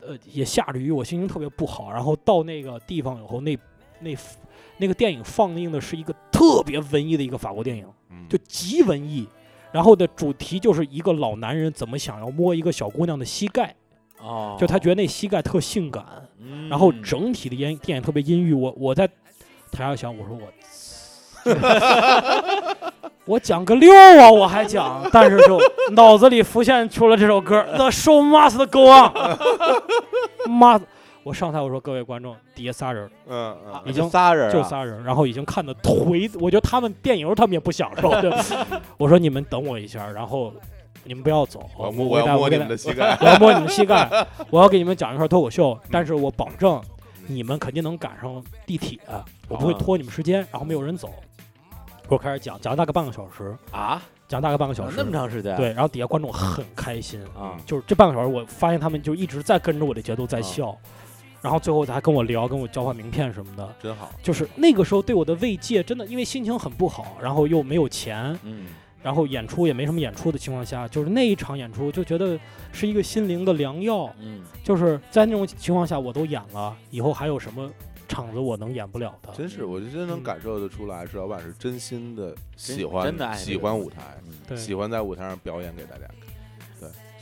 [SPEAKER 3] 呃，也下着雨，我心情特别不好，然后到那个地方以后，那那那个电影放映的是一个特别文艺的一个法国电影，
[SPEAKER 2] 嗯
[SPEAKER 3] 就极文艺。然后的主题就是一个老男人怎么想要摸一个小姑娘的膝盖，
[SPEAKER 1] 哦，
[SPEAKER 3] 就他觉得那膝盖特性感，
[SPEAKER 1] 嗯，
[SPEAKER 3] 然后整体的烟电影特别阴郁。我我在台上想，我说我我 *laughs* 讲个六啊，我还讲，但是就脑子里浮现出了这首歌《The Show Must Go On》。妈， *laughs* 我上台我说各位观众，底下仨人
[SPEAKER 2] 嗯
[SPEAKER 1] 啊
[SPEAKER 2] 嗯
[SPEAKER 3] 已经
[SPEAKER 1] 就仨人啊，
[SPEAKER 3] 就仨人，然后已经看得颓，我觉得他们电影他们也不享受。对 *laughs* 我说你们等我一下，然后你们不要走，
[SPEAKER 2] 我要
[SPEAKER 3] 我
[SPEAKER 2] 摸
[SPEAKER 3] 我
[SPEAKER 2] 我
[SPEAKER 3] 给大
[SPEAKER 2] 要摸你们
[SPEAKER 3] 家我给
[SPEAKER 2] 的
[SPEAKER 3] 大
[SPEAKER 2] 膝
[SPEAKER 3] *laughs*
[SPEAKER 2] 盖，
[SPEAKER 3] 我要摸你们膝盖，我要给你们讲一块脱口秀，但是我保证你们肯定能赶上地铁，我不会拖你们时间，然后没有人走。我开始讲，讲了大概半个小时，
[SPEAKER 1] 啊，
[SPEAKER 3] 讲大概半个小时，
[SPEAKER 1] 那么长时间，
[SPEAKER 3] 对，然后底下观众很开心，
[SPEAKER 1] 啊，
[SPEAKER 3] 就是这半个小时，我发现他们就一直在跟着我的节奏在笑，
[SPEAKER 1] 啊
[SPEAKER 3] 然后最后还跟我聊，跟我交换名片什么的，
[SPEAKER 2] 真好，
[SPEAKER 3] 就是那个时候对我的慰藉，真的因为心情很不好，然后又没有钱，
[SPEAKER 1] 嗯，
[SPEAKER 3] 然后演出也没什么演出的情况下，就是那一场演出就觉得是一个心灵的良药，
[SPEAKER 1] 嗯，
[SPEAKER 3] 就是在那种情况下我都演了，以后还有什么场子我能演不了的？
[SPEAKER 2] 真
[SPEAKER 1] 嗯
[SPEAKER 2] 是，我就真能感受得出来，是老板是真心的喜欢，
[SPEAKER 1] 真的爱
[SPEAKER 2] 喜欢舞台，
[SPEAKER 1] 嗯
[SPEAKER 3] 对，
[SPEAKER 2] 喜欢在舞台上表演给大家。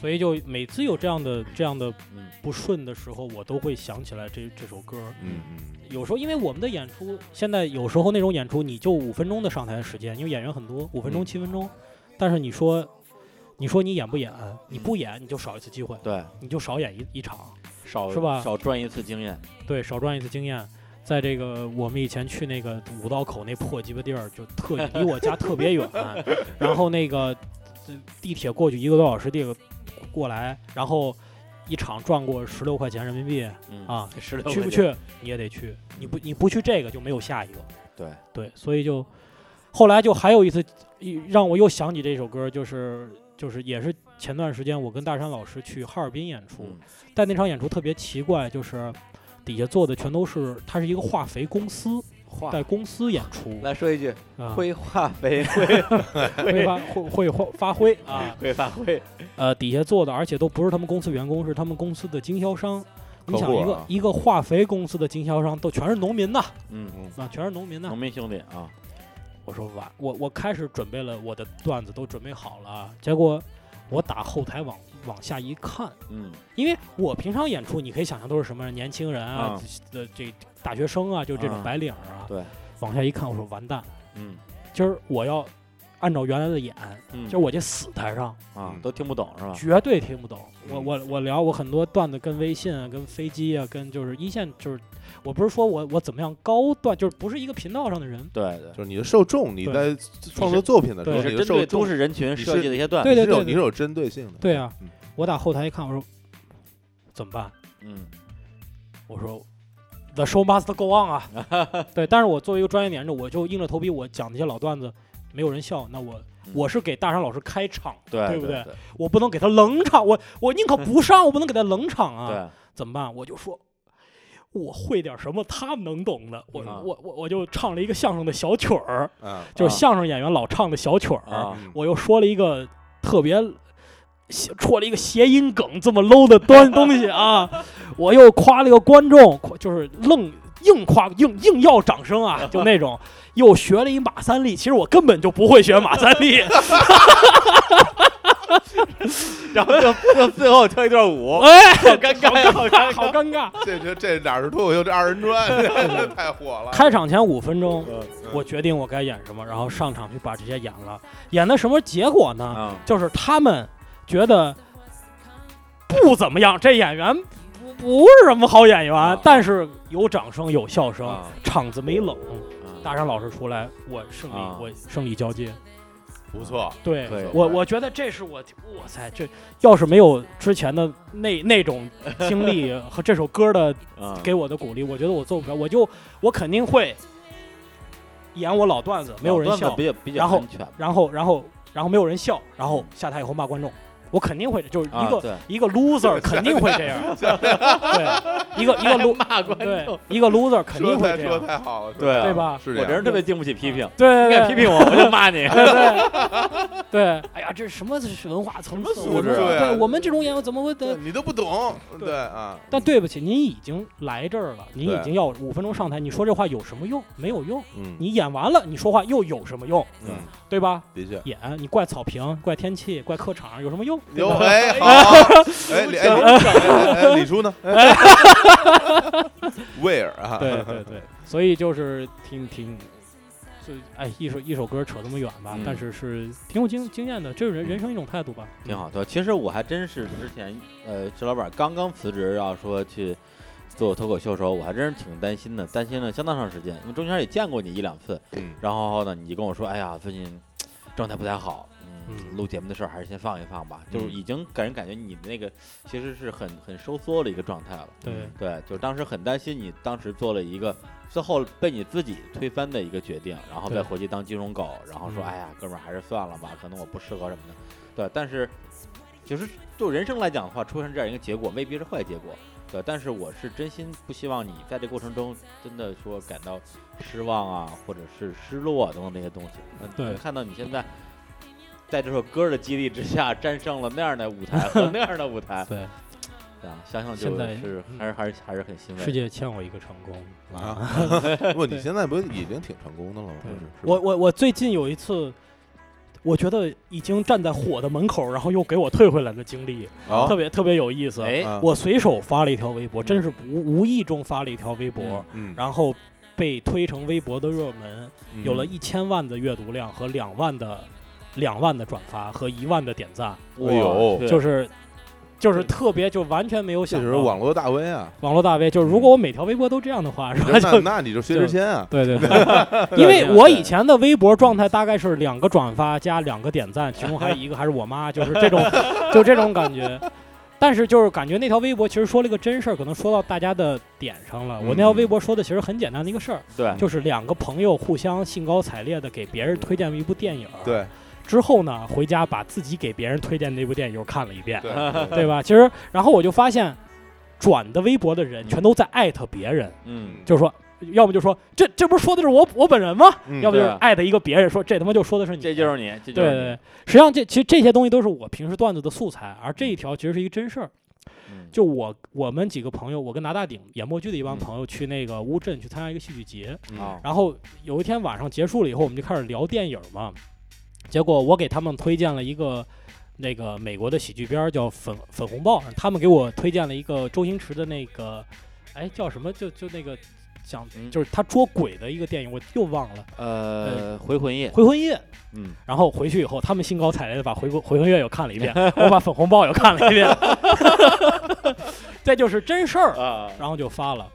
[SPEAKER 3] 所以就每次有这样的这样的
[SPEAKER 1] 嗯
[SPEAKER 3] 不顺的时候，我都会想起来这这首歌。
[SPEAKER 2] 嗯嗯
[SPEAKER 3] 有时候因为我们的演出，现在有时候那种演出，你就五分钟的上台时间，因为演员很多，五分钟、
[SPEAKER 2] 嗯
[SPEAKER 3] 七分钟，但是你说，你说你演不演？你不演你就少一次机会，
[SPEAKER 1] 对，
[SPEAKER 3] 你就少演一一场，
[SPEAKER 1] 少
[SPEAKER 3] 是吧
[SPEAKER 1] 少赚一次经验，
[SPEAKER 3] 对，少赚一次经验。在这个我们以前去那个五道口那破鸡巴地儿，就特离我家特别远，然后那个呃地铁过去一个多小时，地铁过来，然后一场赚过十六块钱人民币
[SPEAKER 1] 嗯，
[SPEAKER 3] 啊，
[SPEAKER 1] 十六
[SPEAKER 3] 去不？去你也得去，你不你不去这个就没有下一个。
[SPEAKER 1] 对
[SPEAKER 3] 对，所以就后来就还有一次，一让我又想起这首歌，就是就是也是前段时间我跟大山老师去哈尔滨演出，
[SPEAKER 1] 嗯
[SPEAKER 3] 但那场演出特别奇怪，就是底下坐的全都是，它是一个化肥公司
[SPEAKER 1] 化
[SPEAKER 3] 在公司演出，
[SPEAKER 1] 来说一句，
[SPEAKER 3] 啊
[SPEAKER 1] 会化肥，会
[SPEAKER 3] 会发会会会发挥啊，
[SPEAKER 1] 会发挥，
[SPEAKER 3] 呃，底下坐的而且都不是他们公司员工，是他们公司的经销商。你
[SPEAKER 2] 客
[SPEAKER 3] 想
[SPEAKER 2] 户
[SPEAKER 3] 一个、
[SPEAKER 2] 啊
[SPEAKER 3] 一个化肥公司的经销商都全是农民呐，
[SPEAKER 1] 嗯，
[SPEAKER 2] 嗯
[SPEAKER 3] 啊，全是农民呐，
[SPEAKER 1] 农民兄弟啊，
[SPEAKER 3] 我说完，我我开始准备了，我的段子都准备好了，啊结果我打后台往往下一看，
[SPEAKER 1] 嗯，
[SPEAKER 3] 因为我平常演出，你可以想象都是什么人年轻人啊
[SPEAKER 1] 啊，
[SPEAKER 3] 呃、这大学生啊，就这种
[SPEAKER 1] 啊
[SPEAKER 3] 白领儿啊，
[SPEAKER 1] 对，
[SPEAKER 3] 往下一看，我说完蛋，
[SPEAKER 1] 嗯，
[SPEAKER 3] 今儿我要按照原来的演，
[SPEAKER 1] 嗯
[SPEAKER 3] 就是我这死台上
[SPEAKER 1] 啊都听不懂是吧？
[SPEAKER 3] 绝对听不懂。我
[SPEAKER 2] 嗯
[SPEAKER 3] 我我聊我很多段子跟微信啊，跟飞机啊，跟就是一线就是，我不是说我我怎么样高段，就是不是一个频道上的人。
[SPEAKER 1] 对对，
[SPEAKER 2] 就是你的受众，你在
[SPEAKER 3] 对
[SPEAKER 2] 创作作品的时候，
[SPEAKER 3] 对
[SPEAKER 1] 你
[SPEAKER 2] 你
[SPEAKER 1] 是
[SPEAKER 2] 的
[SPEAKER 1] 针
[SPEAKER 2] 受
[SPEAKER 1] 对
[SPEAKER 2] 众
[SPEAKER 1] 都市人群
[SPEAKER 2] 你是
[SPEAKER 1] 设计的一些段
[SPEAKER 3] 对
[SPEAKER 1] 子，
[SPEAKER 2] 你是有
[SPEAKER 3] 对
[SPEAKER 2] 你是有针对性的。
[SPEAKER 3] 对啊
[SPEAKER 2] 嗯，
[SPEAKER 3] 我打后台一看，我说怎么办？
[SPEAKER 1] 嗯
[SPEAKER 3] 我说 The show must go on 啊。
[SPEAKER 1] *laughs*
[SPEAKER 3] 对，但是我作为一个专业演员，我就硬着头皮，我讲那些老段子，没有人笑，那我
[SPEAKER 1] 嗯
[SPEAKER 3] 我是给大山老师开场，
[SPEAKER 1] 对
[SPEAKER 3] 对不
[SPEAKER 1] 对
[SPEAKER 3] 对
[SPEAKER 1] 对
[SPEAKER 3] 我不能给他冷场，我我宁可不上，我不能给他冷场啊。
[SPEAKER 1] 对，
[SPEAKER 3] 怎么办？我就说。我会点什么他能懂的，我、
[SPEAKER 1] 嗯
[SPEAKER 3] 我我我就唱了一个相声的小曲儿，
[SPEAKER 2] 啊，
[SPEAKER 3] 就是相声演员老唱的小曲儿。
[SPEAKER 1] 啊
[SPEAKER 2] 嗯
[SPEAKER 3] 我又说了一个特别写戳了一个谐音梗这么 low 的端东西
[SPEAKER 1] *laughs*
[SPEAKER 3] 啊，我又夸了一个观众，夸就是愣硬夸硬硬要掌声
[SPEAKER 1] *laughs*
[SPEAKER 3] 啊，就那种，又学了一马三立，其实我根本就不会学马三
[SPEAKER 1] *laughs*
[SPEAKER 3] 立，
[SPEAKER 1] *laughs* 然后就就最后跳一段
[SPEAKER 3] *laughs*
[SPEAKER 1] 舞，
[SPEAKER 3] 哎，
[SPEAKER 1] 好尴尬呀，好尴
[SPEAKER 3] 好
[SPEAKER 1] 尬。
[SPEAKER 3] 尴尬。
[SPEAKER 2] 这这这哪是脱口秀，这二人
[SPEAKER 3] *laughs*
[SPEAKER 2] 转这太火了。
[SPEAKER 3] 开场前五分钟，
[SPEAKER 1] 嗯
[SPEAKER 3] 我决定我该演什么，然后上场去把这些演了，演的什么结果呢？
[SPEAKER 1] 啊，
[SPEAKER 3] 就是他们觉得不怎么样，这演员不不是什么好演员，
[SPEAKER 1] 啊
[SPEAKER 3] 但是有掌声有笑声，
[SPEAKER 1] 啊
[SPEAKER 3] 场子没冷。
[SPEAKER 1] 啊
[SPEAKER 3] 大山老师出来，我胜利，
[SPEAKER 1] 啊
[SPEAKER 3] 我胜利交接。
[SPEAKER 2] 不错，
[SPEAKER 3] 对
[SPEAKER 1] 对
[SPEAKER 3] 我，我觉得这是我，哇塞，这要是没有之前的那那种经历和这首歌的
[SPEAKER 1] 啊
[SPEAKER 3] 给我的鼓励，我觉得我做不了，我就我肯定会演我老段子，没有人
[SPEAKER 1] 老段
[SPEAKER 3] 笑
[SPEAKER 1] 子，比较比较
[SPEAKER 3] 然后
[SPEAKER 1] 安全
[SPEAKER 3] 然后然后然后没有人笑，然后下台以后骂观众，我肯定会的，就是
[SPEAKER 1] 嗯啊
[SPEAKER 3] 一个、
[SPEAKER 1] 对
[SPEAKER 3] 一个
[SPEAKER 1] *laughs*
[SPEAKER 3] loser 肯定会这样，对，一个一个 lo
[SPEAKER 1] 骂观
[SPEAKER 3] 对，一个 loser 肯
[SPEAKER 2] 说
[SPEAKER 3] 定会
[SPEAKER 2] 太
[SPEAKER 3] 这
[SPEAKER 2] 说
[SPEAKER 3] 样，
[SPEAKER 2] 太好了，说
[SPEAKER 1] 对啊
[SPEAKER 3] 对吧？
[SPEAKER 2] 是这
[SPEAKER 1] 我
[SPEAKER 2] 样
[SPEAKER 1] 这人特别经不起批评，
[SPEAKER 3] 对
[SPEAKER 1] 你
[SPEAKER 3] 对
[SPEAKER 1] 敢批评我，我就骂你。
[SPEAKER 3] 对
[SPEAKER 1] *laughs*
[SPEAKER 3] 对对对，哎呀，这什么文化层次？
[SPEAKER 1] 素质啊
[SPEAKER 3] 我们
[SPEAKER 2] 对
[SPEAKER 3] 对我们这种演员怎么会
[SPEAKER 2] 对
[SPEAKER 3] 得？
[SPEAKER 2] 你都不懂，
[SPEAKER 3] 对
[SPEAKER 2] 对啊，
[SPEAKER 3] 但对不起，您已经来这儿了，您
[SPEAKER 2] 对
[SPEAKER 3] 已经要五分钟上台，你说这话有什么用？没有用。
[SPEAKER 2] 嗯
[SPEAKER 3] 你演完了，你说话又有什么用？
[SPEAKER 2] 嗯，
[SPEAKER 3] 对吧？
[SPEAKER 2] 的确。
[SPEAKER 3] 演你怪草坪，怪天气，怪客场，有什么用？
[SPEAKER 2] 刘
[SPEAKER 1] 啊
[SPEAKER 3] *laughs*
[SPEAKER 2] 哎好，哎李哎哎哎李叔呢？Where
[SPEAKER 1] *laughs*
[SPEAKER 2] 啊？
[SPEAKER 3] 对对对，所以就是挺挺，就哎一首一首歌扯那么远吧，
[SPEAKER 1] 嗯
[SPEAKER 3] 但是是挺有经经验的，这是人人生一种态度吧。
[SPEAKER 1] 挺好。对，其实我还真是之前，呃，石老板刚刚辞职要说去做脱口秀的时候，我还真是挺担心的，担心了相当长时间，因为中间也见过你一两次，
[SPEAKER 2] 嗯
[SPEAKER 1] 然后呢，你就跟我说，哎呀，最近状态不太好，嗯，
[SPEAKER 3] 嗯
[SPEAKER 1] 录节目的事儿还是先放一放吧，就是
[SPEAKER 2] 嗯
[SPEAKER 1] 已经给人感觉你的那个其实是很很收缩的一个状态了。
[SPEAKER 3] 对，
[SPEAKER 1] 对，就是当时很担心你当时做了一个最后被你自己推翻的一个决定，然后再
[SPEAKER 3] 对
[SPEAKER 1] 回去当金融狗，然后说、
[SPEAKER 3] 嗯
[SPEAKER 1] 哎呀，哥们儿还是算了吧，可能我不适合什么的。对，但是其实就人生来讲的话，出现这样一个结果未必是坏结果。对，但是我是真心不希望你在这过程中真的说感到失望啊，或者是失落啊等等这些东西。嗯
[SPEAKER 3] 对，
[SPEAKER 1] 能看到你现在在这首歌的激励之下，战胜了那样的舞台和那样的舞台
[SPEAKER 3] *laughs* 对，
[SPEAKER 1] 对啊，想想就
[SPEAKER 3] 现在
[SPEAKER 1] 是
[SPEAKER 3] 嗯
[SPEAKER 1] 还是还是还是很欣慰的。
[SPEAKER 3] 世界欠我一个成功。
[SPEAKER 2] 啊， *laughs* 不，你现在不已经挺成功的了吗？
[SPEAKER 1] 嗯
[SPEAKER 2] 不是
[SPEAKER 3] 我我我最近有一次。我觉得已经站在火的门口，然后又给我退回来的经历，
[SPEAKER 2] 啊
[SPEAKER 3] 特别特别有意思。
[SPEAKER 1] 哦哎，嗯
[SPEAKER 2] 啊
[SPEAKER 3] 我随手发了一条微博，真是无无意中发了一条微博，
[SPEAKER 2] 嗯
[SPEAKER 3] 然后被推成微博的热门，有了
[SPEAKER 2] 嗯
[SPEAKER 3] 一千万的阅读量和两万的两万的转发和一万的点赞，
[SPEAKER 1] 哇
[SPEAKER 2] 哎呦
[SPEAKER 1] 对
[SPEAKER 3] 就是就是
[SPEAKER 1] 对
[SPEAKER 3] 特别就完全没有
[SPEAKER 2] 这
[SPEAKER 3] 想
[SPEAKER 2] 时
[SPEAKER 3] 到
[SPEAKER 2] 候网络大 V
[SPEAKER 3] *laughs*
[SPEAKER 2] 啊，
[SPEAKER 3] 网络大 V，就是如果我每条微博都这样的话，是吧？
[SPEAKER 2] 那
[SPEAKER 3] 就
[SPEAKER 2] 那你就薛之谦啊，
[SPEAKER 3] *laughs* 对对对，因为我以前的微博状态大概是两个转发加两个点赞，其中还有一个还是我妈，就是这种就这种感觉。但是就是感觉那条微博其实说了一个真事儿，可能说到大家的点上了。我那条微博说的其实很简单的一个事儿，
[SPEAKER 1] 对，
[SPEAKER 3] 就是两个朋友互相兴高采烈的给别人推荐了一部电影，
[SPEAKER 2] 对
[SPEAKER 3] 之后呢，回家把自己给别人推荐那部电影又看了一遍，
[SPEAKER 2] 对
[SPEAKER 3] *laughs* *laughs* 对吧？其实，然后我就发现，转的微博的人全都在艾特别人，
[SPEAKER 1] 嗯，
[SPEAKER 3] 就是说，要么就说这这不是说的是我我本人吗？
[SPEAKER 2] 嗯
[SPEAKER 3] 要不就是
[SPEAKER 1] 对啊
[SPEAKER 3] 艾特一个别人说这他妈就说的是你，
[SPEAKER 1] 这就是你，这
[SPEAKER 3] 对
[SPEAKER 1] 就是
[SPEAKER 3] 对
[SPEAKER 1] 你
[SPEAKER 3] 对。实际上这其实这些东西都是我平时段子的素材，而这一条其实是一个真事儿。
[SPEAKER 1] 嗯
[SPEAKER 3] 就我我们几个朋友，我跟拿大顶演默剧的一帮
[SPEAKER 1] 嗯
[SPEAKER 3] 朋友去那个乌镇去参加一个戏剧节，
[SPEAKER 2] 嗯
[SPEAKER 1] 啊，
[SPEAKER 3] 然后有一天晚上结束了以后，我们就开始聊电影嘛。结果我给他们推荐了一个那个美国的喜剧片儿叫《粉粉红豹》，他们给我推荐了一个周星驰的那个，哎叫什么？就就那个想
[SPEAKER 1] 嗯
[SPEAKER 3] 就是他捉鬼的一个电影，我又忘了
[SPEAKER 2] 嗯
[SPEAKER 1] 呃，回魂夜，
[SPEAKER 3] 《回魂夜》。
[SPEAKER 1] 嗯，
[SPEAKER 3] 然后回去以后，他们兴高采烈的把回《回回魂夜》又看了一遍，我把《粉红豹》又看了一遍， *laughs*
[SPEAKER 1] *laughs*
[SPEAKER 3] 这就是真事儿。
[SPEAKER 1] 啊，
[SPEAKER 3] 然后就发了。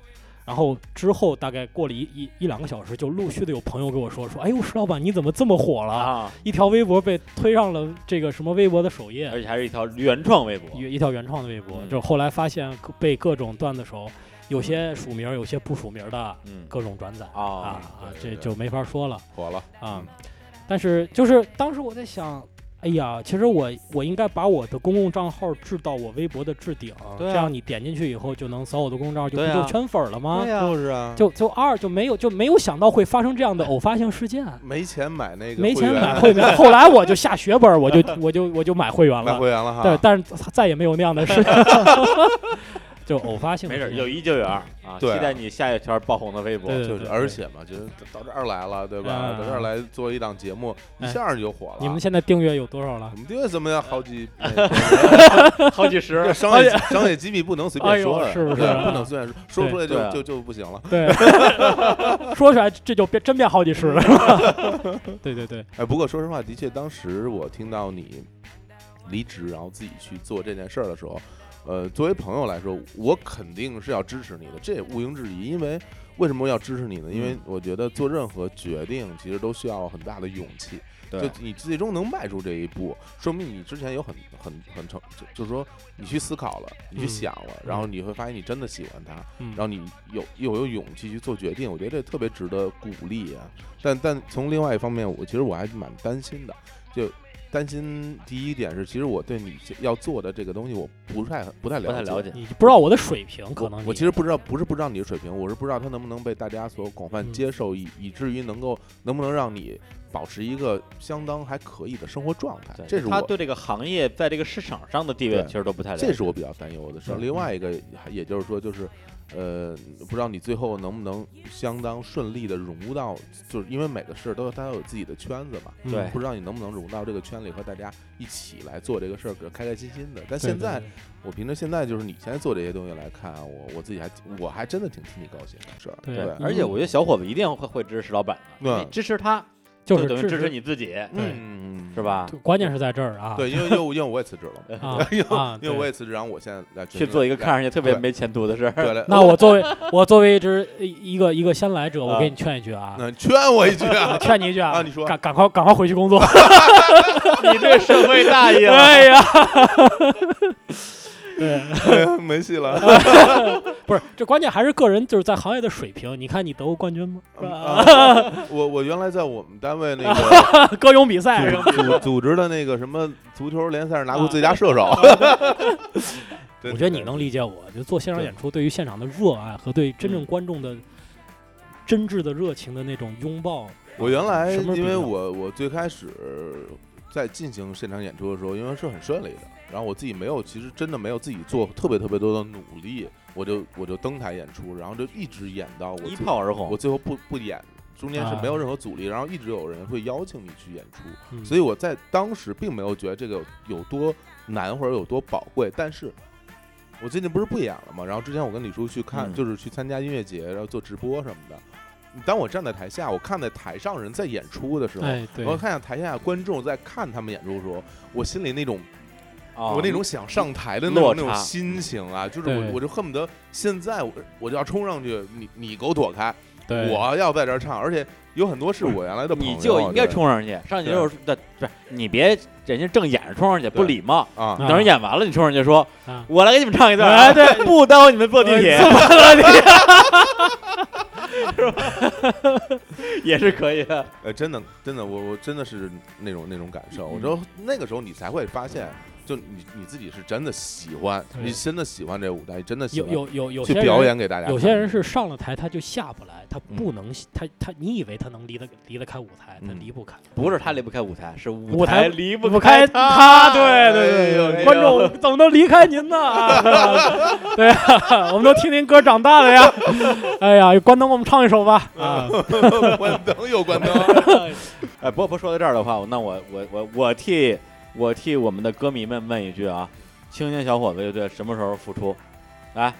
[SPEAKER 3] 然后之后大概过了一一一两个小时，就陆续的有朋友跟我说说，哎呦，石老板你怎么这么火了？
[SPEAKER 1] 啊，
[SPEAKER 3] 一条微博被推上了这个什么微博的首
[SPEAKER 2] 哎
[SPEAKER 3] 页，
[SPEAKER 1] 而且还是一条原创微博，
[SPEAKER 3] 一一条原创的微博。
[SPEAKER 1] 嗯
[SPEAKER 3] 就后来发现各被各种段子手，有些署名，有些不署名的
[SPEAKER 1] 嗯，
[SPEAKER 3] 各种转载
[SPEAKER 1] 啊，
[SPEAKER 3] 啊啊，
[SPEAKER 2] 哦对
[SPEAKER 3] 这
[SPEAKER 2] 对
[SPEAKER 3] 就没法说了
[SPEAKER 2] 火了，
[SPEAKER 3] 啊。但是就是当时我在想。哎呀，其实我我应该把我的公共账号置到我微博的置顶，
[SPEAKER 1] 对啊
[SPEAKER 3] 这样你点进去以后就能扫我的公众账号，就不
[SPEAKER 1] 对啊
[SPEAKER 3] 就圈粉了吗？
[SPEAKER 1] 呀，
[SPEAKER 2] 是啊，
[SPEAKER 3] 就就二就没有就没有想到会发生这样的偶发性事件，
[SPEAKER 2] 没钱买那个
[SPEAKER 3] 没钱
[SPEAKER 2] 会员
[SPEAKER 3] 买会员。后来我就下血本儿，我就我就我就买会员
[SPEAKER 2] 买
[SPEAKER 3] 了，
[SPEAKER 2] 会员了啊哈，
[SPEAKER 3] 对，但是再也没有那样的事，就偶发性的
[SPEAKER 1] 没
[SPEAKER 3] 事
[SPEAKER 1] 事，
[SPEAKER 3] 情
[SPEAKER 1] 有一就有二啊，期
[SPEAKER 2] 对啊
[SPEAKER 1] 待你下一条爆红的微博，
[SPEAKER 3] 对对
[SPEAKER 2] 就是，而且嘛，就是到这儿来了，对吧？
[SPEAKER 3] 嗯
[SPEAKER 2] 到这儿来做一档节目，一
[SPEAKER 3] 哎
[SPEAKER 2] 下就火了。
[SPEAKER 3] 你们现在订阅有多少了
[SPEAKER 2] 我？们订阅怎么样？好
[SPEAKER 3] *laughs*
[SPEAKER 2] 几，
[SPEAKER 1] 好几
[SPEAKER 2] *laughs*
[SPEAKER 1] 十
[SPEAKER 2] 这商业商业机密不能随便说
[SPEAKER 3] 哎
[SPEAKER 2] 的，
[SPEAKER 3] 呦是不是
[SPEAKER 2] 对不能随便说，说
[SPEAKER 3] 对
[SPEAKER 2] 出来
[SPEAKER 1] 对啊
[SPEAKER 2] 就就就不行了。
[SPEAKER 3] *laughs* 对，说出来这就变真变好几十了，是吧？ *laughs* 对对对，
[SPEAKER 2] 哎，不过说实话，的确，当时我听到你离职，然后自己去做这件事儿的时候，呃，作为朋友来说，我肯定是要支持你的，这也毋庸置疑。因为为什么要支持你呢？因
[SPEAKER 1] 嗯
[SPEAKER 2] 为我觉得做任何决定其实都需要很大的勇气。
[SPEAKER 1] 对啊
[SPEAKER 2] 就你最终能迈出这一步，说明你之前有很很很成，就就是说你去思考了，你去
[SPEAKER 3] 嗯
[SPEAKER 2] 想了，然后你会发现你真的喜欢它，
[SPEAKER 3] 嗯
[SPEAKER 2] 然，后你有又有勇气去做决定，我觉得这特别值得鼓励啊。但但从另外一方面，我其实我还蛮担心的，就担心第一点是，其实我对你要做的这个东西，我不太不太了
[SPEAKER 1] 不
[SPEAKER 2] 解，
[SPEAKER 1] 太了解，
[SPEAKER 3] 你不知道我的水平，可能
[SPEAKER 2] 我我其
[SPEAKER 3] 实
[SPEAKER 2] 实不知道，不是不知道你的水平，我是不知道它能不能被大家所广泛
[SPEAKER 3] 嗯
[SPEAKER 2] 接受，以、以至于能够能不能让你保持一个相当还可以的生活状态
[SPEAKER 1] 对，
[SPEAKER 2] 这是
[SPEAKER 1] 他
[SPEAKER 2] 我
[SPEAKER 1] 对这个行业在这个市场上的地位
[SPEAKER 2] 对
[SPEAKER 1] 其实都不太了解，
[SPEAKER 2] 这是我比较担忧的事儿。
[SPEAKER 3] 嗯
[SPEAKER 2] 另外一个，也就是说，就是呃，不知道你最后能不能相当顺利的融入到，就是因为每个事儿都有它有自己的圈子嘛，
[SPEAKER 3] 嗯
[SPEAKER 1] 对
[SPEAKER 2] 不知道你能不能融到这个圈里和大家一起来做这个事儿，开开心心的。但现在我凭着现在就是你现在做这些东西来看，啊我我自己还我还真的挺替你高兴的事儿。
[SPEAKER 3] 对
[SPEAKER 2] 对，嗯
[SPEAKER 3] 嗯
[SPEAKER 1] 而且我觉得小伙子一定会会支持老板的，
[SPEAKER 2] 对
[SPEAKER 1] 你支持他
[SPEAKER 3] 就是
[SPEAKER 1] 等于支
[SPEAKER 3] 支
[SPEAKER 1] 持，你自己，
[SPEAKER 2] 嗯，
[SPEAKER 1] 是？吧？ *laughs* 嗯
[SPEAKER 3] 关键是在这儿啊，
[SPEAKER 2] 对，因为因为因为我也辞职了嘛，
[SPEAKER 3] 啊
[SPEAKER 2] 因为
[SPEAKER 3] 啊，
[SPEAKER 2] *laughs* 因为
[SPEAKER 3] 对
[SPEAKER 2] 我也辞职，然后我现在来
[SPEAKER 1] 去做一个看上去特别
[SPEAKER 2] 对
[SPEAKER 1] 没前途的事儿，
[SPEAKER 2] 对来，
[SPEAKER 3] *laughs* 那我作为我作为一只一个一个先来者，我
[SPEAKER 1] 啊
[SPEAKER 3] 给你劝一句啊，
[SPEAKER 2] 那劝我一句
[SPEAKER 3] 我
[SPEAKER 2] 啊， *laughs*
[SPEAKER 3] 劝你一句
[SPEAKER 2] 啊你说哎
[SPEAKER 3] 赶赶快赶快回去工作。
[SPEAKER 1] *laughs* 你对社会大意了。
[SPEAKER 3] *laughs* 哎呀，对，
[SPEAKER 2] 哎呀没戏了。
[SPEAKER 3] 不是，这关键还是个人就是在行业的水平。你看你得过冠军吗？是 *laughs*
[SPEAKER 2] 嗯
[SPEAKER 3] 吧
[SPEAKER 2] 啊我我原来在我们单位那个
[SPEAKER 3] 歌咏比赛是吧？
[SPEAKER 2] 组组织的那个什么足球联赛拿过最佳射手， *laughs* 对
[SPEAKER 3] 我觉得你能理解我，就做现场演出，对于现场的热爱和对真
[SPEAKER 2] 嗯
[SPEAKER 3] 正观众的真挚的热情的那种拥抱。
[SPEAKER 2] 我原来
[SPEAKER 3] 什么
[SPEAKER 2] 因
[SPEAKER 3] 比
[SPEAKER 2] 为
[SPEAKER 3] 较
[SPEAKER 2] 我我最开始在进行现场演出的时候，因为是很顺利的，然后我自己没有，其实真的没有自己做特别特别多的努力，我就我就登台演出，然后就一直演到我
[SPEAKER 1] 一
[SPEAKER 2] 最
[SPEAKER 1] 炮而红
[SPEAKER 2] 我，最后不不演，中间是
[SPEAKER 3] 哦啊
[SPEAKER 2] 没有任何阻力，然后一直有人会邀请你去演出，
[SPEAKER 3] 嗯
[SPEAKER 2] 所以我在当时并没有觉得这个有有多难或者有多宝贵，但是我最近不是不演了吗？然后之前我跟李叔去看，
[SPEAKER 1] 嗯
[SPEAKER 2] 就是去参加音乐节，然后做直播什么的。当我站在台下，我看在台上人在演出的时候，
[SPEAKER 3] 哎，对
[SPEAKER 2] 我，看见台下观众在看他们演出的时候，我心里那种、
[SPEAKER 1] 啊
[SPEAKER 2] 我那种想上台的那种
[SPEAKER 1] 落差
[SPEAKER 2] 那种心情啊，就是我
[SPEAKER 3] 嗯对
[SPEAKER 2] 我就恨不得现在我我就要冲上去，你你给我躲开，
[SPEAKER 3] 对，
[SPEAKER 2] 我要在这儿唱，而且有很多是我原来的朋友，
[SPEAKER 1] 你就应该
[SPEAKER 2] 对
[SPEAKER 1] 冲上去，上去就是对，不是你别人家正演着冲上去不
[SPEAKER 2] 对
[SPEAKER 1] 礼貌，
[SPEAKER 2] 啊，
[SPEAKER 1] 等人演完了你冲上去说
[SPEAKER 3] 啊，
[SPEAKER 1] 我来给你们唱一段啊，
[SPEAKER 3] 哎对
[SPEAKER 1] *laughs* 不耽误你们坐地铁，
[SPEAKER 3] 哎
[SPEAKER 1] 坐地铁，是吧？ *laughs* 也是可以的，
[SPEAKER 2] 呃，真的，真的，我我真的是那种那种感受。我
[SPEAKER 1] 嗯
[SPEAKER 2] 觉得那个时候你才会发现，就你你自己是真的喜欢，
[SPEAKER 3] 对
[SPEAKER 2] 你真的喜欢这舞台，真的喜
[SPEAKER 3] 有
[SPEAKER 2] 欢
[SPEAKER 3] 有有有
[SPEAKER 2] 去
[SPEAKER 3] 些
[SPEAKER 2] 表
[SPEAKER 3] 人
[SPEAKER 2] 演给大家看。
[SPEAKER 3] 有些人
[SPEAKER 2] *laughs*
[SPEAKER 3] 是上了台他就下不来，他
[SPEAKER 2] 嗯
[SPEAKER 3] 不能，他他你以为他能离得离得开舞台，他
[SPEAKER 2] 嗯
[SPEAKER 3] 离不开。
[SPEAKER 1] 不是他离不开舞台，是
[SPEAKER 3] 舞台
[SPEAKER 1] 离
[SPEAKER 3] 离
[SPEAKER 1] 不
[SPEAKER 3] 不开
[SPEAKER 1] 他，
[SPEAKER 3] 他，对对对
[SPEAKER 2] 哎呦
[SPEAKER 3] 对
[SPEAKER 2] 哎呦
[SPEAKER 3] 观众怎么能离开您呢？ *laughs* 啊对啊，我们都听您歌长大的呀。 *laughs* 哎呀，关灯，我们唱一首吧。
[SPEAKER 2] 嗯
[SPEAKER 3] 啊，
[SPEAKER 2] 关灯又关灯，
[SPEAKER 3] *laughs*
[SPEAKER 1] 哎，不过不说到这儿的话，那我我我我替我替我们的歌迷们问一句啊，青年小伙子乐队什么时候复出？来，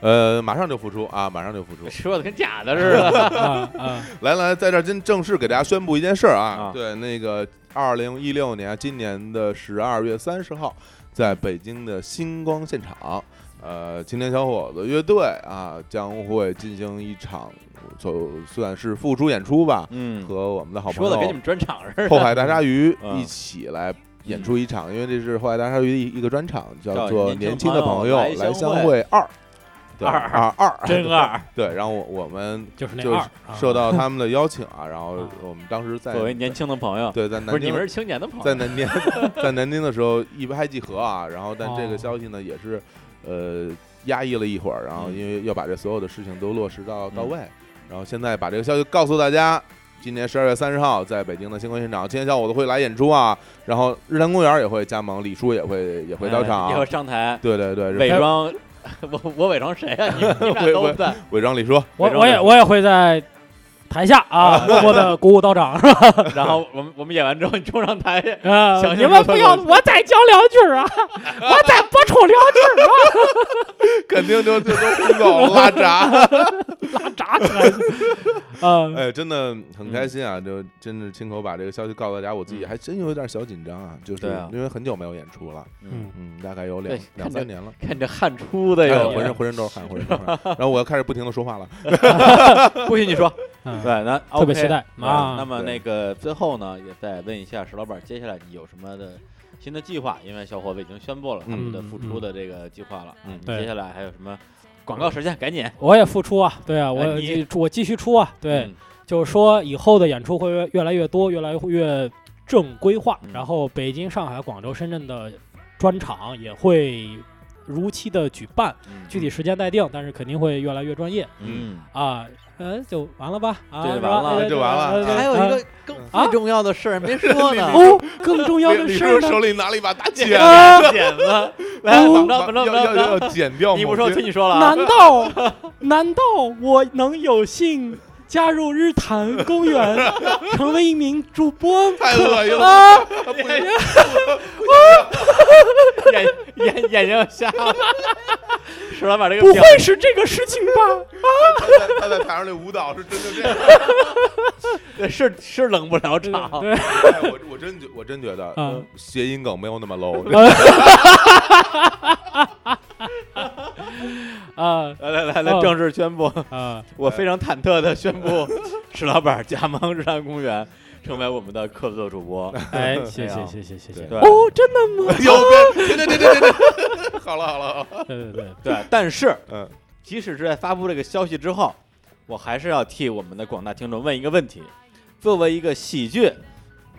[SPEAKER 2] 呃，马上就复出啊，马上就复
[SPEAKER 1] *laughs*
[SPEAKER 2] 出。
[SPEAKER 1] 说的跟假的似
[SPEAKER 2] *laughs*
[SPEAKER 1] 的。
[SPEAKER 3] 啊啊，
[SPEAKER 2] 来来，在这儿真正式给大家宣布一件事儿
[SPEAKER 1] 啊
[SPEAKER 2] 啊，对，那个二零一六年今年的十二月三十号，在北京的星光现场，呃，青年小伙子乐队啊将会进行一场，就算是复出演出吧，
[SPEAKER 1] 嗯，
[SPEAKER 2] 和我们的好朋
[SPEAKER 1] 说的跟你
[SPEAKER 2] 友
[SPEAKER 1] 们专场似的。
[SPEAKER 2] 后海大鲨鱼
[SPEAKER 1] *laughs* 嗯
[SPEAKER 2] 一起来。演出一场，因为这是后海大鲨鱼一一个专场，
[SPEAKER 1] 叫
[SPEAKER 2] 叫做《
[SPEAKER 1] 年
[SPEAKER 2] 年
[SPEAKER 1] 轻
[SPEAKER 2] 轻的
[SPEAKER 1] 朋
[SPEAKER 2] 朋
[SPEAKER 1] 友
[SPEAKER 2] 友
[SPEAKER 1] 来
[SPEAKER 2] 来
[SPEAKER 1] 相
[SPEAKER 2] 相
[SPEAKER 1] 会
[SPEAKER 2] 会二》，对
[SPEAKER 1] 二
[SPEAKER 2] 二二
[SPEAKER 1] 真
[SPEAKER 3] 啊
[SPEAKER 1] 二，
[SPEAKER 2] 对，然后我我们
[SPEAKER 3] 就是那
[SPEAKER 2] 就是
[SPEAKER 3] 二，啊
[SPEAKER 2] 受到他们的邀请
[SPEAKER 1] *laughs*
[SPEAKER 2] 啊，然后
[SPEAKER 3] 啊
[SPEAKER 2] 我们当时在
[SPEAKER 1] 作为年轻的朋友，
[SPEAKER 2] 对在
[SPEAKER 1] 不是
[SPEAKER 2] 南
[SPEAKER 1] 你
[SPEAKER 2] 京
[SPEAKER 1] 们是青年的朋
[SPEAKER 2] 在
[SPEAKER 1] 友，
[SPEAKER 2] 南京
[SPEAKER 1] *laughs*
[SPEAKER 2] 在南京的时候一拍即合啊，然后但这
[SPEAKER 3] 哦
[SPEAKER 2] 个消息呢也是呃压抑了一会儿，然后
[SPEAKER 1] 嗯
[SPEAKER 2] 因为要把这所有的事情都落实到到
[SPEAKER 1] 嗯
[SPEAKER 2] 位，然后现在把这个消息告诉大家。今年十二月三十号，在北京的星光现场，今天下午我都会来演出啊，然后日坛公园也会加盟，李叔也会也会到场
[SPEAKER 1] 以
[SPEAKER 2] 啊、
[SPEAKER 1] 后上台
[SPEAKER 2] 对对对，
[SPEAKER 1] 伪
[SPEAKER 2] 伪
[SPEAKER 1] 装，我我伪装谁啊？你
[SPEAKER 2] *laughs*
[SPEAKER 1] 们你们俩
[SPEAKER 2] 伪
[SPEAKER 1] 都
[SPEAKER 2] 伪
[SPEAKER 1] 在，
[SPEAKER 2] 伪装李叔，
[SPEAKER 3] 我
[SPEAKER 1] 北中
[SPEAKER 3] 我也
[SPEAKER 1] 南
[SPEAKER 3] 我也会在台下啊，默默的鼓舞道
[SPEAKER 1] *laughs*
[SPEAKER 3] 长，
[SPEAKER 1] 然后我们我们演完之后，你冲上台去，
[SPEAKER 3] 啊
[SPEAKER 1] 想，
[SPEAKER 3] 你
[SPEAKER 1] 象
[SPEAKER 3] 们
[SPEAKER 1] 不
[SPEAKER 3] 不
[SPEAKER 1] 到
[SPEAKER 3] 要，
[SPEAKER 1] 的
[SPEAKER 3] 我再讲两句
[SPEAKER 1] *laughs*
[SPEAKER 3] 儿啊，我再补充两句儿啊，
[SPEAKER 2] 肯定就就都轰走拉闸。
[SPEAKER 3] 拉闸
[SPEAKER 1] *laughs*
[SPEAKER 3] 起来，嗯，
[SPEAKER 2] 哎，真的很开心啊！就真是亲口把这个消息告诉大家，我自己
[SPEAKER 1] 嗯
[SPEAKER 2] 还真有点小紧张啊，就是
[SPEAKER 1] 对啊
[SPEAKER 2] 因为很久没有演出了，
[SPEAKER 3] 嗯
[SPEAKER 2] 嗯，大概有两
[SPEAKER 1] 对
[SPEAKER 2] 两
[SPEAKER 1] 看着
[SPEAKER 2] 三年了。
[SPEAKER 1] 看这汗出的
[SPEAKER 2] 哎呦
[SPEAKER 1] 哟，
[SPEAKER 2] 浑身浑身都是汗，浑身都是汗。然后我要开始不停的说话了。
[SPEAKER 1] 不许你说。
[SPEAKER 3] 嗯
[SPEAKER 1] 对，那
[SPEAKER 3] 特别期
[SPEAKER 1] OK 嗯
[SPEAKER 3] 待啊
[SPEAKER 1] 那么
[SPEAKER 2] 对
[SPEAKER 1] 那个最后呢，也再问一下石老板，接下来你有什么的新的计划？因为小伙子已经宣布了他们的
[SPEAKER 3] 嗯
[SPEAKER 1] 复
[SPEAKER 3] 嗯
[SPEAKER 1] 出的这个计划了，
[SPEAKER 2] 嗯
[SPEAKER 1] 啊你
[SPEAKER 3] 对
[SPEAKER 1] 接下来还有什么广告时间？赶紧，
[SPEAKER 3] 我也付出啊，对啊，我
[SPEAKER 1] 哎你
[SPEAKER 3] 继我继续出啊，对
[SPEAKER 1] 嗯，，
[SPEAKER 3] 就是说以后的演出会越越来越多，越来越正规化
[SPEAKER 1] 嗯，
[SPEAKER 3] 然后北京、上海、广州、深圳的专场也会如期的举办，
[SPEAKER 1] 嗯
[SPEAKER 3] 具体时间待定，但是肯定会越来越专业
[SPEAKER 1] 嗯，
[SPEAKER 3] 啊，呃，就完了吧，啊，
[SPEAKER 1] 这就
[SPEAKER 3] 对吧
[SPEAKER 1] 完了
[SPEAKER 3] 哎
[SPEAKER 2] 这就完了
[SPEAKER 3] 哎
[SPEAKER 4] 啊
[SPEAKER 2] 嗯
[SPEAKER 1] 还有一个更
[SPEAKER 3] 啊
[SPEAKER 1] 最重要的事儿没说
[SPEAKER 3] *laughs*
[SPEAKER 1] 呢，
[SPEAKER 3] 哦，更重要的
[SPEAKER 2] 李
[SPEAKER 3] 事
[SPEAKER 2] 叔
[SPEAKER 3] 儿呢
[SPEAKER 2] 手里拿了一把大剪，
[SPEAKER 3] 啊，
[SPEAKER 1] 剪子，来，怎么着？怎么着？
[SPEAKER 2] 要
[SPEAKER 1] 怎么
[SPEAKER 2] 要
[SPEAKER 1] 着？
[SPEAKER 2] 要剪掉某些。
[SPEAKER 1] 你不说，听你说了啊
[SPEAKER 3] 难。道难道我能有幸加入日坛公园，成为一名主播吗？
[SPEAKER 2] 太恶心了，
[SPEAKER 3] 啊，
[SPEAKER 2] 不行
[SPEAKER 1] 眼眼眼睛瞎了。石老板这
[SPEAKER 3] 不
[SPEAKER 1] 个表
[SPEAKER 3] 会是这个事情吧？
[SPEAKER 2] 他在他在台上那舞蹈是真就这样。
[SPEAKER 1] 是是冷不了场，
[SPEAKER 3] 对，
[SPEAKER 2] 哎我我真觉我真觉得
[SPEAKER 3] 嗯
[SPEAKER 2] 谐音梗没有那么 low。
[SPEAKER 3] 啊
[SPEAKER 1] 来来来来，
[SPEAKER 3] 哦
[SPEAKER 1] 正式宣布，
[SPEAKER 3] 啊，
[SPEAKER 1] 我非常忐忑的宣布，石老板加盟日坛公园，成为我们的客座主播。
[SPEAKER 3] 哎，谢
[SPEAKER 1] 哎呀
[SPEAKER 3] 谢谢谢谢谢。
[SPEAKER 1] 对
[SPEAKER 3] 哦，真的
[SPEAKER 2] *laughs*
[SPEAKER 3] 吗？
[SPEAKER 2] 有别，对对对对对，好了好了，好了
[SPEAKER 3] 对对对，
[SPEAKER 1] 对，但是
[SPEAKER 2] 嗯
[SPEAKER 1] 即使是在发布这个消息之后，我还是要替我们的广大听众问一个问题：作为一个喜剧，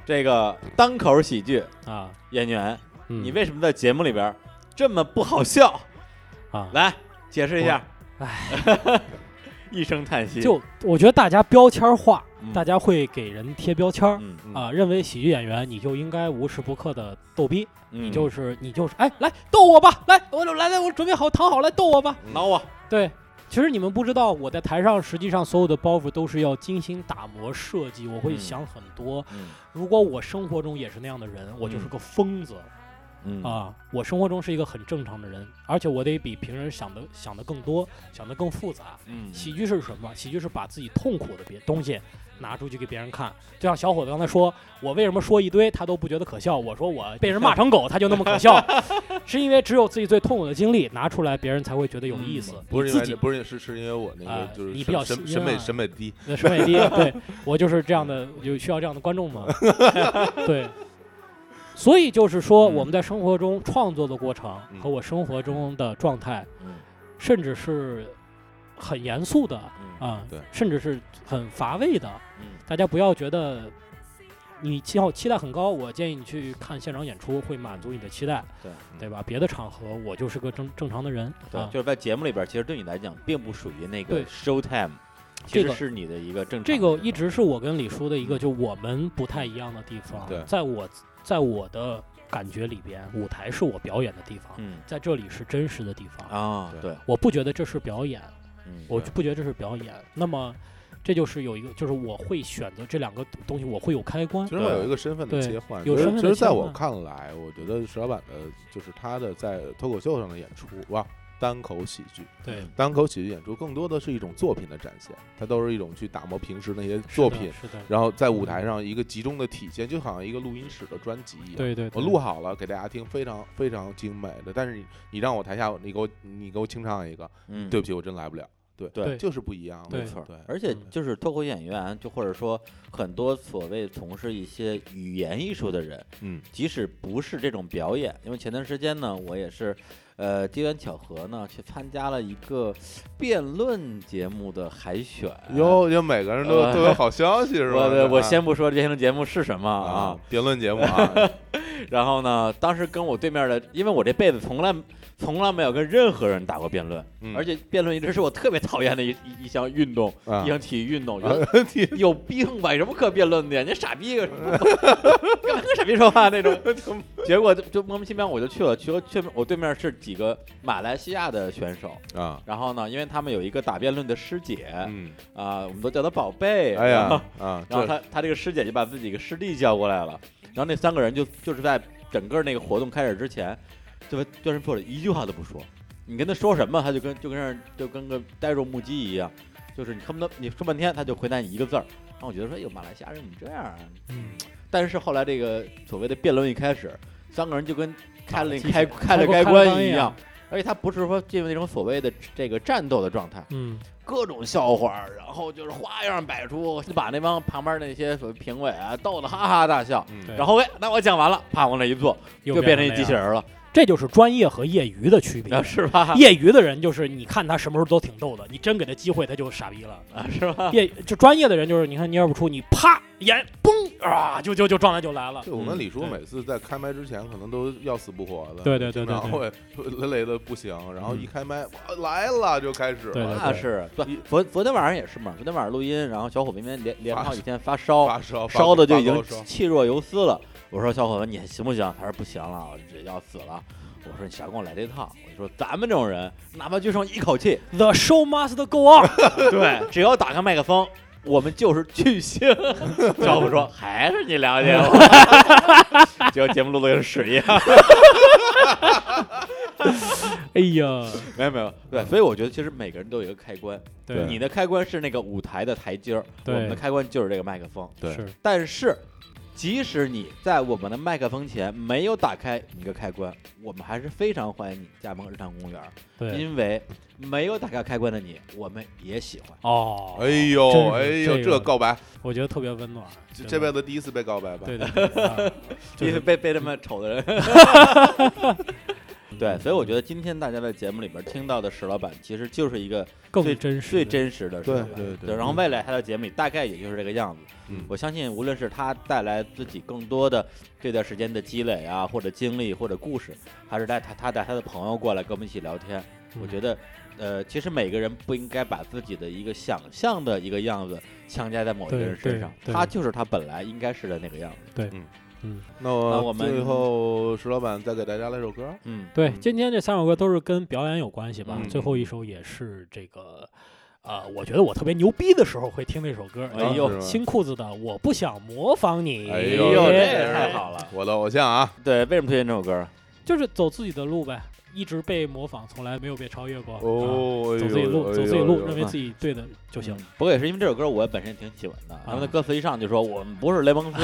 [SPEAKER 1] 这个单口喜剧
[SPEAKER 3] 啊，
[SPEAKER 1] 演员，
[SPEAKER 3] 嗯
[SPEAKER 1] 你为什么在节目里边这么不好笑？
[SPEAKER 3] 啊，
[SPEAKER 1] 来解释一下。
[SPEAKER 3] 唉，
[SPEAKER 1] *laughs* 一声叹息。
[SPEAKER 3] 就我觉得大家标签化
[SPEAKER 1] 嗯，
[SPEAKER 3] 大家会给人贴标签儿
[SPEAKER 1] 嗯，
[SPEAKER 3] 啊，认为喜剧演员你就应该无时不刻的逗逼，
[SPEAKER 1] 你
[SPEAKER 3] 你就是你就是，哎，来逗我吧，来我来来我准备好躺好来逗我吧。
[SPEAKER 1] 挠我，
[SPEAKER 3] 对，其实你们不知道，我在台上实际上所有的包袱都是要精心打磨设计，我会
[SPEAKER 1] 嗯
[SPEAKER 3] 想很多。
[SPEAKER 1] 嗯
[SPEAKER 3] 如果我生活中也是那样的人，我就是
[SPEAKER 1] 嗯
[SPEAKER 3] 个疯子、
[SPEAKER 1] 嗯
[SPEAKER 3] 啊！我生活中是一个很正常的人，而且我得比平人想的想的更多，想的更复杂。
[SPEAKER 1] 嗯
[SPEAKER 3] 喜剧是什么？喜剧是把自己痛苦的别东西拿出去给别人看。就像小伙子刚才说，我为什么说一堆他都不觉得可笑？我说我被人骂成狗，他就那么可
[SPEAKER 2] *laughs*
[SPEAKER 3] 笑，是因为只有自己最痛苦的经历拿出来，别人才会觉得有意思。
[SPEAKER 2] 嗯不是因
[SPEAKER 3] 你自
[SPEAKER 2] 为
[SPEAKER 3] 己
[SPEAKER 2] 这不是是是因为我那
[SPEAKER 3] 啊
[SPEAKER 2] 个就是
[SPEAKER 3] 你
[SPEAKER 2] 审
[SPEAKER 3] 比较
[SPEAKER 2] 审
[SPEAKER 3] 新
[SPEAKER 2] 审美
[SPEAKER 3] 啊
[SPEAKER 2] 审美低，
[SPEAKER 3] 那审美低，对我就是这样的，有需要这样的观众吗？
[SPEAKER 2] *laughs*
[SPEAKER 3] 对，所以就是说，
[SPEAKER 1] 嗯
[SPEAKER 3] 我们在生活中创作的过程
[SPEAKER 2] 嗯
[SPEAKER 3] 和我生活中的状态，
[SPEAKER 1] 嗯
[SPEAKER 3] 甚至是很严肃的
[SPEAKER 1] 嗯
[SPEAKER 3] 啊，
[SPEAKER 2] 对
[SPEAKER 3] 甚至是很乏味的，
[SPEAKER 1] 嗯
[SPEAKER 3] 大家不要觉得。你期望期待很高，我建议你去看现场演出，会满足你的期待，
[SPEAKER 1] 对
[SPEAKER 2] 嗯
[SPEAKER 3] 对吧？别的场合，我就是个正正常的人，
[SPEAKER 1] 对，
[SPEAKER 3] 啊
[SPEAKER 1] 就是在节目里边，其实对你来讲，并不属于那个
[SPEAKER 3] 对
[SPEAKER 1] show time，其
[SPEAKER 3] 这
[SPEAKER 1] 实
[SPEAKER 3] 个
[SPEAKER 1] 是你的一个正常的
[SPEAKER 3] 这
[SPEAKER 1] 时
[SPEAKER 3] 个
[SPEAKER 1] 候。
[SPEAKER 3] 一直是我跟李叔的一个就我们不太一样的地方。
[SPEAKER 2] 嗯对
[SPEAKER 3] 在我在我的感觉里边，舞台是我表演的地方，
[SPEAKER 1] 嗯
[SPEAKER 3] 在这里是真实的地方。
[SPEAKER 1] 啊，
[SPEAKER 2] 对
[SPEAKER 1] 对，
[SPEAKER 3] 我不觉得这是表演，
[SPEAKER 1] 嗯
[SPEAKER 3] 我
[SPEAKER 2] 对
[SPEAKER 3] 就不觉得这是表演。那么，这就是有一个，就是我会选择这两个东西，我会有开关
[SPEAKER 2] 其。实会有一个身份的
[SPEAKER 3] 对
[SPEAKER 2] 切换。
[SPEAKER 3] 有
[SPEAKER 2] 其实
[SPEAKER 3] 身份
[SPEAKER 2] 其
[SPEAKER 3] 的
[SPEAKER 2] 实在
[SPEAKER 3] 切
[SPEAKER 2] 我
[SPEAKER 3] 换
[SPEAKER 2] 看来，我觉得石老板的就是他的在脱口秀上的演出哇，单口喜剧。
[SPEAKER 3] 对，
[SPEAKER 2] 单口喜剧演出更多的是一种作品的展现，它都是一种去打磨平时那些
[SPEAKER 3] 是
[SPEAKER 2] 作
[SPEAKER 3] 的嗯
[SPEAKER 2] 品，
[SPEAKER 3] 是的，
[SPEAKER 2] 然后在舞台上一个集中的体现，就好像一个录音室的专辑一样。
[SPEAKER 3] 对对，
[SPEAKER 2] 我
[SPEAKER 3] 对
[SPEAKER 2] 录好了给大家听，非常非常精美的。但是你你让我台下你给我你给我清唱一个，
[SPEAKER 1] 嗯，
[SPEAKER 2] 对不起，我真来不了。对
[SPEAKER 1] 对
[SPEAKER 2] 就是不一样嘛。
[SPEAKER 3] 对
[SPEAKER 1] 没错
[SPEAKER 2] 对，
[SPEAKER 1] 而且
[SPEAKER 3] 嗯
[SPEAKER 1] 就是脱口演员，就或者说很多所谓从事一些语言艺术的人，
[SPEAKER 2] 嗯
[SPEAKER 1] 即使不是这种表演，因为前段时间呢，我也是，呃，机缘巧合呢，去参加了一个辩论节目的海选。
[SPEAKER 2] 哟，就每个人都
[SPEAKER 1] 呃
[SPEAKER 2] 都有好消息是
[SPEAKER 1] 我
[SPEAKER 2] 吧？
[SPEAKER 1] 我我
[SPEAKER 2] 啊
[SPEAKER 1] 先不说这些节目是什么
[SPEAKER 2] 啊
[SPEAKER 1] 啊，，
[SPEAKER 2] 辩论节目 *laughs* 啊，
[SPEAKER 1] 然后呢，当时跟我对面的，因为我这辈子从来从来没有跟任何人打过辩论，
[SPEAKER 2] 嗯
[SPEAKER 1] 而且辩论一直是我特别讨厌的一一一项运动，
[SPEAKER 2] 啊 *laughs*
[SPEAKER 1] 一项体育运动。我觉得
[SPEAKER 2] 啊你
[SPEAKER 1] *laughs* 有病吧？有什么可辩论的呀？你傻逼个什么？干嘛跟傻逼说话那
[SPEAKER 2] *laughs*
[SPEAKER 1] 种？结果就就莫名其妙我就去了，去了去我对面是几个马来西亚的选手，
[SPEAKER 2] 啊，
[SPEAKER 1] 然后呢，因为他们有一个打辩论的师姐啊、
[SPEAKER 2] 嗯，
[SPEAKER 1] 我们都叫她宝贝。
[SPEAKER 2] 哎
[SPEAKER 1] 然后
[SPEAKER 2] 呀啊，
[SPEAKER 1] 然后
[SPEAKER 2] 这
[SPEAKER 1] 他他这个师姐就把自己个师弟叫过来了，然后那三个人就就是在整个那个活动开始之前，就就是或者一句话都不说，你跟他说什么，他就跟就跟那就跟个呆若木鸡一样，就是你恨不得你说半天，他就回答你一个字儿。然后我觉得说，哎呦，马来西亚人你这样啊！
[SPEAKER 3] 嗯
[SPEAKER 1] 但是后来这个所谓的辩论一开始，三个人就跟开了
[SPEAKER 3] 打了鸡血
[SPEAKER 1] 开开了开
[SPEAKER 3] 开过开
[SPEAKER 1] 关
[SPEAKER 3] 关一
[SPEAKER 1] 一
[SPEAKER 3] 样
[SPEAKER 1] 样，而且他不是说进入那种所谓的这个战斗的状态，
[SPEAKER 3] 嗯，
[SPEAKER 1] 各种笑话，然后就是花样百出，就把那帮旁边那些所谓评委啊逗得哈哈大笑。
[SPEAKER 2] 嗯
[SPEAKER 3] 对
[SPEAKER 1] 然后哎，那我讲完了，啪往那一坐，
[SPEAKER 3] 又
[SPEAKER 1] 就变成
[SPEAKER 3] 成
[SPEAKER 1] 一
[SPEAKER 3] 那
[SPEAKER 1] 机器
[SPEAKER 3] 样，
[SPEAKER 1] 人了，
[SPEAKER 3] 这就是专业和业余的区别
[SPEAKER 1] 啊， *laughs* 是吧？
[SPEAKER 3] 业余的人就是你看他什么时候都挺逗的，你真给他机会他就傻逼了。
[SPEAKER 1] 啊，是吧？
[SPEAKER 3] 业就专业的人就是你看蔫不出，你啪眼嘣啊就就就状态就来了。
[SPEAKER 2] 就我跟
[SPEAKER 1] 嗯
[SPEAKER 2] 李叔
[SPEAKER 3] 对
[SPEAKER 2] 每次在开麦之前，可能都要死不活的，
[SPEAKER 3] 对对对对
[SPEAKER 2] 然后
[SPEAKER 3] 对
[SPEAKER 2] 会会累的不行，然后一开麦哇来了就开始
[SPEAKER 3] 对对
[SPEAKER 2] 了
[SPEAKER 1] 那是对，昨昨天晚上也是嘛，昨天晚上录音，然后小伙伴们连连
[SPEAKER 2] 发
[SPEAKER 1] 好几天发烧，
[SPEAKER 2] 发烧
[SPEAKER 1] 烧的就已
[SPEAKER 2] 发
[SPEAKER 1] 经
[SPEAKER 2] 高烧
[SPEAKER 1] 气若游丝了。我说小伙伴，你还行不行？他说不行了，我这要死了。我说你少跟我来这套。我就说咱们这种人，哪怕就剩一口气，
[SPEAKER 3] The show must go
[SPEAKER 1] *laughs*
[SPEAKER 3] on，
[SPEAKER 1] 对，只要打开麦克风，我们就是巨 *laughs* 星。小虎说：“还是你了解我。” *laughs* 结果节目录的跟屎一样。
[SPEAKER 3] 哎
[SPEAKER 1] *laughs*
[SPEAKER 3] 呀，
[SPEAKER 1] 没有没有，对，所以我觉得其实每个人都有一个开关，
[SPEAKER 3] 对
[SPEAKER 1] 你的开关是那个舞台的台阶儿，我
[SPEAKER 3] 对
[SPEAKER 1] 们的开关就是这个麦克风。
[SPEAKER 2] 对
[SPEAKER 3] 是
[SPEAKER 1] 但是，即使你在我们的麦克风前没有打开你的开关，我们还是非常欢迎你加盟日常公园儿，
[SPEAKER 3] 对
[SPEAKER 1] 因为没有打开开关的你，我们也喜欢。
[SPEAKER 3] 哦，
[SPEAKER 2] 哎呦
[SPEAKER 3] 真是
[SPEAKER 2] 哎呦，
[SPEAKER 3] 这
[SPEAKER 2] 这
[SPEAKER 3] 个
[SPEAKER 2] 告白，
[SPEAKER 3] 我觉得特别温暖。
[SPEAKER 2] 这
[SPEAKER 3] 真
[SPEAKER 2] 这辈
[SPEAKER 3] 的
[SPEAKER 2] 子第一次被告白吧？
[SPEAKER 3] 对对对，啊
[SPEAKER 1] *laughs*
[SPEAKER 3] 就
[SPEAKER 1] 因为
[SPEAKER 3] 是
[SPEAKER 1] 被被这么丑
[SPEAKER 3] *laughs*
[SPEAKER 1] 的人。对，所以我觉得今天大家在节目里边听到的石老板，其实就是一个
[SPEAKER 3] 更
[SPEAKER 1] 最
[SPEAKER 3] 真实
[SPEAKER 1] 最
[SPEAKER 3] 的
[SPEAKER 1] 真实的石老板。
[SPEAKER 2] 对对对
[SPEAKER 1] 然后未来他的节目里大概也就是这个样子。
[SPEAKER 2] 嗯
[SPEAKER 1] 我相信，无论是他带来自己更多的这段时间的积累啊，或者经历，或者故事，还是带他他带他的朋友过来跟我们一起聊天，
[SPEAKER 3] 嗯
[SPEAKER 1] 我觉得。呃，其实每个人不应该把自己的一个想象的一个样子强加在某一个
[SPEAKER 3] 对
[SPEAKER 1] 人身
[SPEAKER 3] 对
[SPEAKER 1] 上，
[SPEAKER 3] 对
[SPEAKER 1] 他就是他本来应该是的那个样子。
[SPEAKER 3] 嗯，
[SPEAKER 1] 那
[SPEAKER 2] 那我
[SPEAKER 1] 我们
[SPEAKER 2] 最后石老板再给大家来首歌，
[SPEAKER 1] 嗯，
[SPEAKER 3] 对，
[SPEAKER 2] 嗯
[SPEAKER 3] 今天这三首歌都是跟表演有关系吧？
[SPEAKER 2] 嗯
[SPEAKER 3] 最后一首也是这个，呃，我觉得我特别牛逼的时候会听那首歌。啊
[SPEAKER 1] 哎呦
[SPEAKER 2] 是吧
[SPEAKER 3] 新裤子的《我不想模仿你》，
[SPEAKER 2] 哎
[SPEAKER 1] 哎
[SPEAKER 2] 呦
[SPEAKER 1] 呦，
[SPEAKER 2] 这
[SPEAKER 1] 这
[SPEAKER 2] 个
[SPEAKER 1] 个
[SPEAKER 2] 太
[SPEAKER 1] 太
[SPEAKER 2] 好
[SPEAKER 1] 好了。
[SPEAKER 2] 我的偶像啊，
[SPEAKER 1] 对，为什么推荐这首歌？
[SPEAKER 3] 就是走自己的路呗，一直被模仿，从来没有被超越过。啊
[SPEAKER 2] 哦，哎呦
[SPEAKER 3] 走自己路，走自己路，认为
[SPEAKER 1] 啊
[SPEAKER 3] 自己对的就行。
[SPEAKER 1] 嗯
[SPEAKER 3] 啊
[SPEAKER 1] 不过也是因为这首歌，我本身挺喜欢的。然后那歌词一上就说：“我们不是雷蒙斯，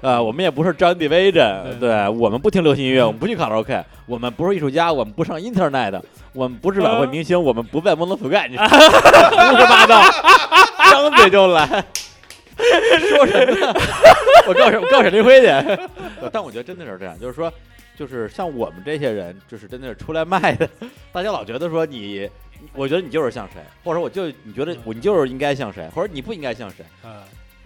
[SPEAKER 1] 呃，我们也不是 John Division，
[SPEAKER 3] 对
[SPEAKER 1] 对我们不听流行音乐，我们不去卡拉 OK，我们不是艺术家，我们不上 Internet，我们不是晚会明星，我们不在 m o n o s k y 你胡说八道，张嘴就来，说什么呢？我告诉我告诉李辉去。但我觉得真的是这样，就是说，就是像我们这些人，就是真的是出来卖的， *laughs* 大家老觉得说你。我觉得你就是像谁，或者我就你觉得我你就是应该像谁，或者你不应该像谁，
[SPEAKER 3] 啊，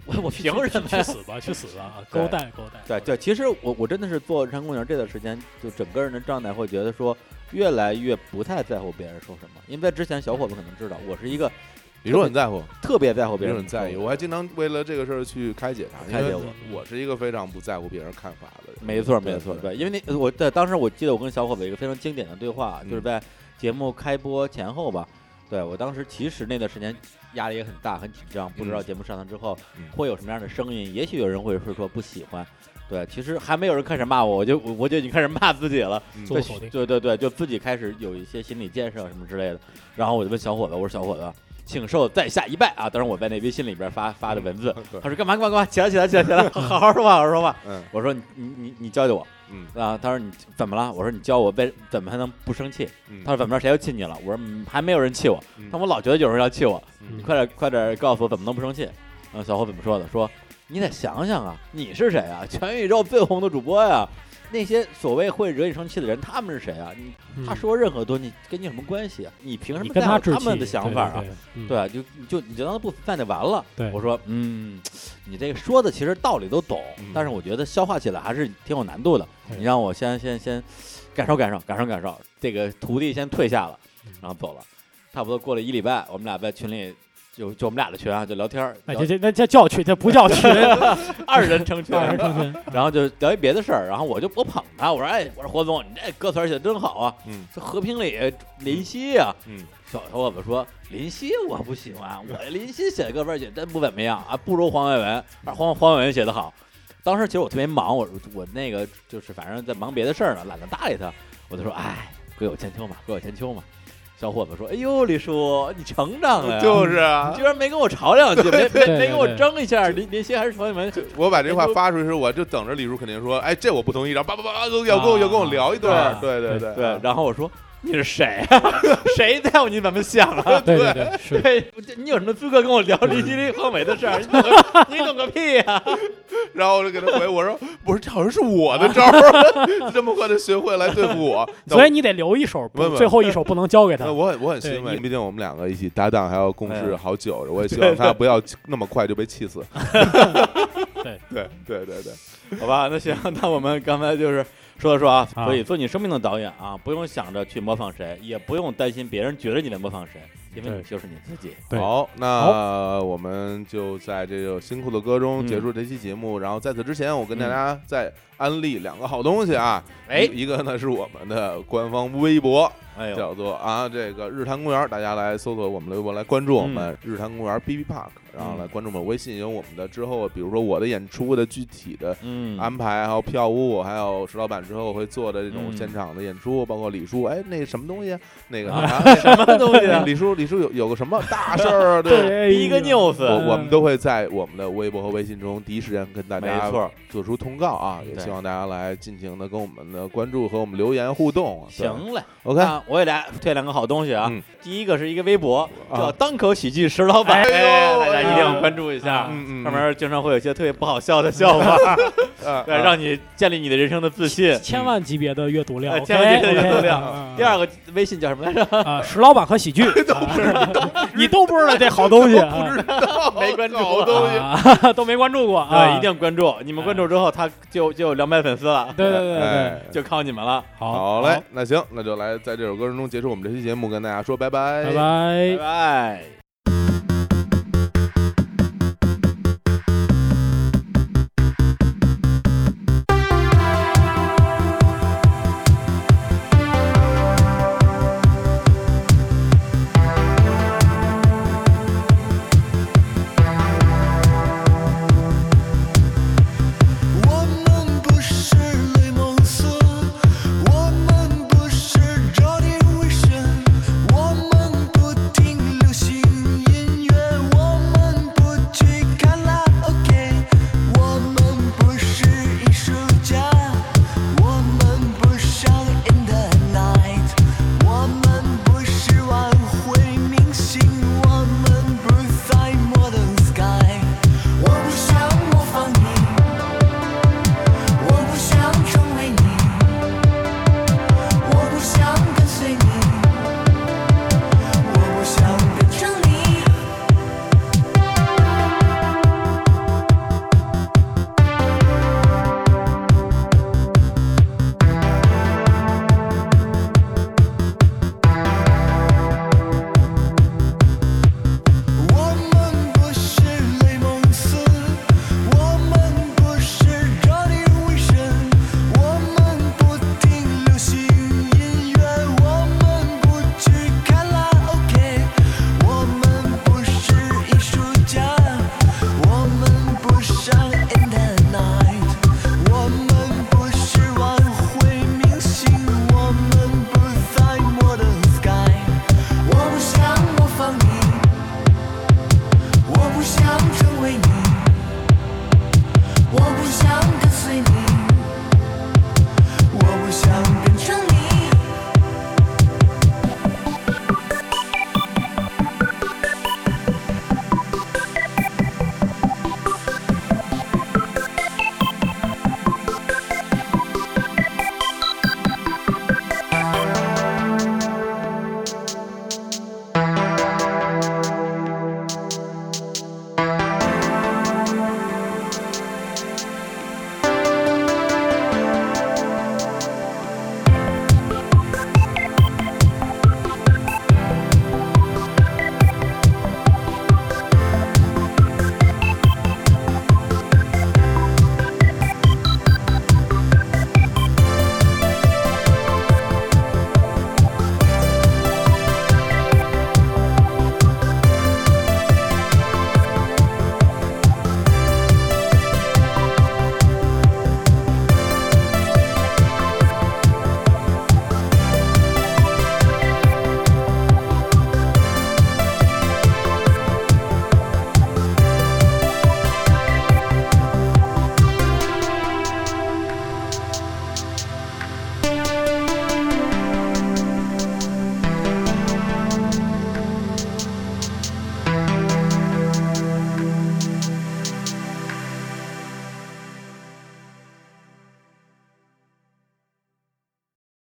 [SPEAKER 1] 我我
[SPEAKER 3] 去
[SPEAKER 1] 凭什么
[SPEAKER 3] 去
[SPEAKER 1] 呀
[SPEAKER 3] 去？死吧，去死吧！啊
[SPEAKER 1] 对
[SPEAKER 3] 勾带勾带。
[SPEAKER 1] 对对，其实我我真的是做日常公园这段时间，就整个人的状态会觉得说，越来越不太在乎别人说什么，因为在之前小伙伴可能知道，我是一个
[SPEAKER 2] 李叔很在乎，
[SPEAKER 1] 特别在乎别
[SPEAKER 2] 别人
[SPEAKER 1] 人
[SPEAKER 2] 很在意，
[SPEAKER 1] 说
[SPEAKER 2] 我还经常为了这个事儿去开解他，
[SPEAKER 1] 开
[SPEAKER 2] 因
[SPEAKER 1] 解
[SPEAKER 2] 为
[SPEAKER 1] 我。
[SPEAKER 2] 我是一个非常不在乎别人看法的人。
[SPEAKER 1] 没错，
[SPEAKER 2] 对
[SPEAKER 1] 没错，
[SPEAKER 2] 对
[SPEAKER 1] 对，因为那我在当时我记得我跟小伙子有一个非常经典的对话，就是
[SPEAKER 2] 嗯
[SPEAKER 1] 在节目开播前后吧。对我当时其实那段时间压力也很大，很紧张，不知道
[SPEAKER 2] 嗯
[SPEAKER 1] 节目上堂之后
[SPEAKER 2] 嗯
[SPEAKER 1] 会有什么样的声音，也许有人会是说不喜欢，对，其实还没有人开始骂我，我就我我就已经开始骂自己了。
[SPEAKER 2] 嗯
[SPEAKER 3] 做否定
[SPEAKER 1] 对对对，就自己开始有一些心理建设什么之类的。然后我就问小伙子，我说小伙子，请受在下一拜啊！当然我在那微信里边发发的文字，
[SPEAKER 2] 对
[SPEAKER 1] 他说干嘛干嘛干嘛，起来起来起来起来， *laughs* 好好说话好好说话。
[SPEAKER 2] 嗯
[SPEAKER 1] 我说你你你你教教我
[SPEAKER 2] 嗯
[SPEAKER 1] 啊！他说你怎么了？我说你教我为怎么才能不生气？
[SPEAKER 2] 嗯，
[SPEAKER 1] 他说怎么着谁要气你了？我说嗯还没有人气我，
[SPEAKER 2] 嗯
[SPEAKER 1] 但我老觉得有人要气我，
[SPEAKER 2] 嗯
[SPEAKER 1] 你快点快点告诉我怎么能不生气？然后小伙怎么说的？说你得想想啊，你是谁啊？全宇宙最红的主播呀、那些所谓会惹你生气的人，他们是谁啊？你他说任何东西跟你有什么关系啊？你凭什
[SPEAKER 3] 嗯你
[SPEAKER 1] 么
[SPEAKER 3] 跟
[SPEAKER 1] 在乎
[SPEAKER 3] 置
[SPEAKER 1] 他
[SPEAKER 3] 气
[SPEAKER 1] 们的想法啊？，
[SPEAKER 3] 对
[SPEAKER 1] 对，啊，就你就你就当他不存在就完了。
[SPEAKER 3] 对
[SPEAKER 1] 我说，嗯，你这个说的其实道理都懂，
[SPEAKER 2] 嗯
[SPEAKER 1] 但是我觉得消化起来还是挺有难度的。
[SPEAKER 3] 对
[SPEAKER 1] 你让我先先先感受感受感受感受，这个徒弟先退下了，
[SPEAKER 3] 嗯
[SPEAKER 1] 然后走了。差不多过了一礼拜，我们俩在群里就就我们俩的群啊，就聊天儿，
[SPEAKER 3] 那
[SPEAKER 1] 聊
[SPEAKER 3] 哎这这那这叫群，这不叫群，
[SPEAKER 1] 二人成群，啊
[SPEAKER 3] *laughs* 二人成群，
[SPEAKER 1] 然后就聊一别的事儿，然后我就我捧他，我说哎，我说霍总，你这歌词儿写的真好啊，
[SPEAKER 2] 嗯
[SPEAKER 1] 这和平里林夕啊，
[SPEAKER 2] 嗯
[SPEAKER 1] 小小伙子说林夕我不喜欢，我林夕写的歌词儿写得真不怎么样啊，不如黄伟文，啊黄黄伟文写的好。当时其实我特别忙，我我那个就是反正在忙别的事儿呢，懒得搭理他，我就说哎，各有千秋嘛，各有千秋嘛。小伙子说：“哎呦，李叔，你成长了呀！
[SPEAKER 2] 就是啊
[SPEAKER 1] 你居然没跟我吵两句，没没
[SPEAKER 3] 对
[SPEAKER 1] 没跟我
[SPEAKER 3] 对
[SPEAKER 1] 争一下，林林夕还是黄伟文
[SPEAKER 2] 我把这话发出去时，我就等着李叔肯定说，哎，这我不同意，然后叭叭叭叭要跟我要跟我聊一段儿，
[SPEAKER 1] 啊
[SPEAKER 2] 对对
[SPEAKER 1] 对，
[SPEAKER 2] 对
[SPEAKER 1] 然后我说你是谁啊？ *laughs* 谁在乎你怎么想啊？
[SPEAKER 3] 对对对，是
[SPEAKER 1] 对，你有什么资格跟我聊李吉利和美的事儿？你懂个你懂个屁呀、
[SPEAKER 2] 然后我就给他回，我说不是，这好像是我的招儿，啊 *laughs* 这么快就学会来对付我，那我
[SPEAKER 3] 所以你得留一手，
[SPEAKER 2] 不
[SPEAKER 3] 不
[SPEAKER 2] 不
[SPEAKER 3] 最后一手不能交给他
[SPEAKER 2] 那。我很我很
[SPEAKER 3] 对
[SPEAKER 2] 欣慰，
[SPEAKER 3] 你
[SPEAKER 2] 毕竟我们两个一起搭档，还要共
[SPEAKER 1] 哎
[SPEAKER 2] 事
[SPEAKER 1] 呀
[SPEAKER 2] 好久，我也希望他不要那么快就被气死。 *laughs*
[SPEAKER 3] 对
[SPEAKER 2] 对对对对，
[SPEAKER 1] 好吧，那行， *laughs* 那我们刚才就是说了说啊，
[SPEAKER 3] 啊
[SPEAKER 1] 所以做你生命的导演啊，不用想着去模仿谁，也不用担心别人觉得你在模仿谁，因为
[SPEAKER 3] 对
[SPEAKER 1] 你就是你自己。
[SPEAKER 3] 对
[SPEAKER 2] 好，那我们就在这首辛苦的歌中结束这期节目。然后在此之前，我跟大家再安利两个好东西啊，
[SPEAKER 1] 哎
[SPEAKER 2] 一一个呢是我们的官方微博，
[SPEAKER 1] 哎呦，
[SPEAKER 2] 叫做啊这个日坛公园，大家来搜索我们的微博来关注我们、日坛公园 B B Park，然后来关注我们微信，有我们的之后，比如说我的演出的具体的
[SPEAKER 1] 嗯，
[SPEAKER 2] 安排，还有票务，还有石老板之后会做的这种
[SPEAKER 1] 嗯
[SPEAKER 2] 现场的演出，包括李叔，哎，那什么东西啊，那个
[SPEAKER 1] 啊
[SPEAKER 2] 啥那个
[SPEAKER 1] *laughs* 什么东西啊？
[SPEAKER 2] 李叔，李叔有有个什么大事儿
[SPEAKER 1] *laughs*
[SPEAKER 2] 啊？对，
[SPEAKER 3] 哎
[SPEAKER 1] 第一个 news，
[SPEAKER 2] 我我们都会在我们的微博和微信中第一时间跟大家
[SPEAKER 1] 没错
[SPEAKER 2] 做出通告啊，也
[SPEAKER 1] 对
[SPEAKER 2] 希望大家来尽情的跟我们的关注和我们留言互动。对
[SPEAKER 1] 行嘞。
[SPEAKER 2] ，OK，
[SPEAKER 1] 啊，我给大家推两个好东西啊。
[SPEAKER 2] 嗯
[SPEAKER 1] 第一个是一个微博，
[SPEAKER 2] 啊
[SPEAKER 1] 叫“当口喜剧石老板”，
[SPEAKER 2] 哎呦
[SPEAKER 1] 大家一定要
[SPEAKER 3] 哎
[SPEAKER 1] 关注一下。
[SPEAKER 3] 啊
[SPEAKER 2] 嗯嗯，
[SPEAKER 1] 上面经常会有一些特别不好笑的笑
[SPEAKER 2] *laughs*
[SPEAKER 1] 话，
[SPEAKER 2] 啊
[SPEAKER 1] 对，让你建立你的人生的自信。
[SPEAKER 3] 千万级别的阅读量
[SPEAKER 1] 哎，千万级别的阅读
[SPEAKER 2] 嗯
[SPEAKER 1] 量啊
[SPEAKER 3] 量
[SPEAKER 1] 第二个微信叫什么来着？
[SPEAKER 3] 啊，石老板
[SPEAKER 1] *laughs*
[SPEAKER 3] 和喜剧，啊你都不知道这好东西，不知
[SPEAKER 1] 没关注
[SPEAKER 2] 好
[SPEAKER 1] 道
[SPEAKER 2] 东西。
[SPEAKER 3] 啊， *laughs* 都没关注过啊，
[SPEAKER 1] 对，一定关注。你们关注之后，他就就有两百粉丝了，
[SPEAKER 3] 对，对对对对，
[SPEAKER 2] 哎，
[SPEAKER 1] 就靠你们了。
[SPEAKER 2] 好嘞，那行，那就来在这首歌声中结束我们这期节目，跟大家说拜拜，
[SPEAKER 3] 拜拜
[SPEAKER 1] 拜。拜。